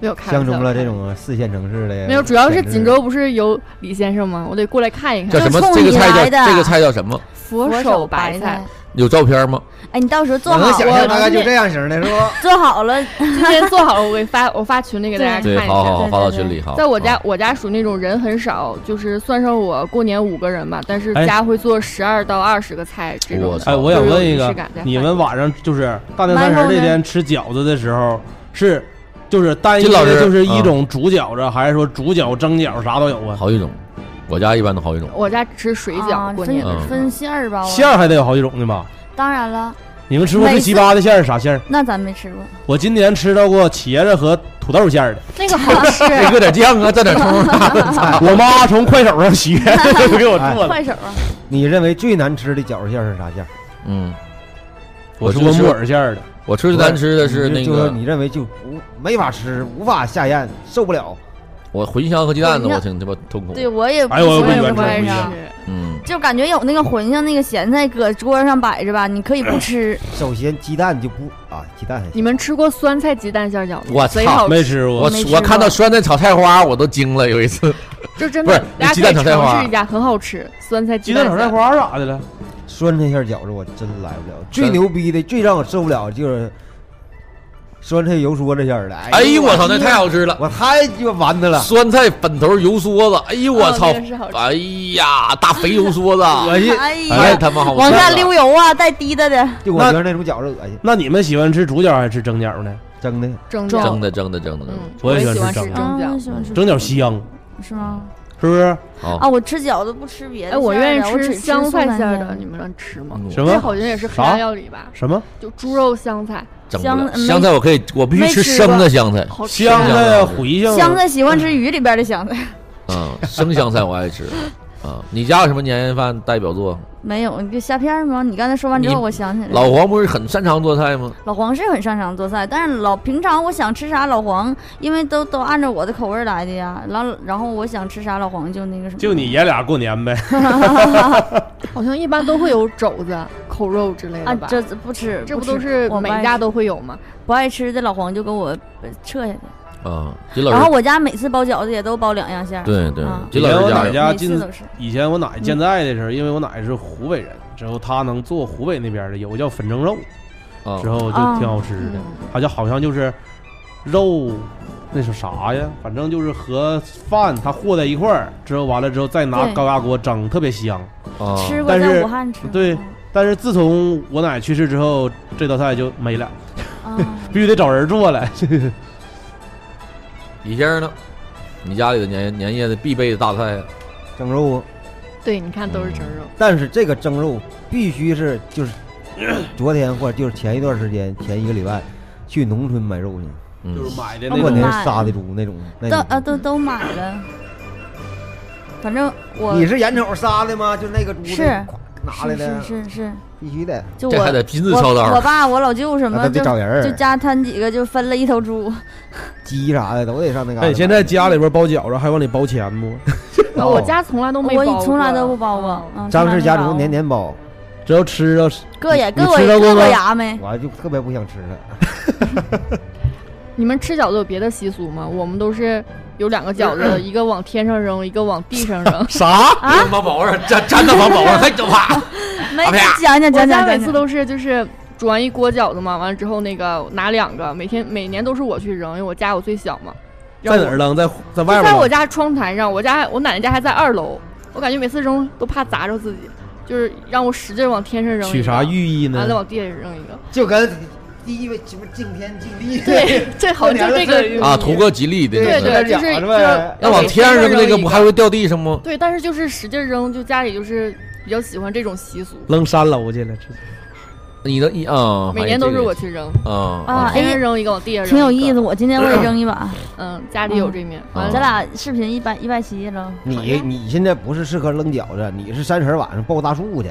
[SPEAKER 5] 没有看
[SPEAKER 4] 相中了这。种啊四线城市的。
[SPEAKER 5] 没有，主要是
[SPEAKER 4] 简直
[SPEAKER 5] 锦州不是有李先生吗？我得过来看一
[SPEAKER 2] 叫
[SPEAKER 5] 看。
[SPEAKER 2] 什么
[SPEAKER 3] 就？冲
[SPEAKER 2] 这个
[SPEAKER 3] 你
[SPEAKER 2] 菜
[SPEAKER 3] 来
[SPEAKER 2] 叫
[SPEAKER 3] 的
[SPEAKER 2] 这个菜叫什么？
[SPEAKER 5] 佛
[SPEAKER 3] 佛
[SPEAKER 5] 手
[SPEAKER 3] 手
[SPEAKER 5] 白菜
[SPEAKER 3] 菜，，
[SPEAKER 2] 有照片吗？
[SPEAKER 3] 哎，你到时候做
[SPEAKER 4] 我能
[SPEAKER 3] 好
[SPEAKER 4] 想
[SPEAKER 5] 我
[SPEAKER 4] 象
[SPEAKER 5] 了
[SPEAKER 4] 大概就
[SPEAKER 5] 这
[SPEAKER 4] 这样型儿的，是不？
[SPEAKER 3] 做好了，
[SPEAKER 5] 今天做好了，我给发，我发群里给大家看一
[SPEAKER 2] 对，
[SPEAKER 5] 下。
[SPEAKER 2] 好好好，
[SPEAKER 3] 对
[SPEAKER 2] 发到
[SPEAKER 3] 对
[SPEAKER 2] 群
[SPEAKER 3] 对
[SPEAKER 2] 里好。
[SPEAKER 5] 在我家
[SPEAKER 2] 啊，
[SPEAKER 5] 我家属那种人很少，就是算上我过年五个人吧，但是
[SPEAKER 1] 哎
[SPEAKER 5] 家会做十二到二十个菜这种
[SPEAKER 2] 我
[SPEAKER 5] 的。
[SPEAKER 2] 操
[SPEAKER 1] 哎，我想问一
[SPEAKER 5] 有
[SPEAKER 1] 个
[SPEAKER 5] 仪式感在，
[SPEAKER 1] 你们晚上就是大年三十那天吃饺子的时候是？就是单一
[SPEAKER 2] 金老
[SPEAKER 1] 的，
[SPEAKER 2] 师嗯
[SPEAKER 1] 就是一种煮饺子，还是说煮饺、蒸饺啥都有啊？
[SPEAKER 2] 好几种，我家一般都好几种。
[SPEAKER 5] 我家吃水
[SPEAKER 3] 啊
[SPEAKER 5] 饺过年，
[SPEAKER 2] 嗯
[SPEAKER 3] 分分馅儿
[SPEAKER 5] 啊
[SPEAKER 3] 吧。我
[SPEAKER 1] 馅儿还得有好几种呢吧？
[SPEAKER 3] 当然了，
[SPEAKER 1] 你们吃过最
[SPEAKER 3] 每次
[SPEAKER 1] 奇葩的馅儿是啥馅儿？
[SPEAKER 3] 那咱没吃过。
[SPEAKER 1] 我今年吃到过茄子和土豆馅儿 的。
[SPEAKER 5] 那个好吃。
[SPEAKER 2] 得搁点酱啊，蘸点葱啊，
[SPEAKER 1] 我妈从快手上 学就给我做了。
[SPEAKER 3] 快手啊，
[SPEAKER 4] 你认为最难吃的饺子馅儿是啥馅儿？
[SPEAKER 2] 嗯，
[SPEAKER 1] 我吃
[SPEAKER 2] 吃
[SPEAKER 1] 过
[SPEAKER 2] 过
[SPEAKER 1] 木，耳馅儿的，
[SPEAKER 2] 我嗯吃最难吃的是
[SPEAKER 4] 你
[SPEAKER 2] 那
[SPEAKER 4] 就就是
[SPEAKER 2] 个
[SPEAKER 4] 你认为就无没法吃，无法下咽，受不了。
[SPEAKER 2] 我茴香和鸡蛋呢，
[SPEAKER 3] 茴香
[SPEAKER 2] 我挺鸡巴痛苦。
[SPEAKER 3] 对我也不
[SPEAKER 1] 哎呦我
[SPEAKER 3] 我
[SPEAKER 1] 跟你
[SPEAKER 3] 也
[SPEAKER 1] 完
[SPEAKER 3] 呃不
[SPEAKER 1] 全
[SPEAKER 3] 爱
[SPEAKER 1] 不一
[SPEAKER 3] 上
[SPEAKER 1] 样，
[SPEAKER 2] 嗯，
[SPEAKER 3] 就感觉有那个茴香那个咸菜搁桌上摆着吧，你可以不吃，
[SPEAKER 4] 首先鸡蛋就不啊，鸡蛋还
[SPEAKER 5] 你
[SPEAKER 4] 行。
[SPEAKER 5] 们吃过酸菜鸡蛋馅儿饺子吗？
[SPEAKER 2] 我
[SPEAKER 5] 贼
[SPEAKER 2] 操
[SPEAKER 5] 好吃，
[SPEAKER 1] 没吃过
[SPEAKER 2] 我
[SPEAKER 3] 我没吃
[SPEAKER 2] 我看到
[SPEAKER 3] 过
[SPEAKER 2] 酸菜炒菜花，我都惊了。有一次，
[SPEAKER 5] 就真
[SPEAKER 2] 不
[SPEAKER 5] 的
[SPEAKER 2] 是，
[SPEAKER 5] 大
[SPEAKER 2] 鸡
[SPEAKER 5] 家可
[SPEAKER 2] 蛋
[SPEAKER 5] 以
[SPEAKER 2] 炒菜花
[SPEAKER 5] 尝试一下，很好吃。酸菜
[SPEAKER 1] 鸡
[SPEAKER 5] 鸡
[SPEAKER 1] 蛋
[SPEAKER 5] 蛋
[SPEAKER 1] 炒
[SPEAKER 5] 馅
[SPEAKER 1] 菜
[SPEAKER 5] 儿，
[SPEAKER 1] 花咋的了？
[SPEAKER 4] 酸菜馅饺子我真来不了，最
[SPEAKER 2] 真
[SPEAKER 4] 牛逼的、最让我受不了的就是酸菜油梭这馅儿的。
[SPEAKER 2] 哎呦我操，那太
[SPEAKER 4] 好，
[SPEAKER 2] 好吃了！
[SPEAKER 4] 我太鸡巴完它了。
[SPEAKER 2] 酸菜粉头油梭子，哎呦我
[SPEAKER 5] 哦
[SPEAKER 2] 操
[SPEAKER 5] 那个是好！吃
[SPEAKER 2] 哎呀，大肥油梭 子，
[SPEAKER 4] 恶心，
[SPEAKER 3] 哎
[SPEAKER 2] 太
[SPEAKER 3] 呀，
[SPEAKER 2] 他妈好吃了！
[SPEAKER 3] 往下溜油啊，带滴答的，
[SPEAKER 4] 就我觉得那种饺子恶心，
[SPEAKER 1] 那你们喜欢吃主角还是吃蒸饺呢？
[SPEAKER 4] 蒸的。
[SPEAKER 5] 蒸嗯
[SPEAKER 3] 蒸
[SPEAKER 5] 饺，
[SPEAKER 2] 蒸的蒸的蒸的蒸
[SPEAKER 5] 嗯
[SPEAKER 2] 的，，
[SPEAKER 1] 我也
[SPEAKER 5] 也
[SPEAKER 1] 喜欢
[SPEAKER 5] 喜欢
[SPEAKER 1] 吃蒸
[SPEAKER 5] 吃蒸
[SPEAKER 1] 饺
[SPEAKER 3] 啊
[SPEAKER 5] 饺。
[SPEAKER 3] 喜欢吃
[SPEAKER 1] 蒸饺香，
[SPEAKER 3] 是吗？
[SPEAKER 1] 是不是？
[SPEAKER 2] 好
[SPEAKER 3] 啊，我吃饺子不吃别的馅儿
[SPEAKER 5] 哎，
[SPEAKER 3] 的，
[SPEAKER 5] 我愿意
[SPEAKER 3] 只
[SPEAKER 5] 吃香菜
[SPEAKER 3] 素
[SPEAKER 5] 馅儿
[SPEAKER 3] 馅
[SPEAKER 5] 的，你们能吃吗？
[SPEAKER 2] 嗯
[SPEAKER 1] 什
[SPEAKER 5] 这
[SPEAKER 1] 么
[SPEAKER 5] 好像也是黑
[SPEAKER 1] 啥
[SPEAKER 5] 暗料理吧？
[SPEAKER 1] 什么
[SPEAKER 5] 就猪肉香菜，
[SPEAKER 2] 蒸不
[SPEAKER 3] 香
[SPEAKER 2] 了
[SPEAKER 3] 嗯
[SPEAKER 2] 香菜，我可以，我必须
[SPEAKER 3] 没
[SPEAKER 2] 吃
[SPEAKER 3] 吃
[SPEAKER 2] 生
[SPEAKER 3] 过
[SPEAKER 2] 的香菜，
[SPEAKER 5] 好吃
[SPEAKER 1] 香
[SPEAKER 2] 啊
[SPEAKER 1] 菜啊、茴香啊、
[SPEAKER 3] 香菜喜欢吃鱼里边的香菜，
[SPEAKER 2] 嗯，生香菜我爱 吃。啊，你家有什么年夜饭代表作？
[SPEAKER 3] 没有，你这虾片儿吗？你刚才说完之后，
[SPEAKER 2] 你
[SPEAKER 3] 我想起来了，
[SPEAKER 2] 老黄不是很擅长做菜吗？
[SPEAKER 3] 老黄是很擅长做菜，但是老平常我想吃啥，老黄因为都都按照我的口味儿来的呀。然后然后我想吃啥，老黄就那个什么，
[SPEAKER 1] 就你爷俩过年呗，
[SPEAKER 5] 好像一般都会有肘 子、扣肉之类
[SPEAKER 3] 啊
[SPEAKER 5] 的吧？，
[SPEAKER 3] 这不吃，
[SPEAKER 5] 这不
[SPEAKER 3] 吃
[SPEAKER 5] 都是
[SPEAKER 3] 我
[SPEAKER 5] 每
[SPEAKER 3] 不爱
[SPEAKER 5] 家
[SPEAKER 3] 吃
[SPEAKER 5] 都会有吗？
[SPEAKER 3] 不爱吃的老黄就给我呃撤下去。
[SPEAKER 2] 啊，金老
[SPEAKER 3] 然后
[SPEAKER 2] 师，
[SPEAKER 3] 我家每次包饺子也都包两样馅儿，
[SPEAKER 2] 对对
[SPEAKER 3] 啊，
[SPEAKER 2] 金老
[SPEAKER 1] 我
[SPEAKER 2] 师
[SPEAKER 1] 哪
[SPEAKER 2] 家
[SPEAKER 1] 儿
[SPEAKER 2] 有
[SPEAKER 1] 家
[SPEAKER 3] 每次
[SPEAKER 1] 进
[SPEAKER 3] 都是。
[SPEAKER 1] 以前我奶健在的时候，因为我奶是湖北人，之后她能做湖北那边的，有个叫粉蒸肉，
[SPEAKER 2] 啊
[SPEAKER 1] 之，后就挺好吃的
[SPEAKER 5] 嗯。
[SPEAKER 1] 它就好像就是肉，那是啥呀？反正就是和饭它和在一块儿，之后完了之后再拿
[SPEAKER 3] 对
[SPEAKER 1] 高压锅蒸，特别香。
[SPEAKER 2] 啊
[SPEAKER 3] 吃过
[SPEAKER 1] 但
[SPEAKER 3] 在
[SPEAKER 1] 是
[SPEAKER 3] 武汉吃过，
[SPEAKER 1] 对但是自从我奶去世之后，这道菜就没了，
[SPEAKER 3] 啊，
[SPEAKER 1] 必须得找人做了。
[SPEAKER 2] 李先生呢？你家里的年年夜的必备的大菜，
[SPEAKER 4] 蒸肉啊，
[SPEAKER 5] 对，你看都是蒸肉，
[SPEAKER 4] 但是这个蒸肉必须是就是 昨天或者就是前一段时间前一个礼拜去农村买肉去，
[SPEAKER 2] 嗯，
[SPEAKER 1] 买的
[SPEAKER 3] 那
[SPEAKER 4] 过
[SPEAKER 3] 种
[SPEAKER 4] 年杀的猪那种那
[SPEAKER 3] 都
[SPEAKER 4] 种
[SPEAKER 3] 啊都都买了，反正我
[SPEAKER 4] 你是眼瞅杀的吗？就那个猪
[SPEAKER 3] 是
[SPEAKER 4] 那咵拿
[SPEAKER 3] 是
[SPEAKER 4] 来
[SPEAKER 3] 是
[SPEAKER 4] 的，
[SPEAKER 3] 是是，
[SPEAKER 4] 必须的，
[SPEAKER 3] 就
[SPEAKER 2] 这还
[SPEAKER 3] 我
[SPEAKER 2] 得亲自啊操
[SPEAKER 3] 我啊我
[SPEAKER 2] 刀。
[SPEAKER 3] 爸我老舅什
[SPEAKER 4] 那
[SPEAKER 3] 么
[SPEAKER 4] 得
[SPEAKER 3] 就
[SPEAKER 4] 找人儿
[SPEAKER 3] 就家摊几个就分了一头猪，
[SPEAKER 4] 鸡啥的都得上那嘎达买。
[SPEAKER 1] 哎，现在家里边包饺子还往里包钱不？ 嗯
[SPEAKER 5] 啊我家从来都没包
[SPEAKER 3] 哦我
[SPEAKER 5] 过，啊
[SPEAKER 3] 从来都不包过。嗯
[SPEAKER 4] 张氏家
[SPEAKER 3] 从来没包
[SPEAKER 4] 族
[SPEAKER 3] 过
[SPEAKER 4] 年年包，
[SPEAKER 1] 只要吃
[SPEAKER 4] 啊
[SPEAKER 1] 着
[SPEAKER 3] 硌也
[SPEAKER 1] 你
[SPEAKER 3] 硌
[SPEAKER 1] 吃到
[SPEAKER 3] 我
[SPEAKER 1] 过
[SPEAKER 3] 硌
[SPEAKER 1] 吗。
[SPEAKER 3] 我牙
[SPEAKER 5] 啊
[SPEAKER 3] 没？
[SPEAKER 4] 我就特别不想吃它。
[SPEAKER 5] 你们吃饺子有别的习俗吗？我们都是有两个饺
[SPEAKER 3] 嗯
[SPEAKER 5] 子，一个往天上扔，一个往地上扔
[SPEAKER 1] 啥，
[SPEAKER 3] 啊
[SPEAKER 2] 王宝儿粘粘到王宝儿，还整怕。
[SPEAKER 3] 没
[SPEAKER 2] 哎呀
[SPEAKER 3] 讲讲
[SPEAKER 5] 我
[SPEAKER 3] 讲
[SPEAKER 5] 家
[SPEAKER 3] 讲
[SPEAKER 5] 每
[SPEAKER 3] 讲
[SPEAKER 5] 次
[SPEAKER 3] 讲，
[SPEAKER 5] 都是就是煮完一锅饺子嘛，完了之后那个拿两个，每天每年都是我去扔，因为我家我最小嘛。
[SPEAKER 1] 在哪儿扔？在在
[SPEAKER 5] 就
[SPEAKER 1] 外
[SPEAKER 5] 在
[SPEAKER 1] 边
[SPEAKER 5] 我
[SPEAKER 1] 扔。
[SPEAKER 5] 家窗台上，我家我奶奶家还在二楼，我感觉每次扔都怕砸着自己，就是让我使劲往天上扔一个。
[SPEAKER 1] 取啥寓意
[SPEAKER 5] 完了
[SPEAKER 3] 嗯
[SPEAKER 1] 呢？
[SPEAKER 5] 往地上扔一个。
[SPEAKER 4] 就跟第一位什么敬天敬地，
[SPEAKER 5] 对，这好像就这个寓意
[SPEAKER 2] 啊，图个吉利的。
[SPEAKER 5] 对
[SPEAKER 2] 真的
[SPEAKER 5] 对，就是
[SPEAKER 4] 这
[SPEAKER 5] 就
[SPEAKER 4] 俩呗
[SPEAKER 5] 是
[SPEAKER 2] 那往天上扔那个不还会掉地上吗？
[SPEAKER 5] 对，但是就是使劲扔，就家里就是比较喜欢这种习俗，
[SPEAKER 1] 扔三楼去了，这
[SPEAKER 2] 你能一啊，
[SPEAKER 5] 每年都是我去扔，
[SPEAKER 2] 啊
[SPEAKER 3] 啊
[SPEAKER 5] 往天
[SPEAKER 3] 哎
[SPEAKER 5] 上扔一个，往地上扔，
[SPEAKER 3] 挺有意思。。我今天我也扔一把，
[SPEAKER 5] 嗯，家里有这面，完
[SPEAKER 2] 啊
[SPEAKER 5] 了
[SPEAKER 3] 咱俩视频一百一百七扔。
[SPEAKER 4] 你你现在不是适合扔饺子，你是三十晚上抱大树去，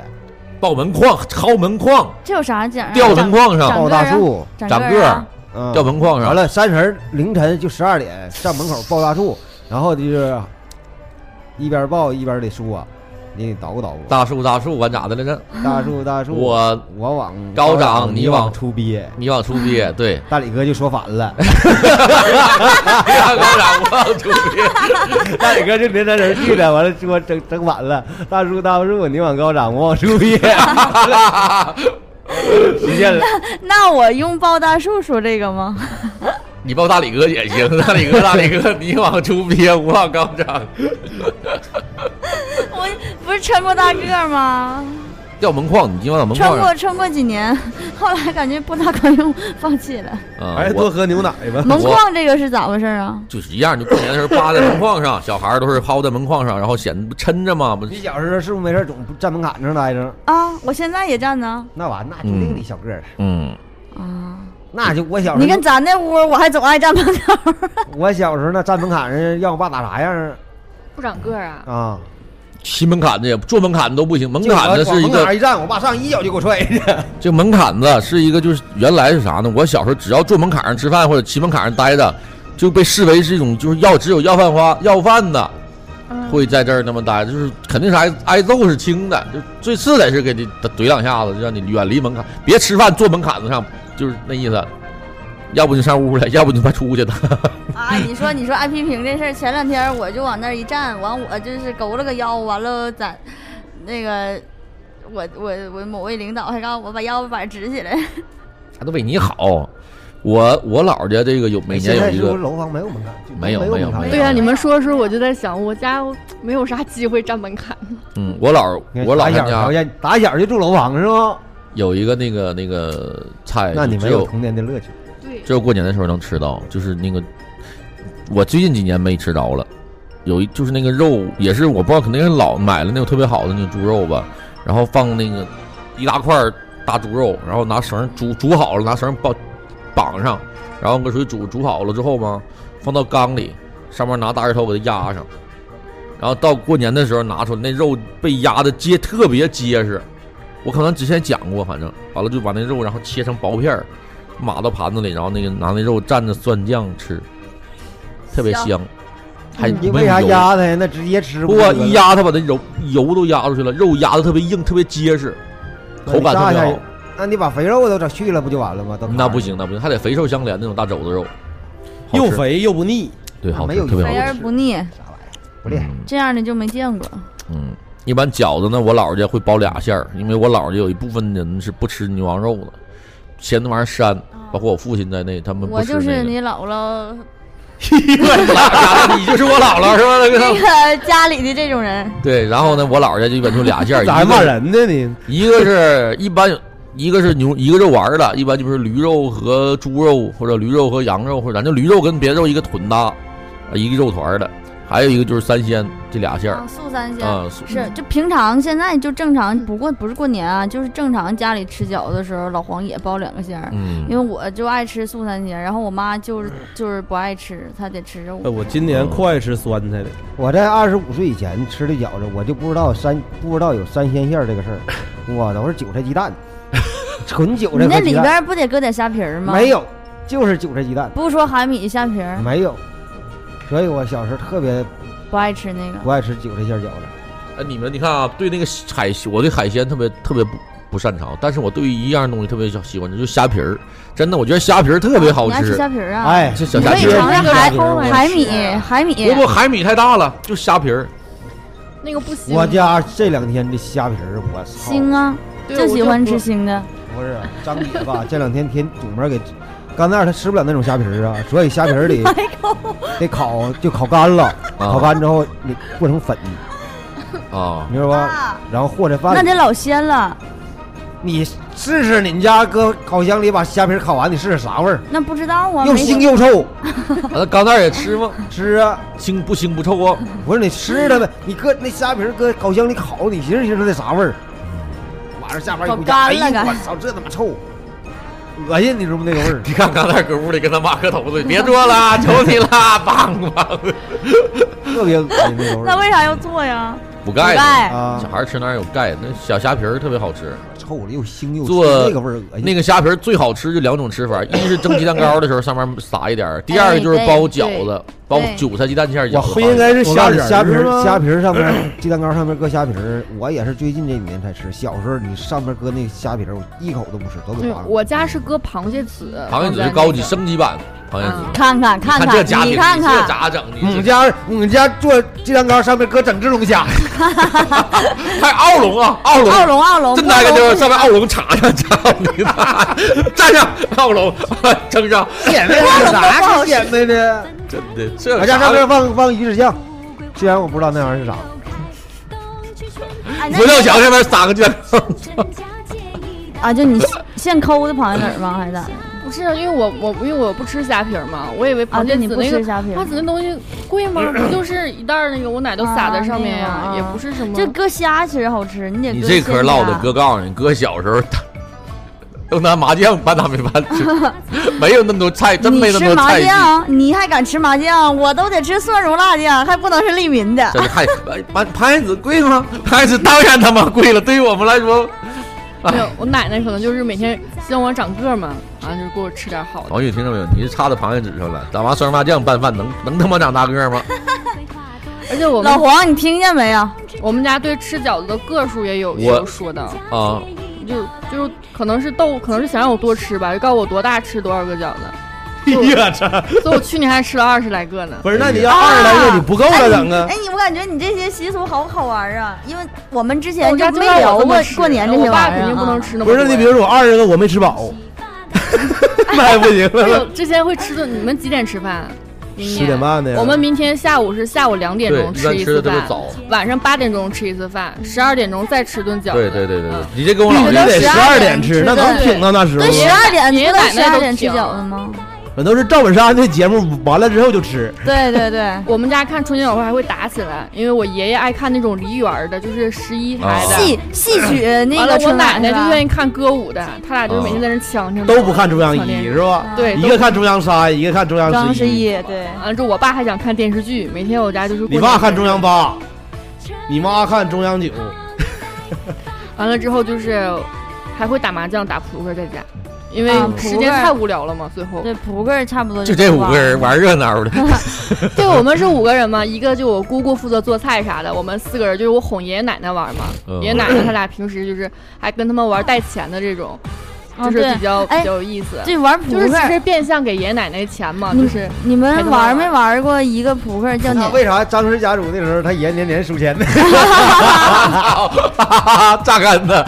[SPEAKER 2] 爆门框、敲门框、
[SPEAKER 3] 这有啥讲啊？
[SPEAKER 2] 吊门框
[SPEAKER 3] 长
[SPEAKER 2] 上、
[SPEAKER 4] 抱大树，
[SPEAKER 3] 长
[SPEAKER 2] 长
[SPEAKER 3] 个
[SPEAKER 2] 个
[SPEAKER 3] 儿
[SPEAKER 2] 儿
[SPEAKER 3] 啊，
[SPEAKER 4] 嗯
[SPEAKER 2] 吊门框上
[SPEAKER 4] 完。了，三十儿凌晨就十二点上门口抱大树，然后就是一边抱一边得说，你得捣鼓捣鼓。
[SPEAKER 2] 大树大树，完咋的来着？
[SPEAKER 4] 大树大树，
[SPEAKER 2] 我
[SPEAKER 4] 我往
[SPEAKER 2] 高长
[SPEAKER 4] 长，
[SPEAKER 2] 你
[SPEAKER 4] 往
[SPEAKER 2] 往
[SPEAKER 4] 出憋。
[SPEAKER 2] 你往出憋， 对，哎
[SPEAKER 4] 大李哥就说反 了，
[SPEAKER 2] 高长我往出憋。
[SPEAKER 4] 大李哥就凌晨人去了，完了说整整反了。大树大树，你往高长，我往出憋，实现了。
[SPEAKER 3] 那我用抱大树说这个吗？
[SPEAKER 2] 你抱大李哥也行，大李哥大李哥，你往出憋，我往高长。
[SPEAKER 3] 我不是穿过大个儿吗？
[SPEAKER 2] 吊门框，你今晚往门
[SPEAKER 3] 穿
[SPEAKER 2] 框
[SPEAKER 3] 过
[SPEAKER 2] 上
[SPEAKER 3] 穿过几年， 后来感觉不大管用，放弃 了。
[SPEAKER 2] 啊
[SPEAKER 1] 还，
[SPEAKER 4] 哎
[SPEAKER 1] 哎多
[SPEAKER 2] 我
[SPEAKER 1] 喝牛奶吧。
[SPEAKER 3] 门框这个是咋回事啊？
[SPEAKER 2] 就是一样，你过年的时候扒在门框上，小孩儿都是趴在门框上，然后显得抻着嘛，不
[SPEAKER 4] 你小时候是不是没事总站门槛上待着？
[SPEAKER 3] 啊，我现在也站呢。
[SPEAKER 4] 那完，那注定得小个儿了。
[SPEAKER 2] 嗯，
[SPEAKER 3] 啊，
[SPEAKER 4] 那就我小
[SPEAKER 3] 你
[SPEAKER 4] 时候
[SPEAKER 3] 看，咱那屋，我还总爱站门口 儿。
[SPEAKER 4] 我小时候那站门槛上，让我爸打啥样儿
[SPEAKER 5] 不长个儿啊，
[SPEAKER 4] 啊？
[SPEAKER 2] 骑门槛子也坐门槛子都不行，门槛子是一
[SPEAKER 4] 往门槛
[SPEAKER 2] 个，
[SPEAKER 4] 一站，我爸上一脚就给我踹去。
[SPEAKER 2] 这门槛子是一个，就是原来是啥呢？我小时候只要坐门槛上吃饭或者骑门槛上待着，就被视为是一种就是要只有要饭花要饭的
[SPEAKER 5] 嗯
[SPEAKER 2] 会在这儿那么待，就是肯定是挨挨揍是轻的，就最次得是给你怼两下子，就让你远离门槛，别吃饭坐门槛子上，就是那意思。要不你上屋来，要不你快出去的。
[SPEAKER 3] 啊，你说你说挨批评这事儿，前两天我就往那儿一站，完我就是勾了个腰，完了咱那个我我我某位领导还告诉我把腰板直起来，
[SPEAKER 2] 他都为你好。我我姥家这个有每年
[SPEAKER 4] 哎现
[SPEAKER 2] 有
[SPEAKER 4] 在
[SPEAKER 2] 一
[SPEAKER 4] 是不是
[SPEAKER 2] 个，
[SPEAKER 4] 楼房没有门槛？就
[SPEAKER 2] 没有
[SPEAKER 4] 没
[SPEAKER 2] 没有
[SPEAKER 4] 门槛。
[SPEAKER 5] 对呀、
[SPEAKER 2] 啊
[SPEAKER 5] 你们说的时候我就在想，我家没有啥机会站门槛，
[SPEAKER 2] 嗯，我姥
[SPEAKER 4] 你看
[SPEAKER 2] 我姥
[SPEAKER 4] 打
[SPEAKER 2] 他
[SPEAKER 4] 小条
[SPEAKER 2] 家
[SPEAKER 4] 件，打小就住楼房是吗？
[SPEAKER 2] 有一个那个那个菜，
[SPEAKER 4] 那你
[SPEAKER 2] 哎就只
[SPEAKER 4] 没有童年的乐趣。
[SPEAKER 5] 对
[SPEAKER 2] 只有过年的时候能吃到，就是那个我最近几年没吃着了。有一就是那个肉也是我不知道，肯定是老买了那种特别好的那种猪肉吧，然后放那个一大块儿大猪肉，然后拿绳儿煮煮好了，拿绳儿绑绑上，然后搁水煮煮好了之后嘛，放到缸里，上面拿大石头给它压上，然后到过年的时候拿出来，那肉被压的结特别结实，我可能之前讲过，反正完了就把那肉然后切成薄片儿，码到盘子里，然后那个拿那肉蘸着蒜酱吃，特别香，还
[SPEAKER 5] 嗯
[SPEAKER 4] 你
[SPEAKER 2] 没
[SPEAKER 4] 为
[SPEAKER 2] 有
[SPEAKER 4] 啥
[SPEAKER 2] 油
[SPEAKER 4] 压它呀？那直接吃
[SPEAKER 2] 不
[SPEAKER 4] 就
[SPEAKER 2] 过
[SPEAKER 4] 完了
[SPEAKER 2] 一压它把那油油都压出去了，肉压的特别硬，特别结实，口感特别好。
[SPEAKER 4] 那你把肥肉都整去了，不就完了吗？都
[SPEAKER 2] 那不行，，那不行，还得肥瘦相连那种大肘子肉，好
[SPEAKER 1] 又
[SPEAKER 2] 吃
[SPEAKER 1] 肥又不腻，
[SPEAKER 2] 对，好
[SPEAKER 4] 没
[SPEAKER 2] 吃，
[SPEAKER 4] 有
[SPEAKER 2] 特别好
[SPEAKER 3] 肥
[SPEAKER 2] 吃。
[SPEAKER 3] 而不腻，
[SPEAKER 4] 不练。
[SPEAKER 2] 嗯
[SPEAKER 3] 这样的就没见过。
[SPEAKER 2] 嗯，一般饺子呢，我姥儿家会包俩馅儿，因为我姥儿家有一部分人是不吃牛羊肉的，嫌那玩意儿膻，
[SPEAKER 3] 哦
[SPEAKER 2] 包括我父亲在内，他们不
[SPEAKER 3] 我
[SPEAKER 2] 吃
[SPEAKER 3] 就 是
[SPEAKER 2] 那个。
[SPEAKER 3] 你姥姥
[SPEAKER 2] 你就是我姥姥是吧那
[SPEAKER 3] 那
[SPEAKER 2] 个？
[SPEAKER 3] 个家里的这种人，
[SPEAKER 2] 对，然后呢，我姥儿家就一般就俩
[SPEAKER 4] 哎
[SPEAKER 2] 馅 儿，
[SPEAKER 1] 咋
[SPEAKER 2] 一
[SPEAKER 1] 还
[SPEAKER 2] 个
[SPEAKER 1] 骂
[SPEAKER 2] 是
[SPEAKER 1] 人呢你？
[SPEAKER 2] 一个是一般有，一个是牛，一个是丸儿的，一般就是驴肉和猪肉，或者驴肉和羊肉，或者咱就驴肉跟别肉一个混搭，啊一个肉团儿的，还有一个就是三鲜这俩馅儿
[SPEAKER 3] 啊，素三鲜。
[SPEAKER 2] 啊，
[SPEAKER 3] 是，就平常现在就正常，不过不是过年啊，就是正常家里吃饺子的时候，老黄也包两个馅儿，因为
[SPEAKER 2] 嗯，
[SPEAKER 3] 我就爱吃素三鲜，然后我妈就是就是不爱吃，她得吃肉
[SPEAKER 1] 哎，。我今年酷爱吃酸菜了。
[SPEAKER 4] 我在二十五岁以前吃的饺子，我就不知道三不知道有三鲜馅儿这个事 儿，我都是韭菜鸡蛋，纯韭
[SPEAKER 3] 你
[SPEAKER 4] 菜
[SPEAKER 3] 那
[SPEAKER 4] 和鸡
[SPEAKER 3] 里
[SPEAKER 4] 蛋，
[SPEAKER 3] 边不得搁点虾皮儿吗？
[SPEAKER 4] 没，有，就是韭菜鸡蛋，
[SPEAKER 3] 不说海米虾皮
[SPEAKER 2] 嗯
[SPEAKER 3] 儿，
[SPEAKER 4] 没有。所以我小时候特别
[SPEAKER 3] 不爱吃那个。
[SPEAKER 4] 不爱吃韭菜馅儿饺子，
[SPEAKER 2] 哎，你们你看啊，对那个海，我对海鲜特别特别不不擅长，但是我对于一样东西特别喜欢吃，就是虾皮儿，真的，我觉得虾皮儿特别好
[SPEAKER 3] 你爱吃
[SPEAKER 2] 吃，
[SPEAKER 3] 虾皮儿啊？，
[SPEAKER 4] 哎，
[SPEAKER 2] 这小
[SPEAKER 3] 你
[SPEAKER 2] 虾
[SPEAKER 3] 可
[SPEAKER 2] 皮
[SPEAKER 3] 以
[SPEAKER 2] 儿
[SPEAKER 3] 尝尝海
[SPEAKER 5] 我
[SPEAKER 3] 海米海米。
[SPEAKER 2] 不不，海米太大了，就虾皮儿，
[SPEAKER 5] 那个不行。
[SPEAKER 4] 我家这两天这虾皮儿，我操，
[SPEAKER 3] 腥啊，
[SPEAKER 5] 对
[SPEAKER 3] 就喜欢吃。
[SPEAKER 5] 我不
[SPEAKER 3] 腥的。
[SPEAKER 4] 不是啊张姐吧？ 这两天天祖妈给干那儿，她吃不了那种虾 皮儿啊，所以虾皮儿得
[SPEAKER 3] 哎
[SPEAKER 4] 得烤，就烤干了，烤
[SPEAKER 2] 啊
[SPEAKER 4] 干之后你和成粉，
[SPEAKER 2] 啊
[SPEAKER 4] 你知道吧？
[SPEAKER 3] 啊
[SPEAKER 4] 然后和在
[SPEAKER 3] 那
[SPEAKER 4] 饭里。
[SPEAKER 3] 得老鲜了，
[SPEAKER 4] 你试试，你们家搁烤箱里把虾皮儿烤完，你试试啥味儿？
[SPEAKER 3] 那不知道啊。
[SPEAKER 4] 又
[SPEAKER 3] 没
[SPEAKER 4] 腥 又臭，
[SPEAKER 2] 啊那钢蛋儿也吃吗？
[SPEAKER 4] 吃啊！
[SPEAKER 2] 腥不腥不臭啊？。
[SPEAKER 4] 不是你 吃它呗，你搁那虾皮儿搁烤箱里烤，你寻思寻思它啥味儿？晚上下班一回家，
[SPEAKER 3] 烤
[SPEAKER 4] 哎
[SPEAKER 3] 干了
[SPEAKER 4] 呀，
[SPEAKER 3] 该
[SPEAKER 4] 我操，这他妈臭，恶心！你知道吗？那个味儿
[SPEAKER 2] 你看刚才搁屋里跟他妈磕头子，别做了，求你了，棒棒。
[SPEAKER 4] 特别恶心那种味
[SPEAKER 3] 那
[SPEAKER 4] 儿，
[SPEAKER 3] 为啥要做呀？
[SPEAKER 2] 补
[SPEAKER 3] 不
[SPEAKER 2] 钙呢，
[SPEAKER 4] 啊
[SPEAKER 2] 小，孩吃哪有钙？那小虾皮儿特别好吃，
[SPEAKER 4] 臭了又腥又
[SPEAKER 2] 做
[SPEAKER 4] 臭那个味儿恶
[SPEAKER 1] 哎
[SPEAKER 4] 心。
[SPEAKER 2] 那个虾皮儿最好吃就两种吃法，一是蒸鸡蛋糕的时候上面撒一点儿，
[SPEAKER 3] 哎
[SPEAKER 2] 第二个就是包饺子，包韭菜鸡蛋馅儿饺
[SPEAKER 4] 我
[SPEAKER 2] 子。
[SPEAKER 1] 不应该是
[SPEAKER 4] 我
[SPEAKER 1] 虾
[SPEAKER 4] 告诉
[SPEAKER 1] 仁
[SPEAKER 4] 你虾皮
[SPEAKER 1] 儿吗
[SPEAKER 4] 儿，虾皮儿上面鸡蛋糕上面搁虾皮儿，我也是最近这几年才吃。小时候你上面搁那个虾皮儿，我一口都不吃，都
[SPEAKER 5] 不
[SPEAKER 4] 给
[SPEAKER 5] 对，
[SPEAKER 4] 扒了。
[SPEAKER 5] 我家是搁螃蟹籽，
[SPEAKER 2] 螃蟹籽是高级升级版螃蟹籽。
[SPEAKER 3] 看看嗯看
[SPEAKER 2] 这家
[SPEAKER 3] 看，
[SPEAKER 2] 庭，
[SPEAKER 3] 你看
[SPEAKER 2] 这
[SPEAKER 3] 看，
[SPEAKER 2] 咋整？你这
[SPEAKER 4] 我家我家做鸡蛋糕上面搁整只龙虾，
[SPEAKER 2] 还奥龙啊，奥龙，
[SPEAKER 3] 奥龙奥龙，
[SPEAKER 2] 真大个就是上面奥龙插上，插上你妈，站上奥龙，蒸上，
[SPEAKER 4] 显摆有哎啥是显摆的？
[SPEAKER 2] 真的，这有
[SPEAKER 4] 我家
[SPEAKER 2] 啥
[SPEAKER 4] 啊上面放放鱼子酱，虽然我不知道那玩意儿是啥。
[SPEAKER 3] 哎那
[SPEAKER 2] 不料墙上面撒个鸡蛋糕。
[SPEAKER 3] 啊，就你现抠的螃蟹籽儿 吗？还是咋的？
[SPEAKER 5] 不是啊因为我我因为我不吃虾皮儿嘛，我以为
[SPEAKER 3] 啊，
[SPEAKER 5] 螃
[SPEAKER 3] 对，
[SPEAKER 5] 蟹
[SPEAKER 3] 你
[SPEAKER 5] 籽
[SPEAKER 3] 不
[SPEAKER 5] 那
[SPEAKER 3] 吃
[SPEAKER 5] 个
[SPEAKER 3] 虾皮儿
[SPEAKER 5] 螃蟹，籽那东西贵吗？不就是一袋儿那个，我奶都撒在上面
[SPEAKER 3] 啊
[SPEAKER 5] 呀，
[SPEAKER 3] 那
[SPEAKER 5] 也
[SPEAKER 3] 样啊
[SPEAKER 5] 不是什么。
[SPEAKER 3] 这搁虾其实好吃，你得
[SPEAKER 2] 你
[SPEAKER 3] 搁
[SPEAKER 2] 这
[SPEAKER 3] 鲜
[SPEAKER 2] 嗑唠的
[SPEAKER 3] 虾，
[SPEAKER 2] 哥告诉你，哥小时候他都拿麻酱拌大米饭吃，没有那么多菜，真没
[SPEAKER 3] 你
[SPEAKER 2] 那
[SPEAKER 3] 吃
[SPEAKER 2] 么多
[SPEAKER 3] 麻啊
[SPEAKER 2] 菜系。
[SPEAKER 3] 酱，你还敢吃麻酱？我都得吃蒜蓉辣酱，还不能是利民的。
[SPEAKER 2] 真是还螃螃蟹籽贵吗？螃蟹籽当然他妈贵了，对于我们来说，
[SPEAKER 5] 没有，我奶奶可能就是每天希望我长个儿嘛，完、了就是给我吃点好的。
[SPEAKER 2] 王宇，听着没有？你是插在螃蟹纸上了，咱妈酸麻酱拌饭能能他妈长大个 儿吗？
[SPEAKER 5] 而且我
[SPEAKER 3] 老
[SPEAKER 5] 们
[SPEAKER 3] 黄，你听见没有？
[SPEAKER 5] 我们家对吃饺子的个数也有也
[SPEAKER 2] 我
[SPEAKER 5] 有说的，
[SPEAKER 2] 啊，
[SPEAKER 5] 就就是可能是逗，可能是想让我多吃吧，就告诉我多大吃多少个饺子，
[SPEAKER 1] 哎呀，这哎
[SPEAKER 5] 所以我去年还吃了二十来个呢。
[SPEAKER 4] 不是，那你要二十来个，你不够了整啊
[SPEAKER 3] 哎，！你我感觉你这些习俗好好玩啊，因为我们之
[SPEAKER 5] 我
[SPEAKER 3] 前
[SPEAKER 5] 家
[SPEAKER 3] 就
[SPEAKER 5] 就
[SPEAKER 3] 没
[SPEAKER 5] 让我
[SPEAKER 3] 聊
[SPEAKER 5] 这么
[SPEAKER 3] 过
[SPEAKER 5] 吃
[SPEAKER 3] 过年这
[SPEAKER 5] 我
[SPEAKER 3] 些
[SPEAKER 5] 爸
[SPEAKER 3] 玩意儿、啊。
[SPEAKER 5] 肯定不能吃那么
[SPEAKER 4] 不
[SPEAKER 5] 多
[SPEAKER 4] 是，你比如说我二十个我没吃饱， 那不行
[SPEAKER 5] 哎呦
[SPEAKER 4] 了。
[SPEAKER 5] 之前会吃的，你们几点吃饭？明天
[SPEAKER 4] 十点。半的呀，
[SPEAKER 5] 我们明天下午是下午两点
[SPEAKER 2] 对，
[SPEAKER 5] 钟
[SPEAKER 2] 一般
[SPEAKER 5] 一
[SPEAKER 2] 吃
[SPEAKER 5] 次
[SPEAKER 2] 的都是
[SPEAKER 5] 饭，
[SPEAKER 2] 早。
[SPEAKER 5] 晚上八点钟吃一次
[SPEAKER 3] 嗯
[SPEAKER 5] 饭，十二点钟再吃顿饺子。
[SPEAKER 2] 对对对对对
[SPEAKER 5] 嗯，
[SPEAKER 2] 你这跟我
[SPEAKER 4] 必
[SPEAKER 2] 老
[SPEAKER 4] 须
[SPEAKER 2] 爷
[SPEAKER 4] 得
[SPEAKER 2] 子
[SPEAKER 4] 十二点吃，那能挺啊到那时候
[SPEAKER 3] 对，十
[SPEAKER 4] 吗？
[SPEAKER 3] 二点
[SPEAKER 5] 爷爷
[SPEAKER 3] 不能
[SPEAKER 5] 奶
[SPEAKER 3] 十
[SPEAKER 5] 奶
[SPEAKER 3] 二
[SPEAKER 5] 都
[SPEAKER 3] 点吃
[SPEAKER 5] 挺
[SPEAKER 3] 饺子吗？
[SPEAKER 4] 那都是赵本山那节目完了之后就吃，
[SPEAKER 3] 对对对，
[SPEAKER 5] 我们家看春节晚会还会打起来，因为我爷爷爱看那种梨园儿的，就是十一台 的。
[SPEAKER 4] 啊
[SPEAKER 3] 戏戏曲
[SPEAKER 4] 嗯
[SPEAKER 3] 那
[SPEAKER 5] 完了
[SPEAKER 3] 个，
[SPEAKER 5] 我奶奶就愿
[SPEAKER 3] 意。
[SPEAKER 5] 意看歌舞的，他俩就是每天在那呛呛。
[SPEAKER 4] 都不看中央一是吧？
[SPEAKER 5] 对，
[SPEAKER 4] 一
[SPEAKER 5] 都
[SPEAKER 4] 个看中央三，一个看中央
[SPEAKER 3] 双
[SPEAKER 4] 十
[SPEAKER 3] 十
[SPEAKER 4] 一。
[SPEAKER 3] 一，对，
[SPEAKER 5] 完了之后，我爸还想看电视剧，每天我家就是过
[SPEAKER 4] 你
[SPEAKER 5] 年
[SPEAKER 4] 爸看中央八，你妈看中央九，
[SPEAKER 5] 完了之后就是还会打麻将、打扑克在家，因为
[SPEAKER 3] 啊
[SPEAKER 5] 时
[SPEAKER 3] 扑
[SPEAKER 5] 间
[SPEAKER 3] 克
[SPEAKER 5] 太无聊了嘛。最后，
[SPEAKER 3] 对扑克差不多
[SPEAKER 2] 就这五个人
[SPEAKER 3] 玩。
[SPEAKER 2] 玩热闹 的，
[SPEAKER 5] 对我们是五个人嘛，一个就我姑姑负责做菜啥的，我们四个人就是我哄爷爷奶奶玩嘛。
[SPEAKER 2] 嗯
[SPEAKER 5] 爷爷奶奶他俩平时就是还跟他们玩带钱的这种，
[SPEAKER 3] 啊
[SPEAKER 5] 就是比较、
[SPEAKER 3] 哎
[SPEAKER 5] 比较有意思。
[SPEAKER 3] 这玩扑
[SPEAKER 5] 就是其实
[SPEAKER 3] 克，
[SPEAKER 5] 变相给爷爷奶奶钱嘛，
[SPEAKER 3] 嗯
[SPEAKER 5] 就是
[SPEAKER 3] 你
[SPEAKER 5] 还
[SPEAKER 3] 们
[SPEAKER 5] 能
[SPEAKER 3] 玩
[SPEAKER 5] 玩
[SPEAKER 3] 没玩过一个扑克叫
[SPEAKER 4] 那
[SPEAKER 3] 碾
[SPEAKER 4] 为啥张氏家族那时候他爷年年输钱呢？
[SPEAKER 2] 榨干的。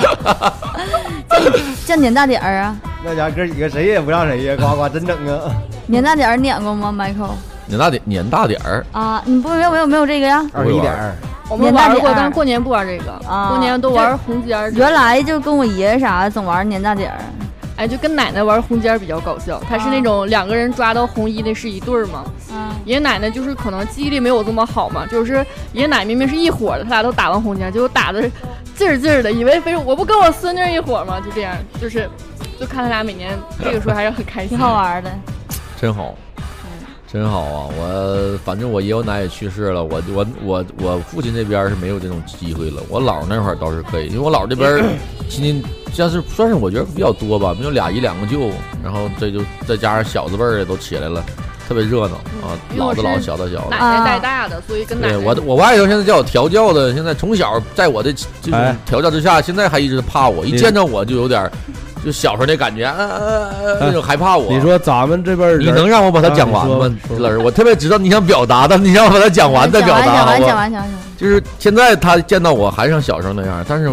[SPEAKER 3] 叫碾大点儿啊？
[SPEAKER 4] 那家哥几个谁也不让谁呀，呱呱真整啊！
[SPEAKER 3] 碾大点儿碾过吗，Michael？
[SPEAKER 2] 年大点，年大点儿，
[SPEAKER 3] 啊，你不没有没有没有这个呀？
[SPEAKER 4] 二十一点儿，
[SPEAKER 5] 我们
[SPEAKER 3] 年大
[SPEAKER 5] 玩过，
[SPEAKER 3] 点儿
[SPEAKER 5] 但是过年不玩这个，
[SPEAKER 3] 啊
[SPEAKER 5] 过年都玩红尖儿。
[SPEAKER 3] 原来就跟我爷爷啥的总玩碾大点儿，
[SPEAKER 5] 哎，就跟奶奶玩红尖儿比较搞笑，她是那种两个人抓到红衣的是一对儿嘛。爷爷奶奶就是可能记忆力没有这么好嘛，就是爷爷奶奶明明是一伙儿的，他俩都打完红尖，结果打的劲儿劲儿的，以为非是我不跟我孙女儿一伙儿吗？就这样，就是就看他俩每年这个时候还是很开
[SPEAKER 3] 挺
[SPEAKER 5] 心，
[SPEAKER 3] 好。啊玩的。
[SPEAKER 2] 真好，
[SPEAKER 5] 嗯
[SPEAKER 2] 真好啊！我反正我爷我奶也去世了，我我我我父亲这边是没有这种机会了。我姥那会儿倒是可以，因为我姥这边 儿亲戚像是算是我觉得比较多吧，没有俩姨两个舅，然后这就再加上小子辈儿的都起来了，特别热闹啊，
[SPEAKER 5] 嗯因为
[SPEAKER 2] 老
[SPEAKER 5] 我
[SPEAKER 2] 的
[SPEAKER 5] 是
[SPEAKER 2] 老小的小的
[SPEAKER 5] 奶。奶
[SPEAKER 3] 啊
[SPEAKER 5] 带大的，所以跟奶
[SPEAKER 2] 对
[SPEAKER 5] 奶
[SPEAKER 2] 我的，我外头现在叫我调教的，现在从小在我的这种
[SPEAKER 4] 哎
[SPEAKER 2] 调教之下，现在还一直怕我，一
[SPEAKER 4] 你
[SPEAKER 2] 见着我就有点儿，就小时候那感觉，呃呃呃，那种害怕我。
[SPEAKER 4] 哎你说咱们这边人
[SPEAKER 2] 你能让我把它讲完
[SPEAKER 4] 啊
[SPEAKER 2] 吗
[SPEAKER 4] 你，说
[SPEAKER 2] 老师？我特别知道你想表达的，你让我把它讲完再
[SPEAKER 3] 讲
[SPEAKER 2] 表
[SPEAKER 3] 完
[SPEAKER 2] 达
[SPEAKER 3] 讲
[SPEAKER 2] 好
[SPEAKER 3] 完
[SPEAKER 2] 不
[SPEAKER 3] 讲
[SPEAKER 2] 好？
[SPEAKER 3] 完讲完，
[SPEAKER 2] 就是现在他见到我还像小时候那样，但是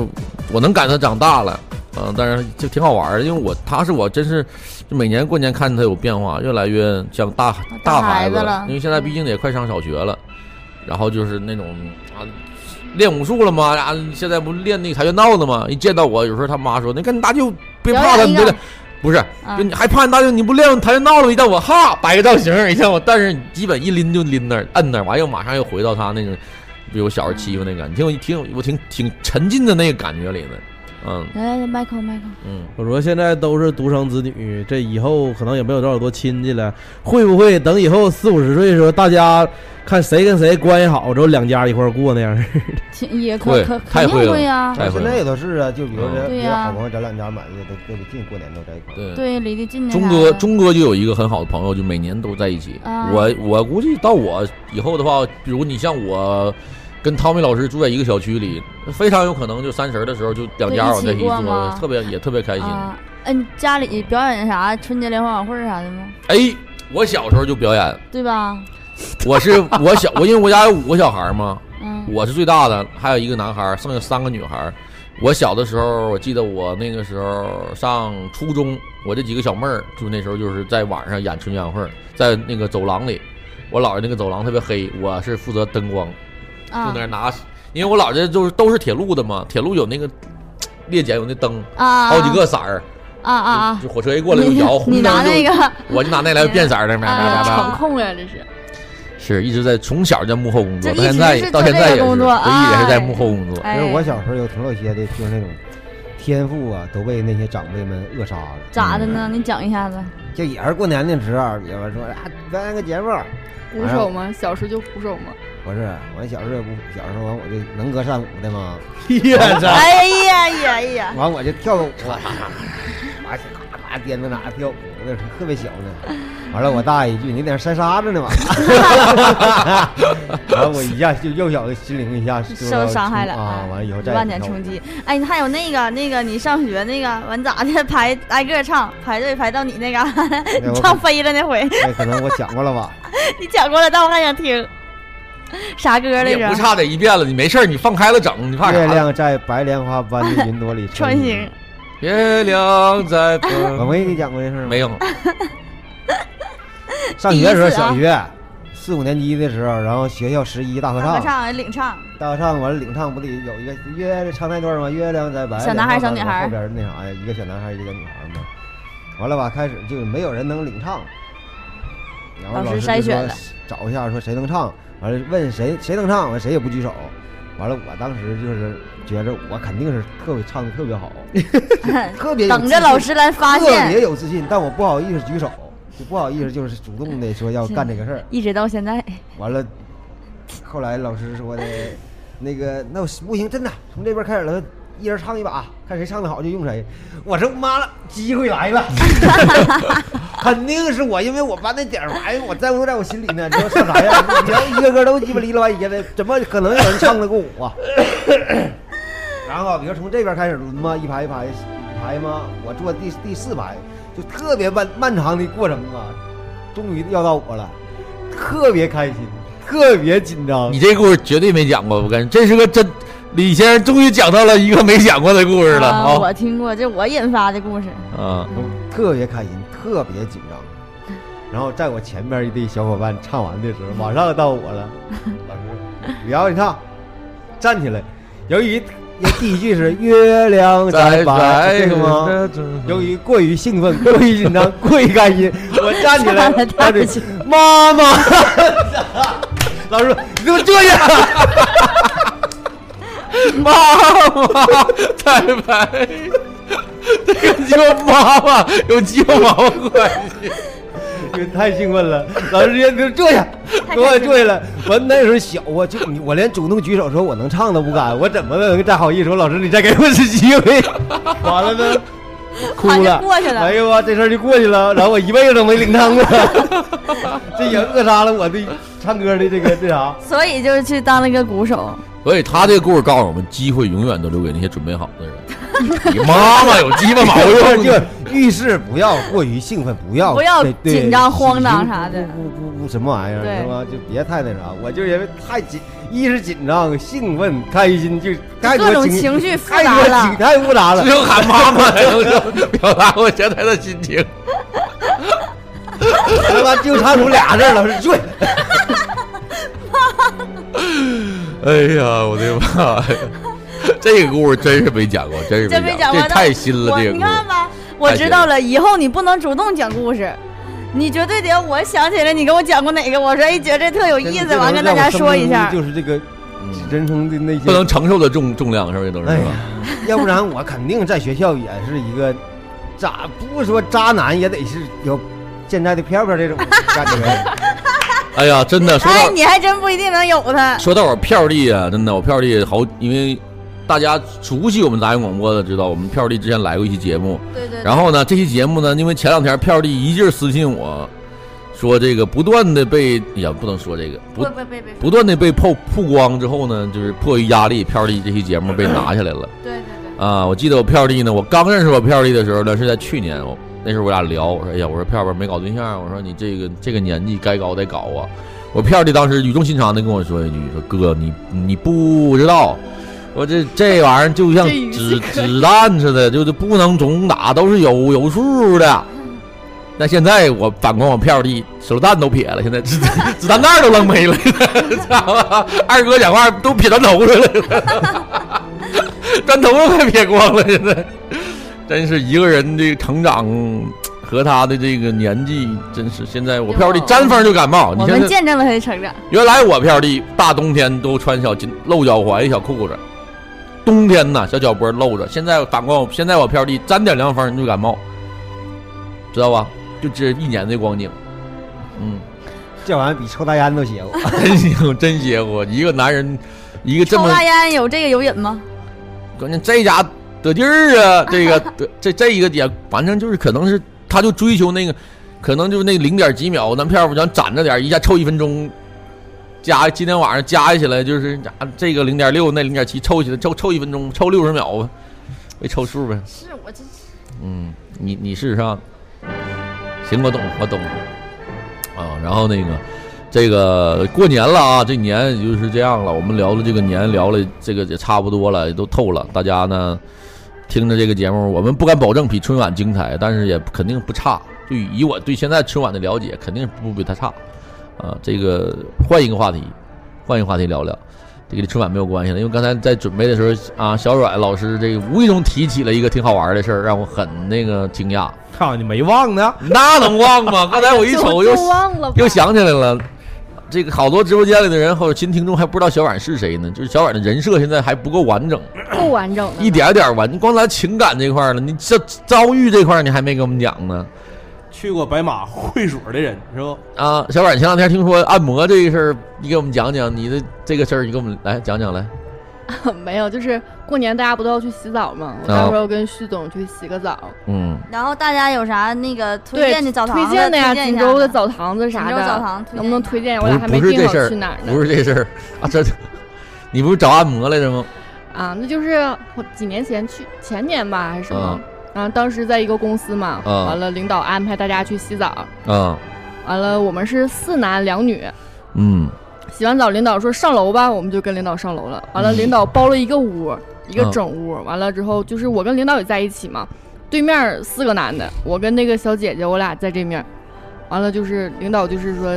[SPEAKER 2] 我能感觉他长大了，嗯、但是就挺好玩的，因为我他是我真是就每年过年看他有变化，越来越像大
[SPEAKER 3] 哦大
[SPEAKER 2] 孩
[SPEAKER 3] 孩子
[SPEAKER 2] 了
[SPEAKER 3] 了，嗯
[SPEAKER 2] 因为现在毕竟也快上小学了，然后就是那种啊。练武术了吗？啊，现在不练那个跆拳道呢吗？一见到我，有时候他妈说：“那个你大舅别
[SPEAKER 3] 表
[SPEAKER 2] 怕他，
[SPEAKER 3] 演
[SPEAKER 2] 你
[SPEAKER 3] 一
[SPEAKER 2] 别
[SPEAKER 3] 个
[SPEAKER 2] 练。”不是，
[SPEAKER 3] 啊
[SPEAKER 2] 就你还怕你大舅你不练跆拳道了？一到我哈摆个造型儿，一下我，但是你基本一拎就拎那儿，摁那儿，完又马上又回到他那种，比我小时候欺负那个，你听我挺有我挺挺沉浸在那个感觉里的，嗯
[SPEAKER 3] 啊来来，Michael Michael，
[SPEAKER 2] 嗯，
[SPEAKER 1] 我说现在都是独生子女，这以后可能也没有多少多亲戚了，会不会等以后四五十岁的时候，大家看谁跟谁关系好，之后两家一块儿 过那样？
[SPEAKER 3] 挺也
[SPEAKER 2] 会
[SPEAKER 3] 可可
[SPEAKER 2] 太
[SPEAKER 3] 肯定
[SPEAKER 2] 会了
[SPEAKER 3] 会呀，
[SPEAKER 2] 太会
[SPEAKER 4] 现在
[SPEAKER 2] 了。
[SPEAKER 4] 也都是啊，就比如说
[SPEAKER 2] 嗯
[SPEAKER 3] 对
[SPEAKER 4] 别
[SPEAKER 3] 呀
[SPEAKER 4] 好朋友咱两家买的都都得近过年都在一块儿。
[SPEAKER 2] 对，
[SPEAKER 3] 对，离啊得近的
[SPEAKER 2] 钟
[SPEAKER 3] 啥
[SPEAKER 2] 哥
[SPEAKER 3] 的
[SPEAKER 2] 钟哥就有一个很好的朋友，就每年都在一起。
[SPEAKER 3] 啊
[SPEAKER 2] 我我估计到我以后的话，比如你像我。跟汤米老师住在一个小区里，非常有可能就三十的时候就两家往在一起
[SPEAKER 3] 对一起过
[SPEAKER 2] 坐，
[SPEAKER 3] 吗
[SPEAKER 2] 特别也特别开心。
[SPEAKER 3] 啊，嗯，家里表演啥春节联欢晚会啥的吗？
[SPEAKER 2] 哎，我小时候就表演，
[SPEAKER 3] 对吧？
[SPEAKER 2] 我是我小我因为我家有五个小孩嘛，
[SPEAKER 3] 嗯，
[SPEAKER 2] 我是最大的，还有一个男孩儿，剩下三个女孩儿。我小的时候，我记得我那个时候上初中，我这几个小妹儿，就那时候就是在晚上演春节晚会儿，在那个走廊里，我姥爷那个走廊特别黑，我是负责灯光，就
[SPEAKER 3] 啊
[SPEAKER 2] 那儿拿，因为我姥爷就是都是铁路的嘛，铁路有那个裂解有那灯，
[SPEAKER 3] 啊，
[SPEAKER 2] 好几个色儿，
[SPEAKER 3] 啊啊啊！
[SPEAKER 2] 就火车一过来就
[SPEAKER 3] 你
[SPEAKER 2] 摇，红
[SPEAKER 3] 你
[SPEAKER 2] 灯
[SPEAKER 3] 拿
[SPEAKER 2] 就
[SPEAKER 3] 那个啊
[SPEAKER 2] 我就拿那来变色儿的，叭叭叭叭
[SPEAKER 5] 场控呀，这是。
[SPEAKER 2] 是一直在从小在幕后工作，
[SPEAKER 3] 就
[SPEAKER 2] 到
[SPEAKER 3] 一
[SPEAKER 2] 现
[SPEAKER 3] 直
[SPEAKER 2] 在
[SPEAKER 3] 是
[SPEAKER 2] 也
[SPEAKER 3] 做
[SPEAKER 2] 到现
[SPEAKER 3] 这
[SPEAKER 2] 在
[SPEAKER 3] 个
[SPEAKER 2] 也是，
[SPEAKER 3] 工作
[SPEAKER 2] 对，也是在
[SPEAKER 3] 哎
[SPEAKER 2] 幕后工作。
[SPEAKER 3] 哎
[SPEAKER 4] 其实我小时候有挺有些的，就是那种天赋啊，都被那些长辈们扼杀了。 嗯
[SPEAKER 3] 咋的呢？你讲一 下子。
[SPEAKER 4] 就哎也是过年那时候，比如说啊，表演个节目，
[SPEAKER 2] 哎
[SPEAKER 5] 鼓手吗？小时候就鼓手吗？
[SPEAKER 4] 不是，完小时候也不小时候完我就能歌善舞的嘛，
[SPEAKER 1] 呀，这
[SPEAKER 3] 哎呀呀呀！
[SPEAKER 4] 完我就跳个舞，啊完是咔咔颠着哪跳舞，那时候特别小呢。完了，我大爷一句：“你在那晒沙子呢吧？” 完了，我一下就幼小的心灵一下就
[SPEAKER 3] 受伤害了
[SPEAKER 4] 啊！完了以后
[SPEAKER 3] 一
[SPEAKER 4] 再
[SPEAKER 3] 万点冲击。哎，你还有那个那个，你上学那个完咋的 排挨个唱排队排到你那嘎、
[SPEAKER 4] 我
[SPEAKER 3] 你唱飞了那回，
[SPEAKER 4] 哎，可能我讲过了吧？
[SPEAKER 3] 你讲过了，但我还想听。啥歌
[SPEAKER 2] 你
[SPEAKER 3] 来
[SPEAKER 2] 也不
[SPEAKER 3] 着？
[SPEAKER 2] 差这一遍了，你没事儿你放开了整，你怕
[SPEAKER 4] 月
[SPEAKER 2] 啥？
[SPEAKER 4] 亮在白莲花般的云 朵里
[SPEAKER 3] 穿行。。
[SPEAKER 4] 嗯
[SPEAKER 2] 月亮在北
[SPEAKER 4] 我 没给你讲过这事儿吗？
[SPEAKER 2] 没有，
[SPEAKER 4] 上学的时候，
[SPEAKER 3] 第一次啊
[SPEAKER 4] 小学四五年级的时候，然后学校十一大合
[SPEAKER 3] 大合
[SPEAKER 4] 唱，
[SPEAKER 3] 唱领唱，
[SPEAKER 4] 大合唱完了领唱不得有一个月亮唱那段吗？月亮在白，
[SPEAKER 3] 小男孩小女孩
[SPEAKER 4] 后边那啥呀，哎一个小男孩一个小女孩嘛。完了吧，开始就是没有人能领唱，然后
[SPEAKER 3] 老师
[SPEAKER 4] 师
[SPEAKER 3] 筛
[SPEAKER 4] 就
[SPEAKER 3] 选
[SPEAKER 4] 说
[SPEAKER 3] 了
[SPEAKER 4] 找一下说谁能唱，完了问谁谁能唱，完谁也不举手。完了，我当时就是觉着我肯定是特别唱的特别好，特别有
[SPEAKER 3] 等
[SPEAKER 4] 自
[SPEAKER 3] 着
[SPEAKER 4] 信
[SPEAKER 3] 老师来发
[SPEAKER 4] 特别
[SPEAKER 3] 现，
[SPEAKER 4] 有自信，但我不好意思举手，就不好意思，就是主动的说要干这个事儿。
[SPEAKER 3] 一直到现在，
[SPEAKER 4] 完了，后来老师说的，那个那我不行，真的，从这边开始了，一人唱一把，看谁唱的好就用谁。我说妈了，机会来了， 肯定是我，因为我把那点儿玩意儿我在乎在我心里呢，你要唱啥呀？ 你要一个个都鸡巴哩啦歪斜的，怎么可能有人唱得过我啊？然后比如从这边开始轮嘛，一排一排一排嘛，我坐第第四排，就特别漫漫长的过程啊，终于要到我了，特别开心，特别紧张
[SPEAKER 2] 你。这故事绝对没讲过，我感觉这是个真。李先生终于讲到了一个没讲过的故事了
[SPEAKER 3] 啊
[SPEAKER 2] 啊
[SPEAKER 3] 我听过，这我引发的故事。
[SPEAKER 2] 啊！
[SPEAKER 4] 特别开心，特别紧张。然后在我前边一堆小伙伴唱完的 时候，马上到我了，老师，李瑶，你看，站起来。由于第一句是月亮在白，这个吗？由于过于兴奋、过于紧 张、过于开心，我站起来，
[SPEAKER 3] 吓得
[SPEAKER 4] 当
[SPEAKER 3] 跳
[SPEAKER 4] 时
[SPEAKER 3] 起
[SPEAKER 4] 妈 妈，老师说，你怎么这样？
[SPEAKER 2] 妈妈在白， 这个鸡巴妈妈有鸡巴毛 关系。
[SPEAKER 4] 因为太兴奋了，老师直接就坐下，给我坐下来。完那时候小啊，就你我连主动举手说我能唱都不敢，我怎么能再好意思说老师你再给我一次机会？完了呢，哭
[SPEAKER 3] 他就
[SPEAKER 4] 了，
[SPEAKER 3] 过去了
[SPEAKER 4] 哎呦啊，这事儿就过去了。然后我一辈子都没领唱过， 这也扼杀了我的唱歌的这个这啥。
[SPEAKER 3] 所以就是去当了一个鼓手，
[SPEAKER 2] 所以他这个故事告诉我们，机会永远都留给那些准备好的人。你妈妈有鸡巴 毛
[SPEAKER 4] 就是
[SPEAKER 2] 用，
[SPEAKER 4] 就是遇事不要过于兴奋，不要
[SPEAKER 3] 不要
[SPEAKER 4] 对对
[SPEAKER 3] 紧张慌张啥的
[SPEAKER 4] 不不不不什么玩意儿
[SPEAKER 3] 对
[SPEAKER 4] 是吧？就别太那啥，我就是因为太紧，一是紧张、兴奋、开心，就太多
[SPEAKER 3] 各种
[SPEAKER 4] 情
[SPEAKER 3] 情绪复
[SPEAKER 4] 太
[SPEAKER 3] 杂
[SPEAKER 4] 多
[SPEAKER 3] 了
[SPEAKER 4] 情，太 复杂了
[SPEAKER 2] 只。有喊妈妈才能表达我现在的心情。
[SPEAKER 4] 他妈就唱出俩字儿，老师醉。
[SPEAKER 2] 哎呀，我的妈呀！这个故事真是没讲过，真是
[SPEAKER 3] 真
[SPEAKER 2] 没
[SPEAKER 3] 没讲过。
[SPEAKER 2] 这
[SPEAKER 3] 但
[SPEAKER 2] 太新了。
[SPEAKER 3] 我
[SPEAKER 2] 这个
[SPEAKER 3] 你
[SPEAKER 2] 故
[SPEAKER 3] 看
[SPEAKER 2] 事，
[SPEAKER 3] 吧，我知道了，以后你不能主动讲故事，你绝对得我想起来你给我讲过哪个，我说哎，觉着特有意思，完跟大家说一下。
[SPEAKER 4] 就是这个人生的那些
[SPEAKER 2] 嗯不能承受的重重量是不是都是？
[SPEAKER 4] 哎
[SPEAKER 2] 是
[SPEAKER 4] 呀
[SPEAKER 2] 吧？，
[SPEAKER 4] 要不然我肯定在学校也是一个渣，不说渣男也得是有现在的飘飘这种感 觉。
[SPEAKER 2] 哎呀，真的说
[SPEAKER 3] 哎，
[SPEAKER 2] 到
[SPEAKER 3] 你还真不一定能有他。
[SPEAKER 2] 说到我票弟啊，真的我票弟好，因为大家熟悉我们杂音广播的知道，我们票弟之前来过一期节目，
[SPEAKER 3] 对对对，
[SPEAKER 2] 然后呢，这期节目呢，因为前两天票弟一劲儿私信我说这个不断的被，哎呀，不能说这个不
[SPEAKER 3] 不不不不，
[SPEAKER 2] 不断的被曝曝光之后呢，就是迫于压力，票弟这期节目被拿下来了。
[SPEAKER 3] 对对对，
[SPEAKER 2] 啊，我记得我票弟呢，我刚认识我票弟的时候呢，是在去年，我那时候我俩聊，我说哎呀，我说票票没搞对象，我说你这个这个年纪该搞得搞啊。我票弟当时语重心长的跟我说一句，说哥你你不知道，我这这玩意儿就像
[SPEAKER 5] 这语
[SPEAKER 2] 子
[SPEAKER 5] 气可以
[SPEAKER 2] 子弹似的，就是不能总打，都是有有数的。
[SPEAKER 5] 嗯
[SPEAKER 2] 那现在我反观我票弟，手榴弹都撇了，现在 子子弹袋都扔没了，家伙，二哥讲话都撇砖头上了。 砖头发快撇光了，现在真是一个人的成长和他的这个年纪，真是现在我票弟沾风就感冒。哦你
[SPEAKER 3] 我
[SPEAKER 2] 现
[SPEAKER 3] 们
[SPEAKER 2] 在
[SPEAKER 3] 见证了他的成长。
[SPEAKER 2] 原来我票弟大冬天都穿小紧露脚踝、小裤子，冬天呐小脚脖露着。现在反观我，现在我票弟沾点凉风就感冒，知道吧？就这一年的光景，嗯，
[SPEAKER 4] 这玩意儿比抽大烟都邪乎。
[SPEAKER 2] 真邪乎，真邪乎！一个男人，一个这
[SPEAKER 3] 抽
[SPEAKER 2] 么
[SPEAKER 3] 大烟有这个有瘾吗？
[SPEAKER 2] 关键这家得劲儿啊，这 个得这这一个点，反正就是可能是他就追求那个，可能就是那零点几秒，咱票房想攒着点儿，一下抽一分钟，加今天晚上加起来就是啊这个零点六，那零点七，抽起来抽抽一分钟，抽六十秒吧，没抽数呗。
[SPEAKER 3] 是我这
[SPEAKER 2] 嗯，你你是上，行，我懂，我懂。啊，然后那个，这个过年了啊，这年也就是这样了。我们聊了这个年，聊了这个也差不多了，也都透了。大家呢，听着这个节目，我们不敢保证比春晚精彩，但是也肯定不差。就以我对现在春晚的了解，肯定不比它差。啊，这个换一个话题，换一个话题聊聊。呃这个跟春晚没有关系了，因为刚才在准备的时候啊，小阮老师这个无意中提起了一个挺好玩的事儿，让我很那个惊讶。
[SPEAKER 1] 操你没忘呢？
[SPEAKER 2] 那能忘吗？刚才我一瞅又
[SPEAKER 5] 就就忘了吧，
[SPEAKER 2] 又想起来了，这个好多直播间里的人或者新听众还不知道小婉是谁呢，就是小婉的人设现在还 不够完整，
[SPEAKER 5] 不完整了，
[SPEAKER 2] 一点点完。你光咱情感这块儿了，你这遭遇这块儿你还没给我们讲呢
[SPEAKER 1] 去过白马会所的人是不？
[SPEAKER 2] 啊！小婉前两天听说按摩这个事儿，你给我们讲讲你的这个事儿，你给我们来讲讲来。
[SPEAKER 5] 没有，就是过年大家不都要去洗澡吗？我
[SPEAKER 2] 哦
[SPEAKER 5] 到时候跟旭总去洗个澡。
[SPEAKER 2] 嗯，
[SPEAKER 3] 然后大家有啥那个推
[SPEAKER 5] 对，
[SPEAKER 3] 荐的澡堂子
[SPEAKER 5] 推荐的呀，
[SPEAKER 3] 推荐
[SPEAKER 5] 锦
[SPEAKER 3] 一下
[SPEAKER 5] 州的
[SPEAKER 3] 吧
[SPEAKER 5] 澡堂子啥
[SPEAKER 3] 锦州
[SPEAKER 5] 的，
[SPEAKER 3] 澡堂
[SPEAKER 5] 能不能推
[SPEAKER 3] 荐
[SPEAKER 5] 荐？我
[SPEAKER 2] 不是
[SPEAKER 5] 俩还没
[SPEAKER 2] 不是
[SPEAKER 5] 定
[SPEAKER 2] 这
[SPEAKER 5] 好
[SPEAKER 2] 事
[SPEAKER 5] 去哪儿
[SPEAKER 2] 儿，
[SPEAKER 5] 呢。
[SPEAKER 2] 不是这事儿啊，这 你不是找按摩来着吗？
[SPEAKER 5] 啊，那就是我几年前去，前年吧还是什么
[SPEAKER 2] 嗯？
[SPEAKER 5] 然后当时在一个公司嘛，
[SPEAKER 2] 嗯
[SPEAKER 5] 完了领导安排大家去洗澡，
[SPEAKER 2] 啊，
[SPEAKER 5] 完了我们是四男两女，
[SPEAKER 2] 嗯，
[SPEAKER 5] 洗完澡领导说上楼吧，我们就跟领导上楼了。完了
[SPEAKER 2] 嗯
[SPEAKER 5] 领导包了一个屋，一个
[SPEAKER 2] 嗯
[SPEAKER 5] 整屋。完了之后就是我跟领导也在一起嘛，对面四个男的，我跟那个小姐姐我俩在这面。完了就是领导就是说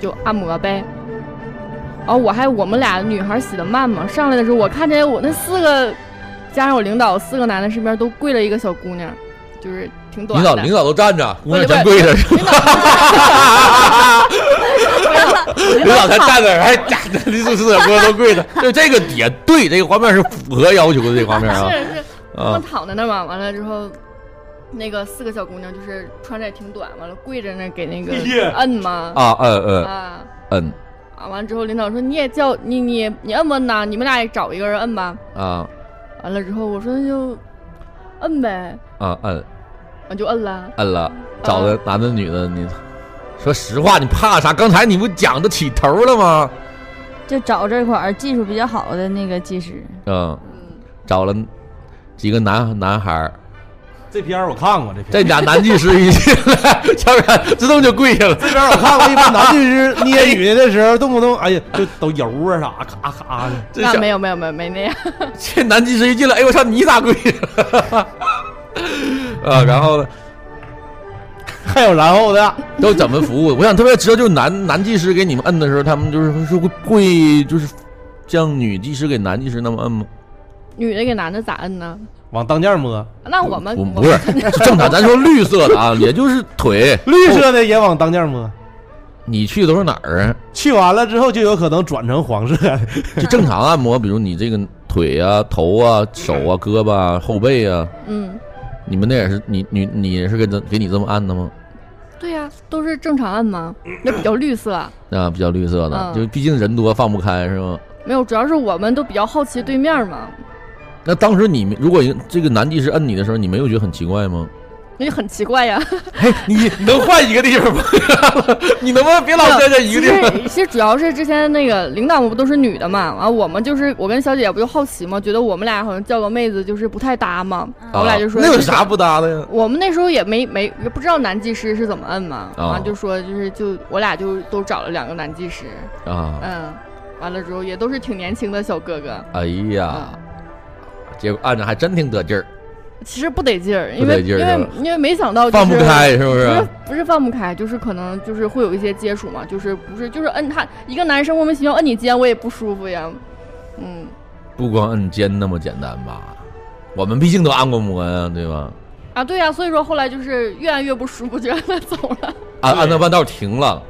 [SPEAKER 5] 就按摩呗。然后我还我们俩女孩洗的慢嘛，上来的时候我看见我那四个加上我领导四个男的身边都跪了一个小姑娘，就是挺短
[SPEAKER 2] 领
[SPEAKER 5] 的。
[SPEAKER 2] 导领导都站着，姑
[SPEAKER 5] 不
[SPEAKER 2] 娘
[SPEAKER 5] 是
[SPEAKER 2] 真跪着，
[SPEAKER 5] 领 导领
[SPEAKER 2] 领导
[SPEAKER 5] 导
[SPEAKER 2] 才站那儿，还站着，你是是不都跪着？对，这个也对，这个画面是符合要求的，这个画面啊
[SPEAKER 5] 是是他
[SPEAKER 2] 啊
[SPEAKER 5] 们，躺在那儿嘛，完了之后，那个四个小姑娘就是穿着也挺短，完了跪着那儿给那 个
[SPEAKER 1] 哎呀
[SPEAKER 5] 摁嘛
[SPEAKER 2] 啊嗯嗯
[SPEAKER 5] 啊
[SPEAKER 2] 嗯
[SPEAKER 5] 啊！完了之后，领导说你也叫你你你摁不摁呐？你们俩也找一个人摁吧。
[SPEAKER 2] 啊
[SPEAKER 5] 完了之后我说那就摁呗，
[SPEAKER 2] 啊摁
[SPEAKER 5] 我就摁了。
[SPEAKER 2] 摁了，找的男的女的，你说实话，你怕啥？刚才你不讲的起头了吗？
[SPEAKER 3] 就找这块儿技术比较好的那个技师，
[SPEAKER 2] 嗯，找了几个男男孩儿，
[SPEAKER 1] 这片儿我看过，这片
[SPEAKER 2] 这俩男技师一进来， 小冉自动就跪下了。
[SPEAKER 1] 这边我看过一般男技师 捏女的的时候，动不动哎呀就都油啊啥，咔咔的。
[SPEAKER 2] 这
[SPEAKER 5] 那
[SPEAKER 2] 小
[SPEAKER 5] 没有没有没有没那样，
[SPEAKER 2] 这男技师一进来，哎呦我操，你咋跪下了？ 啊，然后呢？
[SPEAKER 1] 还有然后的，
[SPEAKER 2] 都怎么服务？我想特别知道，就是男男技师给你们摁的时候，他们就是是会跪，就是像女技师给男技师那么摁吗？
[SPEAKER 5] 女的给男的咋摁呢？
[SPEAKER 1] 往当间摸，
[SPEAKER 5] 那我们
[SPEAKER 2] 不
[SPEAKER 5] 啊我
[SPEAKER 2] 不是正常，咱说绿色的啊，也就是腿。
[SPEAKER 1] 绿色的也往当间摸。
[SPEAKER 2] 你去的都是哪儿啊？
[SPEAKER 1] 去完了之后就有可能转成黄色的，
[SPEAKER 2] 就正常按摩，比如你这个腿啊、头啊、手啊、胳膊啊、后背啊，
[SPEAKER 5] 嗯，
[SPEAKER 2] 你们那也是你你你也是给这给你这么按的吗？
[SPEAKER 5] 对呀、都是正常摁嘛，那比较绿色。
[SPEAKER 2] 啊，比较绿色的，
[SPEAKER 5] 嗯
[SPEAKER 2] 就毕竟人多放不开是吗？
[SPEAKER 5] 没有，主要是我们都比较好奇对面嘛，
[SPEAKER 2] 那当时你们如果这个男技师摁你的时候，你没有觉得很奇怪吗？
[SPEAKER 5] 那就很奇怪呀。
[SPEAKER 2] 你能换一个地方吗？ 啊你能不能别老待在一个地方？
[SPEAKER 5] 其实其实主要是之前那个领导们不都是女的嘛，完、我们就是我跟小姐不就好奇嘛，觉得我们俩好像叫个妹子就是不太搭嘛，
[SPEAKER 2] 啊
[SPEAKER 5] 我俩就说
[SPEAKER 2] 那有啥？不搭的呀？
[SPEAKER 5] 我们那时候也没没也不知道男技师是怎么摁嘛，
[SPEAKER 2] 啊
[SPEAKER 5] 完、就说就是就我俩就都找了两个男技师，
[SPEAKER 2] 啊，
[SPEAKER 5] 嗯，完了之后也都是挺年轻的小哥哥，嗯
[SPEAKER 2] 哎呀，结果按着还真挺得劲儿，
[SPEAKER 5] 其实不得劲儿，因
[SPEAKER 2] 不
[SPEAKER 5] 为
[SPEAKER 2] 得劲儿
[SPEAKER 5] 因
[SPEAKER 2] 是吧
[SPEAKER 5] 为因为没想到、就是、
[SPEAKER 2] 放不开是不
[SPEAKER 5] 不
[SPEAKER 2] 哦是
[SPEAKER 5] 是？不是放不开，就是可能就是会有一些接触嘛，就是不是就是摁他一个男生莫名其妙摁你肩，我也不舒服呀。嗯，
[SPEAKER 2] 不光按肩那么简单吧？我们毕竟都按过摩呀，对吧？
[SPEAKER 5] 啊对呀、所以说后来就是越按越不舒服，就让他走了。
[SPEAKER 1] 对
[SPEAKER 2] 按啊按到半道停了，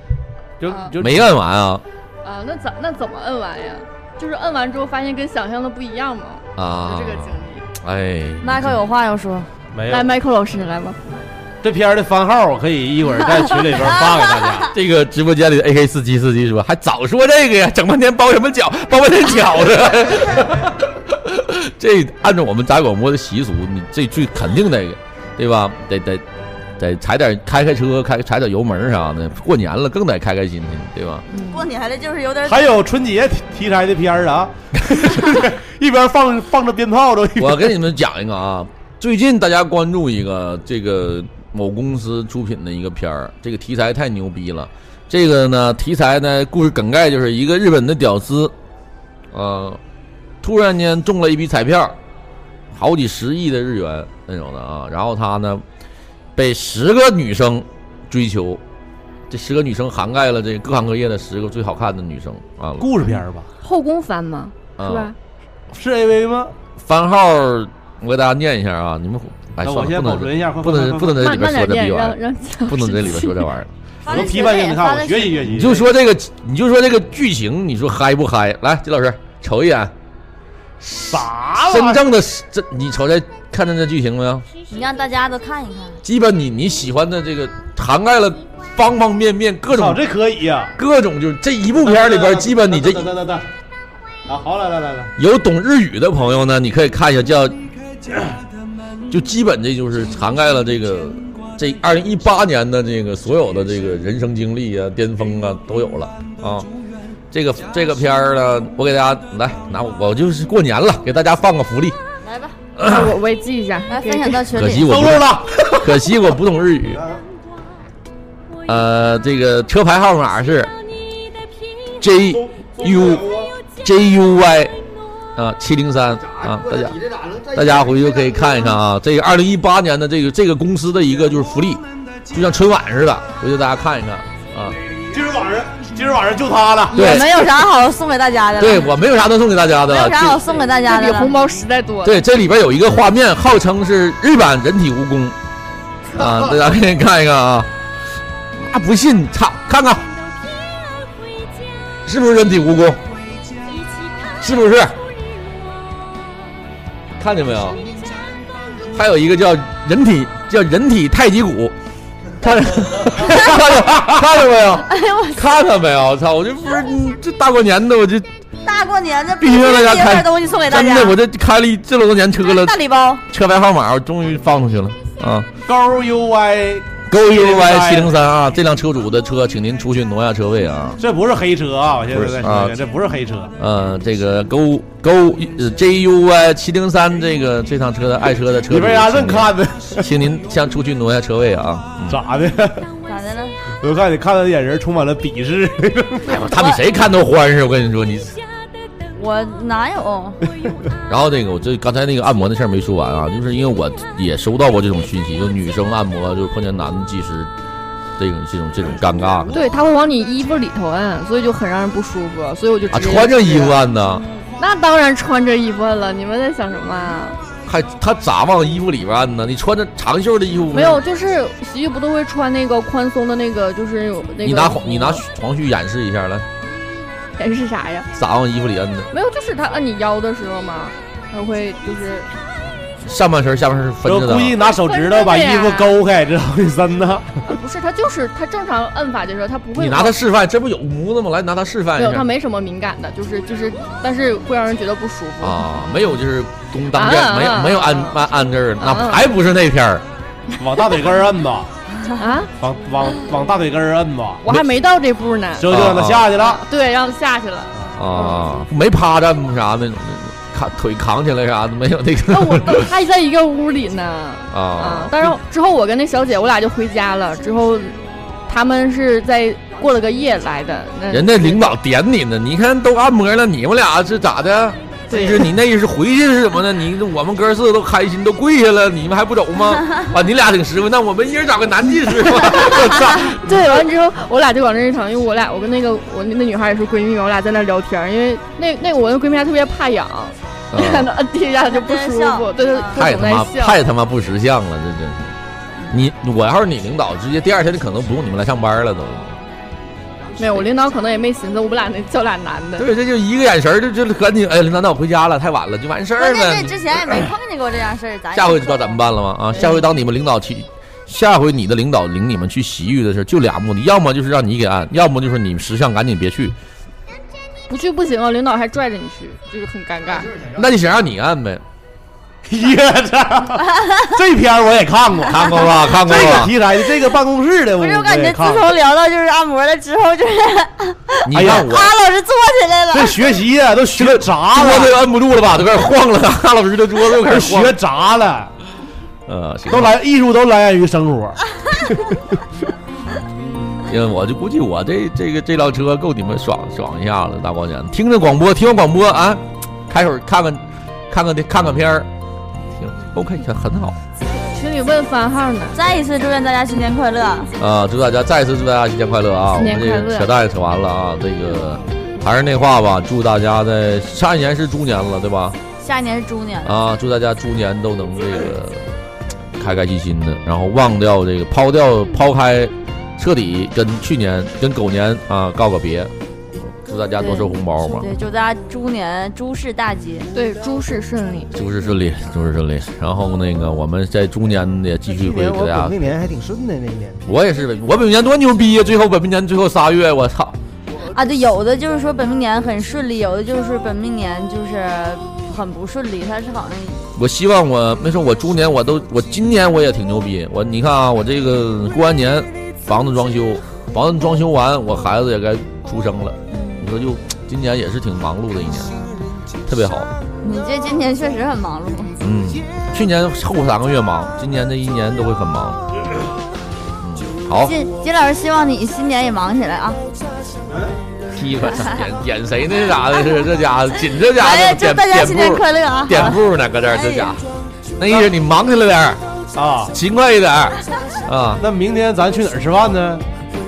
[SPEAKER 1] 就
[SPEAKER 5] 啊
[SPEAKER 1] 就
[SPEAKER 2] 没按完啊
[SPEAKER 5] 啊，那怎那怎么摁完呀？就是摁完之后发现跟想象的不一样嘛，就
[SPEAKER 2] 啊
[SPEAKER 5] 这！个经历。
[SPEAKER 2] 哎，
[SPEAKER 3] 麦克有话要说，
[SPEAKER 1] 没有
[SPEAKER 5] 来，Michael 老师来吧。
[SPEAKER 1] 这片儿的番号我可以一会儿在群里边发给大家。
[SPEAKER 2] 这个直播间里的 AK 四七四七说，还早说这个呀，整半天包什么饺，包半天饺子。 这按照我们杂广播的习俗，你这最肯定得，对吧？得得得踩点开开车，开踩点油门啥的。过年了更得开开心心，对吧？
[SPEAKER 3] 过年了就是有 点
[SPEAKER 1] 还有春节题题材的片儿 啊，一边放放着鞭炮都 一边。
[SPEAKER 2] 我给你们讲一个啊，最近大家关注一个这个某公司出品的一个片儿，这个题材太牛逼了。这个呢，题材呢，故事梗概就是一个日本的屌丝，呃，突然间中了一笔彩票，好几十亿的日元那种的啊。然后他呢，被十个女生追求，这十个女生涵盖了这各行各业的十个最好看的女生啊，
[SPEAKER 1] 故事片儿吧，
[SPEAKER 5] 后宫番嘛，
[SPEAKER 2] 啊
[SPEAKER 5] 是吧？
[SPEAKER 1] 是 AV 吗？
[SPEAKER 2] 番号我给大家念一下啊，你们哎，
[SPEAKER 1] 那
[SPEAKER 2] 算
[SPEAKER 1] 我
[SPEAKER 2] 了，
[SPEAKER 1] 先
[SPEAKER 2] 不
[SPEAKER 1] 保
[SPEAKER 2] 能
[SPEAKER 1] 存一下，快
[SPEAKER 2] 不能不能在
[SPEAKER 5] 慢
[SPEAKER 2] 里
[SPEAKER 5] 慢
[SPEAKER 2] 边说
[SPEAKER 5] 点
[SPEAKER 2] 这逼
[SPEAKER 5] 念，
[SPEAKER 2] 玩
[SPEAKER 5] 让
[SPEAKER 2] 意儿，
[SPEAKER 5] 让讲
[SPEAKER 2] 不能在里边说这玩意
[SPEAKER 5] 儿。
[SPEAKER 2] 儿。
[SPEAKER 1] 我
[SPEAKER 3] 发
[SPEAKER 1] 都
[SPEAKER 3] 自
[SPEAKER 1] 批
[SPEAKER 3] 学
[SPEAKER 1] 判性
[SPEAKER 3] 妹
[SPEAKER 1] 的，
[SPEAKER 3] 发
[SPEAKER 1] 看，我
[SPEAKER 3] 自
[SPEAKER 1] 学习学习。
[SPEAKER 2] 你就说这个，你就说这个剧情，你说嗨不嗨？来，金老师瞅一眼，
[SPEAKER 1] 啥玩意儿？
[SPEAKER 2] 真正的这你瞅这看见这剧情没有？
[SPEAKER 3] 你让大家都看一看。
[SPEAKER 2] 基本你你喜欢的这个涵盖了方方面面各
[SPEAKER 1] 操，
[SPEAKER 2] 种
[SPEAKER 1] 这啊可以啊呀！
[SPEAKER 2] 各种，就是这一部片儿里边，基本你这
[SPEAKER 1] 等等等等，啊，好，来来来来，
[SPEAKER 2] 有懂日语的朋友呢，你可以看一下叫， 就基本这就是涵盖了这个这二零一八年的这个所有的这个人生经历啊、巅峰啊都有了啊。这个这个片儿呢，我给大家来拿我，我就是过年了，给大家放个福利。
[SPEAKER 3] 来吧，
[SPEAKER 5] 啊我我也记一下，
[SPEAKER 3] 来
[SPEAKER 5] 给
[SPEAKER 3] 分享到群
[SPEAKER 2] 可惜
[SPEAKER 3] 里。
[SPEAKER 2] 我
[SPEAKER 1] 收
[SPEAKER 2] 不
[SPEAKER 1] 着了。
[SPEAKER 2] 可惜我不懂日语。呃，这个车牌号码是 J U J U Y 啊，七零三啊，大家。大家回去可以看一看啊，这个二零一八年的这个这个公司的一个就是福利，就像春晚似的，回去大家看一看啊。
[SPEAKER 1] 今儿晚上，今儿晚上就它了。
[SPEAKER 3] 也
[SPEAKER 2] 对
[SPEAKER 3] 没有啥好送给大家的了，
[SPEAKER 2] 对，我没有啥能送给大家的
[SPEAKER 3] 没
[SPEAKER 2] 了，
[SPEAKER 3] 有啥好
[SPEAKER 2] 这
[SPEAKER 3] 送给大家
[SPEAKER 5] 这
[SPEAKER 3] 的
[SPEAKER 5] 比
[SPEAKER 3] 了。
[SPEAKER 5] 红包实在多了。
[SPEAKER 2] 对，这里边有一个画面，号称是日版人体蜈蚣 啊，大家可以看一看啊。那不信，操，看看是不是人体蜈蚣？是不是？看见没有？还有一个叫人体叫人体太极鼓，看 看见看见没有？
[SPEAKER 3] 哎
[SPEAKER 2] 看到没有？操！我这不是嗯这大过年的，我这
[SPEAKER 3] 大过年的，
[SPEAKER 2] 必须让大家
[SPEAKER 3] 必有
[SPEAKER 2] 看
[SPEAKER 3] 点东西送给大
[SPEAKER 2] 真
[SPEAKER 3] 家。
[SPEAKER 2] 的我这开了一这么多年车了，
[SPEAKER 3] 大礼包，
[SPEAKER 2] 车牌号码我终于放出去了啊！
[SPEAKER 1] 高 U Y，
[SPEAKER 2] 勾 U Y 七零三啊，这辆车主的车，请您出去挪下车位啊。
[SPEAKER 1] 这不是黑车啊！我现在
[SPEAKER 2] 不是
[SPEAKER 1] 在
[SPEAKER 2] 啊
[SPEAKER 1] 说，这不是黑车。
[SPEAKER 2] 呃，这个勾勾 J U Y 七零三这个这趟车的爱车的车主，
[SPEAKER 1] 你为啥正看呢？
[SPEAKER 2] 请您，请您先出去挪下车位啊！
[SPEAKER 1] 咋的？
[SPEAKER 3] 咋的了？
[SPEAKER 1] 我看你看他的眼神充满了鄙视。
[SPEAKER 2] 哎呦，他比谁看都欢实，我跟你说你。
[SPEAKER 3] 我哪有？
[SPEAKER 2] 然后这个我这刚才那个按摩的事儿没说完啊，就是因为我也收到过这种讯息，就女生按摩就是碰见男的技师，这种这种这种尴尬的
[SPEAKER 5] 对，他会往你衣服里头按，所以就很让人不舒服，所以我就
[SPEAKER 2] 啊，
[SPEAKER 5] 直接
[SPEAKER 2] 穿着衣服按的。
[SPEAKER 5] 那当然穿着衣服按了，你们在想什么、啊？
[SPEAKER 2] 还他咋往衣服里边按呢？你穿着长袖的衣服
[SPEAKER 5] 没有，？就是洗浴不都会穿那个宽松的那个，就是有那个。嗯
[SPEAKER 2] 你拿你 拿床絮演示一下来，
[SPEAKER 5] 人是啥呀？
[SPEAKER 2] 咋往衣服里摁的？
[SPEAKER 5] 没有，就是他按你腰的时候嘛，他会 就是
[SPEAKER 2] 上半身下半身是分
[SPEAKER 1] 我
[SPEAKER 2] 着的
[SPEAKER 1] 故
[SPEAKER 2] 啊。
[SPEAKER 1] 意拿手指头把衣服勾开，知道吗？森呐，
[SPEAKER 5] 呃不是他就是他正常摁法的时候，他不会。啊
[SPEAKER 2] 你拿它示范，这不有模子吗？来拿它示范
[SPEAKER 5] 没
[SPEAKER 2] 一
[SPEAKER 5] 有，他
[SPEAKER 2] 下
[SPEAKER 5] 没什么敏感的，就是就是，但是会让人觉得不舒服。
[SPEAKER 2] 啊！没有，就是弓当这
[SPEAKER 5] 啊
[SPEAKER 2] 儿，没有
[SPEAKER 5] 啊
[SPEAKER 2] 没有
[SPEAKER 5] 啊
[SPEAKER 2] 按按按这儿，那
[SPEAKER 5] 啊
[SPEAKER 2] 还不是那片儿。
[SPEAKER 1] 往大腿根儿摁吧，
[SPEAKER 5] 啊，
[SPEAKER 1] 往往往大腿根儿摁吧，
[SPEAKER 5] 我还没到这步呢。
[SPEAKER 1] 这就让他下去了。
[SPEAKER 5] 对，让他下去了。
[SPEAKER 2] 啊，没趴着啥那种，扛腿扛起来啥的没有那
[SPEAKER 5] 那我
[SPEAKER 2] 个
[SPEAKER 5] 都还在一个屋里呢。啊
[SPEAKER 2] 啊，。
[SPEAKER 5] 但是之后我跟那小姐，我俩就回家了。之后他们是在过了个夜来的。那
[SPEAKER 2] 人家领导点你呢，你看都按摩了，你们俩是咋的？
[SPEAKER 5] 对
[SPEAKER 2] 是你那是回去是什么呢？你我们哥四个都开心，都跪下了，你们还不走 吗？啊，你俩挺实惠，那我们一人找个男技师吧。我操！
[SPEAKER 5] 对，完了之后我俩就往那儿一躺，因为我俩我跟那个我那那女孩也是闺蜜嘛，我俩在那儿聊天儿，因为那那个我那闺蜜还特别怕痒， 看到摁地下她就不舒 服，对对，她
[SPEAKER 2] 啊太
[SPEAKER 5] 总
[SPEAKER 2] 他
[SPEAKER 5] 在
[SPEAKER 2] 妈
[SPEAKER 5] 笑。
[SPEAKER 2] 太他妈不识相了，这真是。你我要是你领导，直接第二天就可能不用你们来上班了都。
[SPEAKER 5] 没有，我领导可能也没寻思我们俩那叫俩男的。
[SPEAKER 2] 对，这就一个眼神儿就就赶紧哎，领导，那我回家了，太晚了，就完事儿
[SPEAKER 3] 关
[SPEAKER 2] 了
[SPEAKER 3] 键这。之前也没碰见过这样事儿，咱也
[SPEAKER 2] 下回知道咱们办了吗？啊，下回当你们领导去下回你的领导领你们去洗浴的事儿，就俩目的，要么就是让你给按，要么就是你识相赶紧别去。
[SPEAKER 5] 不去不行啊，领导还拽着你去，就是很尴尬。
[SPEAKER 2] 那就想让你按呗，
[SPEAKER 1] 我 操，这片儿我也看过，
[SPEAKER 2] 看过 吧，看
[SPEAKER 1] 这
[SPEAKER 2] 过
[SPEAKER 1] 个
[SPEAKER 2] 吧。
[SPEAKER 1] 题材的这个办公室的，
[SPEAKER 3] 不
[SPEAKER 1] 我
[SPEAKER 3] 是，我感觉
[SPEAKER 1] 也
[SPEAKER 3] 自
[SPEAKER 1] 看过。
[SPEAKER 3] 从聊到就是按摩了之后，就是
[SPEAKER 2] 你
[SPEAKER 1] 哎呀
[SPEAKER 2] 看我，
[SPEAKER 3] 啊，老师坐起来了。
[SPEAKER 1] 这学习呀、都学砸
[SPEAKER 2] 桌子
[SPEAKER 1] 了，
[SPEAKER 2] 都按不住了吧，都开始晃了， 大老师的桌子又开
[SPEAKER 1] 都
[SPEAKER 2] 始晃了
[SPEAKER 1] 学。砸了，
[SPEAKER 2] 呃，行吧
[SPEAKER 1] 都来艺术都来源于生活。
[SPEAKER 2] 因为我就估计我这这个这辆车够你们爽爽一下了，大光姐，听着广播，听完广播啊，开会儿看看看看看看片儿，挺 OK，很很好
[SPEAKER 5] 群里问番号呢，
[SPEAKER 3] 再一次祝愿大家新年快乐！
[SPEAKER 2] 啊、祝大家再次祝大家新年快乐啊！我
[SPEAKER 5] 新
[SPEAKER 2] 们
[SPEAKER 5] 年快
[SPEAKER 2] 这
[SPEAKER 5] 乐
[SPEAKER 2] 个扯淡也扯完了啊，这个还是那话吧，祝大家在下一年是猪年了，对吧？
[SPEAKER 3] 下一年是猪年，
[SPEAKER 2] 啊，祝大家猪年都能这个开开心心的，然后忘掉这个，抛掉抛开，彻底跟去年跟狗年啊告个别，祝大家多收红包嘛。
[SPEAKER 3] 对，祝大家猪年诸事大吉，
[SPEAKER 5] 对，诸事顺利。
[SPEAKER 2] 诸事顺利， 诸事顺利。然后那个，我们在猪年也继续啊
[SPEAKER 4] 今
[SPEAKER 2] 会
[SPEAKER 4] 年
[SPEAKER 2] 给大
[SPEAKER 4] 我
[SPEAKER 2] 家
[SPEAKER 4] 本。命年还挺顺的，那一年
[SPEAKER 2] 我也是，我本命年多牛逼呀！啊最后本命年最后仨月，我操！
[SPEAKER 3] 啊，对，有的就是说本命年很顺利，有的就是本命年就是很不顺利，它是好像
[SPEAKER 2] 我希望我没说，我猪年我都，我今年我也挺牛逼。我你看啊，我这个过完年，房子装修，房子装修完，我孩子也该出生了。
[SPEAKER 3] 嗯
[SPEAKER 2] 你说就今年也是挺忙碌的一年，特别好。
[SPEAKER 3] 你这今年确实很忙碌，
[SPEAKER 2] 嗯，去年后三个月忙，今年这一年都会很忙。嗯，好，
[SPEAKER 3] 金金老师希望你新年也忙起来啊！
[SPEAKER 2] 踢吧，哎演演谁呢？这咋的？ 是这家伙紧这家
[SPEAKER 3] 哎呀，
[SPEAKER 2] 伙
[SPEAKER 3] 祝
[SPEAKER 2] 点
[SPEAKER 3] 大家
[SPEAKER 2] 点
[SPEAKER 3] 新年
[SPEAKER 2] 步
[SPEAKER 3] 快乐啊！好哎
[SPEAKER 2] 点
[SPEAKER 3] 了，
[SPEAKER 2] 步呢，搁这儿这家伙。那意思你忙起来点儿，
[SPEAKER 1] 啊，
[SPEAKER 2] 勤快一点儿啊！
[SPEAKER 1] 那明天咱去哪儿吃饭呢？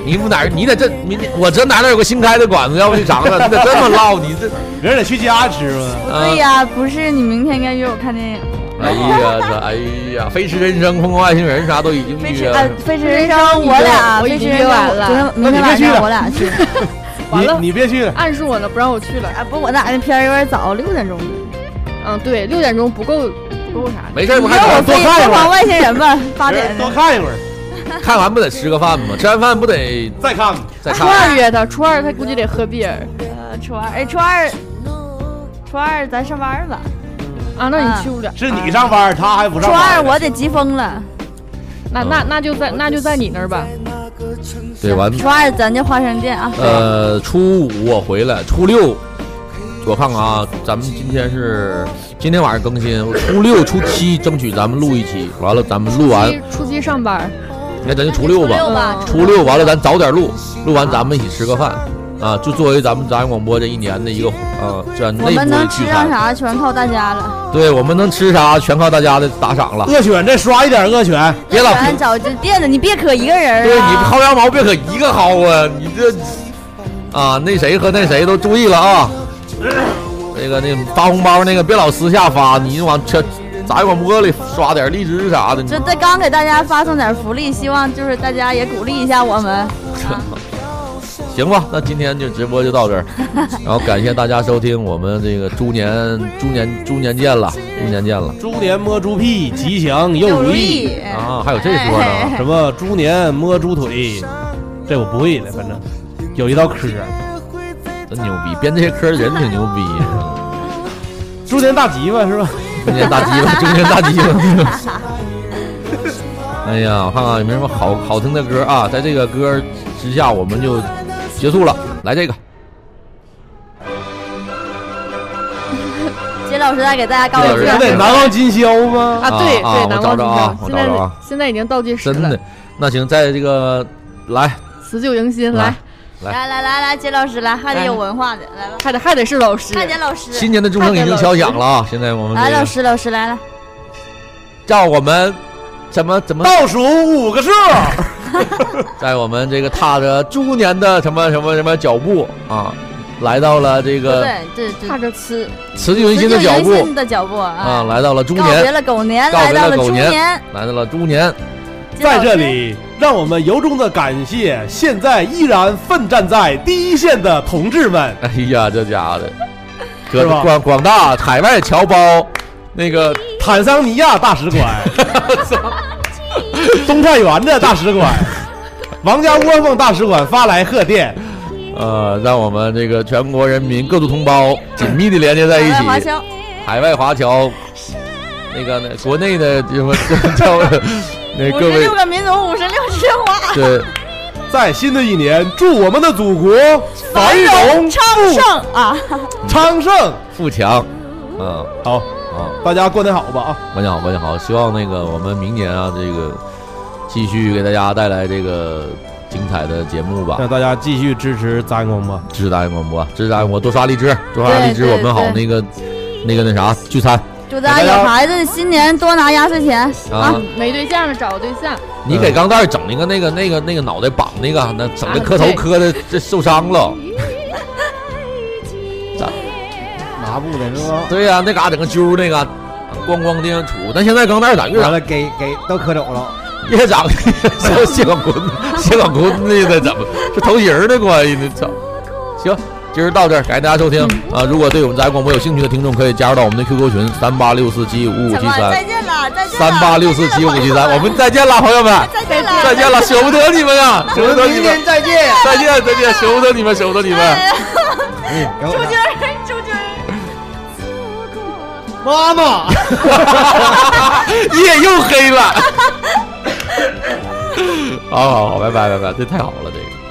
[SPEAKER 2] 你不哪儿？你在这明天我这哪哪有个新开的馆子，要不去尝尝？你咋这么唠？你这，
[SPEAKER 1] 人得去家吃嘛。
[SPEAKER 2] 啊
[SPEAKER 3] 对哎呀，不是你明天应该约我看电影，
[SPEAKER 2] 哎呀，这哎呀，飞驰人生、空空外星人啥都已经
[SPEAKER 3] 飞
[SPEAKER 2] 预
[SPEAKER 3] 驰
[SPEAKER 2] 约
[SPEAKER 3] 啊
[SPEAKER 2] 了。，
[SPEAKER 3] 飞驰人生我俩，
[SPEAKER 5] 我已
[SPEAKER 3] 飞驰
[SPEAKER 5] 经
[SPEAKER 3] 人生
[SPEAKER 5] 约完了
[SPEAKER 3] 昨天明天晚上我俩去，
[SPEAKER 5] 完了
[SPEAKER 1] 你你别去了，
[SPEAKER 5] 暗示我哎呢，不让我去了。
[SPEAKER 3] 啊，不，我俩那片儿有点早，六点钟。
[SPEAKER 5] 嗯，对，六点钟不够，不够啥的。
[SPEAKER 2] 没事儿，
[SPEAKER 3] 你
[SPEAKER 2] 不
[SPEAKER 3] 约
[SPEAKER 2] 还
[SPEAKER 3] 我
[SPEAKER 2] 看
[SPEAKER 3] 飞
[SPEAKER 2] 多看一
[SPEAKER 3] 疯
[SPEAKER 2] 会
[SPEAKER 3] 狂
[SPEAKER 2] 儿？
[SPEAKER 3] 外星人 吧，八点
[SPEAKER 1] 多看一会儿，
[SPEAKER 2] 看完不得吃个饭吗？吃完饭不得
[SPEAKER 1] 再看看。
[SPEAKER 2] 再
[SPEAKER 5] 初
[SPEAKER 2] 看？
[SPEAKER 5] 二约他，初二他估计得喝啤儿
[SPEAKER 3] 呃，初二，哎，初二，初二咱上班吧。
[SPEAKER 5] 啊。那
[SPEAKER 3] 嗯
[SPEAKER 5] 你去不了，啊
[SPEAKER 1] 是你上班，他还不
[SPEAKER 3] 初
[SPEAKER 1] 上班。
[SPEAKER 3] 二我得急疯了。
[SPEAKER 5] 那那那就在那就在你那儿吧。
[SPEAKER 2] 对，完
[SPEAKER 3] 初二咱就花生店啊。
[SPEAKER 2] 呃，初五我回来，初六我看看啊，咱们今天是今天晚上更新，初六、初七争取咱们录一期，完了咱们录完，
[SPEAKER 5] 七初七上班，
[SPEAKER 2] 那咱就初六吧，
[SPEAKER 3] 吧，
[SPEAKER 2] 初六完了咱早点录，录完咱们一起吃个饭，啊，就作为咱们杂音广播这一年的一个啊，这内
[SPEAKER 3] 我
[SPEAKER 2] 部
[SPEAKER 3] 们
[SPEAKER 2] 的
[SPEAKER 3] 能
[SPEAKER 2] 聚
[SPEAKER 3] 吃上
[SPEAKER 2] 餐，
[SPEAKER 3] 啥全靠大家了。
[SPEAKER 2] 对，我们能吃啥全靠大家的打赏了，
[SPEAKER 1] 恶犬，再刷一点恶犬。
[SPEAKER 2] 别老
[SPEAKER 3] 咱找这店的，你别可一个人
[SPEAKER 2] 对你
[SPEAKER 3] 啊。
[SPEAKER 2] 薅羊毛别可一个薅啊！你这啊，那谁和那谁都注意了啊！那个那发红包那个别老私下发，你往这杂广播里刷点荔枝啥的。你
[SPEAKER 3] 这这刚给大家发送点福利，希望就是大家也鼓励一下我们。
[SPEAKER 2] 行吧，那今天就直播就到这儿，然后感谢大家收听我们这个猪年猪年猪年见了，猪年见了
[SPEAKER 1] 猪年摸猪屁，吉祥又如意。
[SPEAKER 3] 哎
[SPEAKER 2] 啊！还有这说呢，
[SPEAKER 1] 什么猪年摸猪腿，这我不会的，反正有一道科。
[SPEAKER 2] 真牛逼，编这些科的人挺牛逼，
[SPEAKER 1] 猪年大吉吧，是吧？
[SPEAKER 2] 中年大鸡了，中年大鸡了。哎呀，我看看有没有什么好好听的歌啊？在这个歌之下，我们就结束了。来这个，
[SPEAKER 3] 金哎老师再给大家告
[SPEAKER 2] 金老
[SPEAKER 3] 个
[SPEAKER 2] 师
[SPEAKER 3] 劲
[SPEAKER 1] 不
[SPEAKER 3] 儿。
[SPEAKER 1] 得南方今宵
[SPEAKER 5] 啊，
[SPEAKER 1] 吗？
[SPEAKER 5] 对
[SPEAKER 2] 啊啊
[SPEAKER 5] 对，
[SPEAKER 2] 我
[SPEAKER 5] 南
[SPEAKER 2] 找找
[SPEAKER 5] 方金
[SPEAKER 2] 啊
[SPEAKER 5] 宵，
[SPEAKER 2] 我
[SPEAKER 5] 现
[SPEAKER 2] 找找
[SPEAKER 5] 在
[SPEAKER 2] 啊
[SPEAKER 5] 现在已经倒计时
[SPEAKER 2] 真
[SPEAKER 5] 了
[SPEAKER 2] 的，。那行，在这个来啊
[SPEAKER 5] 辞旧迎新，来，
[SPEAKER 3] 来来来来，金老师来，还得有文化的，来吧，
[SPEAKER 5] 还得还得是老师。
[SPEAKER 3] 看见老师，
[SPEAKER 2] 新年的钟声已经敲响了啊！现在我们
[SPEAKER 3] 来
[SPEAKER 2] 这
[SPEAKER 3] 老
[SPEAKER 2] 个
[SPEAKER 3] 师老师来了，
[SPEAKER 2] 让我们怎么怎么，
[SPEAKER 1] 倒数五个数，
[SPEAKER 2] 在我们这个踏着猪年的什么什么什么脚步啊，来到了这
[SPEAKER 3] 不
[SPEAKER 2] 个
[SPEAKER 3] 对，这这
[SPEAKER 5] 踏着
[SPEAKER 3] 辞
[SPEAKER 2] 辞旧呃迎新的脚步
[SPEAKER 3] 新的脚步
[SPEAKER 2] 啊，
[SPEAKER 3] 啊，
[SPEAKER 2] 来到了猪
[SPEAKER 3] 告别
[SPEAKER 2] 年，
[SPEAKER 3] 了狗年，
[SPEAKER 2] 告别
[SPEAKER 3] 来到
[SPEAKER 2] 了
[SPEAKER 3] 了
[SPEAKER 2] 狗
[SPEAKER 3] 猪
[SPEAKER 2] 年
[SPEAKER 3] 年，
[SPEAKER 2] 来到了猪年。
[SPEAKER 3] 金老
[SPEAKER 1] 在
[SPEAKER 3] 师
[SPEAKER 1] 这里，让我们由衷的感谢现在依然奋战在第一线的同志们。
[SPEAKER 2] 哎呀，这家 伙的，搁
[SPEAKER 1] 是吧
[SPEAKER 2] 广广大海外侨胞，那个
[SPEAKER 1] 坦桑尼亚大使馆，东菜园子大使馆，王家窝棚大使馆发来贺电。
[SPEAKER 2] 呃，让我们这个全国人民各族同胞紧密的连接在一
[SPEAKER 3] 海外华
[SPEAKER 2] 起，
[SPEAKER 3] 侨，
[SPEAKER 2] 海外华侨，那个呢，国内的什么叫那
[SPEAKER 3] 五
[SPEAKER 2] 各
[SPEAKER 3] 十
[SPEAKER 2] 位
[SPEAKER 3] 六个民族，五十六枝花，
[SPEAKER 2] 对
[SPEAKER 1] 在新的一年，祝我们的祖国繁荣
[SPEAKER 3] 昌
[SPEAKER 2] 哦
[SPEAKER 3] 盛啊！
[SPEAKER 1] 昌盛。
[SPEAKER 2] 富强，嗯
[SPEAKER 1] 好，
[SPEAKER 2] 啊，
[SPEAKER 1] 大家过年好吧啊！
[SPEAKER 2] 晚上好，晚上好，希望那个我们明年啊，这个继续给大家带来这个精彩的节目吧。
[SPEAKER 1] 让大家继续支持杂音广播。
[SPEAKER 2] 支持大家广播，支持大家广播，多刷荔枝，多刷荔枝，
[SPEAKER 3] 对
[SPEAKER 2] 我们好
[SPEAKER 3] 对
[SPEAKER 2] 那个那个那啥聚餐
[SPEAKER 3] 祝大家有孩子新年多拿压岁钱
[SPEAKER 2] 啊！
[SPEAKER 3] 啊！
[SPEAKER 5] 没对象的找个对象，
[SPEAKER 2] 你给钢蛋儿整那个那个那个那个脑袋绑那个，那整的磕头
[SPEAKER 5] 啊对
[SPEAKER 2] 磕的这受伤了。
[SPEAKER 4] 麻布的是吧？
[SPEAKER 2] 对呀、那嘎、整个揪儿那个，咣咣的杵。但现在钢蛋儿咋越
[SPEAKER 4] 完
[SPEAKER 2] 长
[SPEAKER 4] 了，给给都磕走了，
[SPEAKER 2] 越长像谢广坤谢广坤的那怎么是头型儿的关系呢？操！行，今儿到这儿，感谢大家收听啊！如果对我们杂广播有兴趣的听众，可以加入到我们的 QQ 群三八六四七五五
[SPEAKER 3] 怎
[SPEAKER 2] 七
[SPEAKER 3] 么再
[SPEAKER 2] 三
[SPEAKER 3] 见了，再见了，
[SPEAKER 2] 三八六四七五五七三，我们再见了，朋友们。
[SPEAKER 3] 再见了，
[SPEAKER 2] 再见了，舍不得你们啊，舍不得你们，
[SPEAKER 4] 再见。
[SPEAKER 2] 再见再见，舍不得你们，舍不得你们。
[SPEAKER 4] 然后
[SPEAKER 3] 朱军儿，朱军儿。
[SPEAKER 4] 妈妈，
[SPEAKER 2] 夜 又黑了。好好好，拜拜拜拜，这太好了，这个。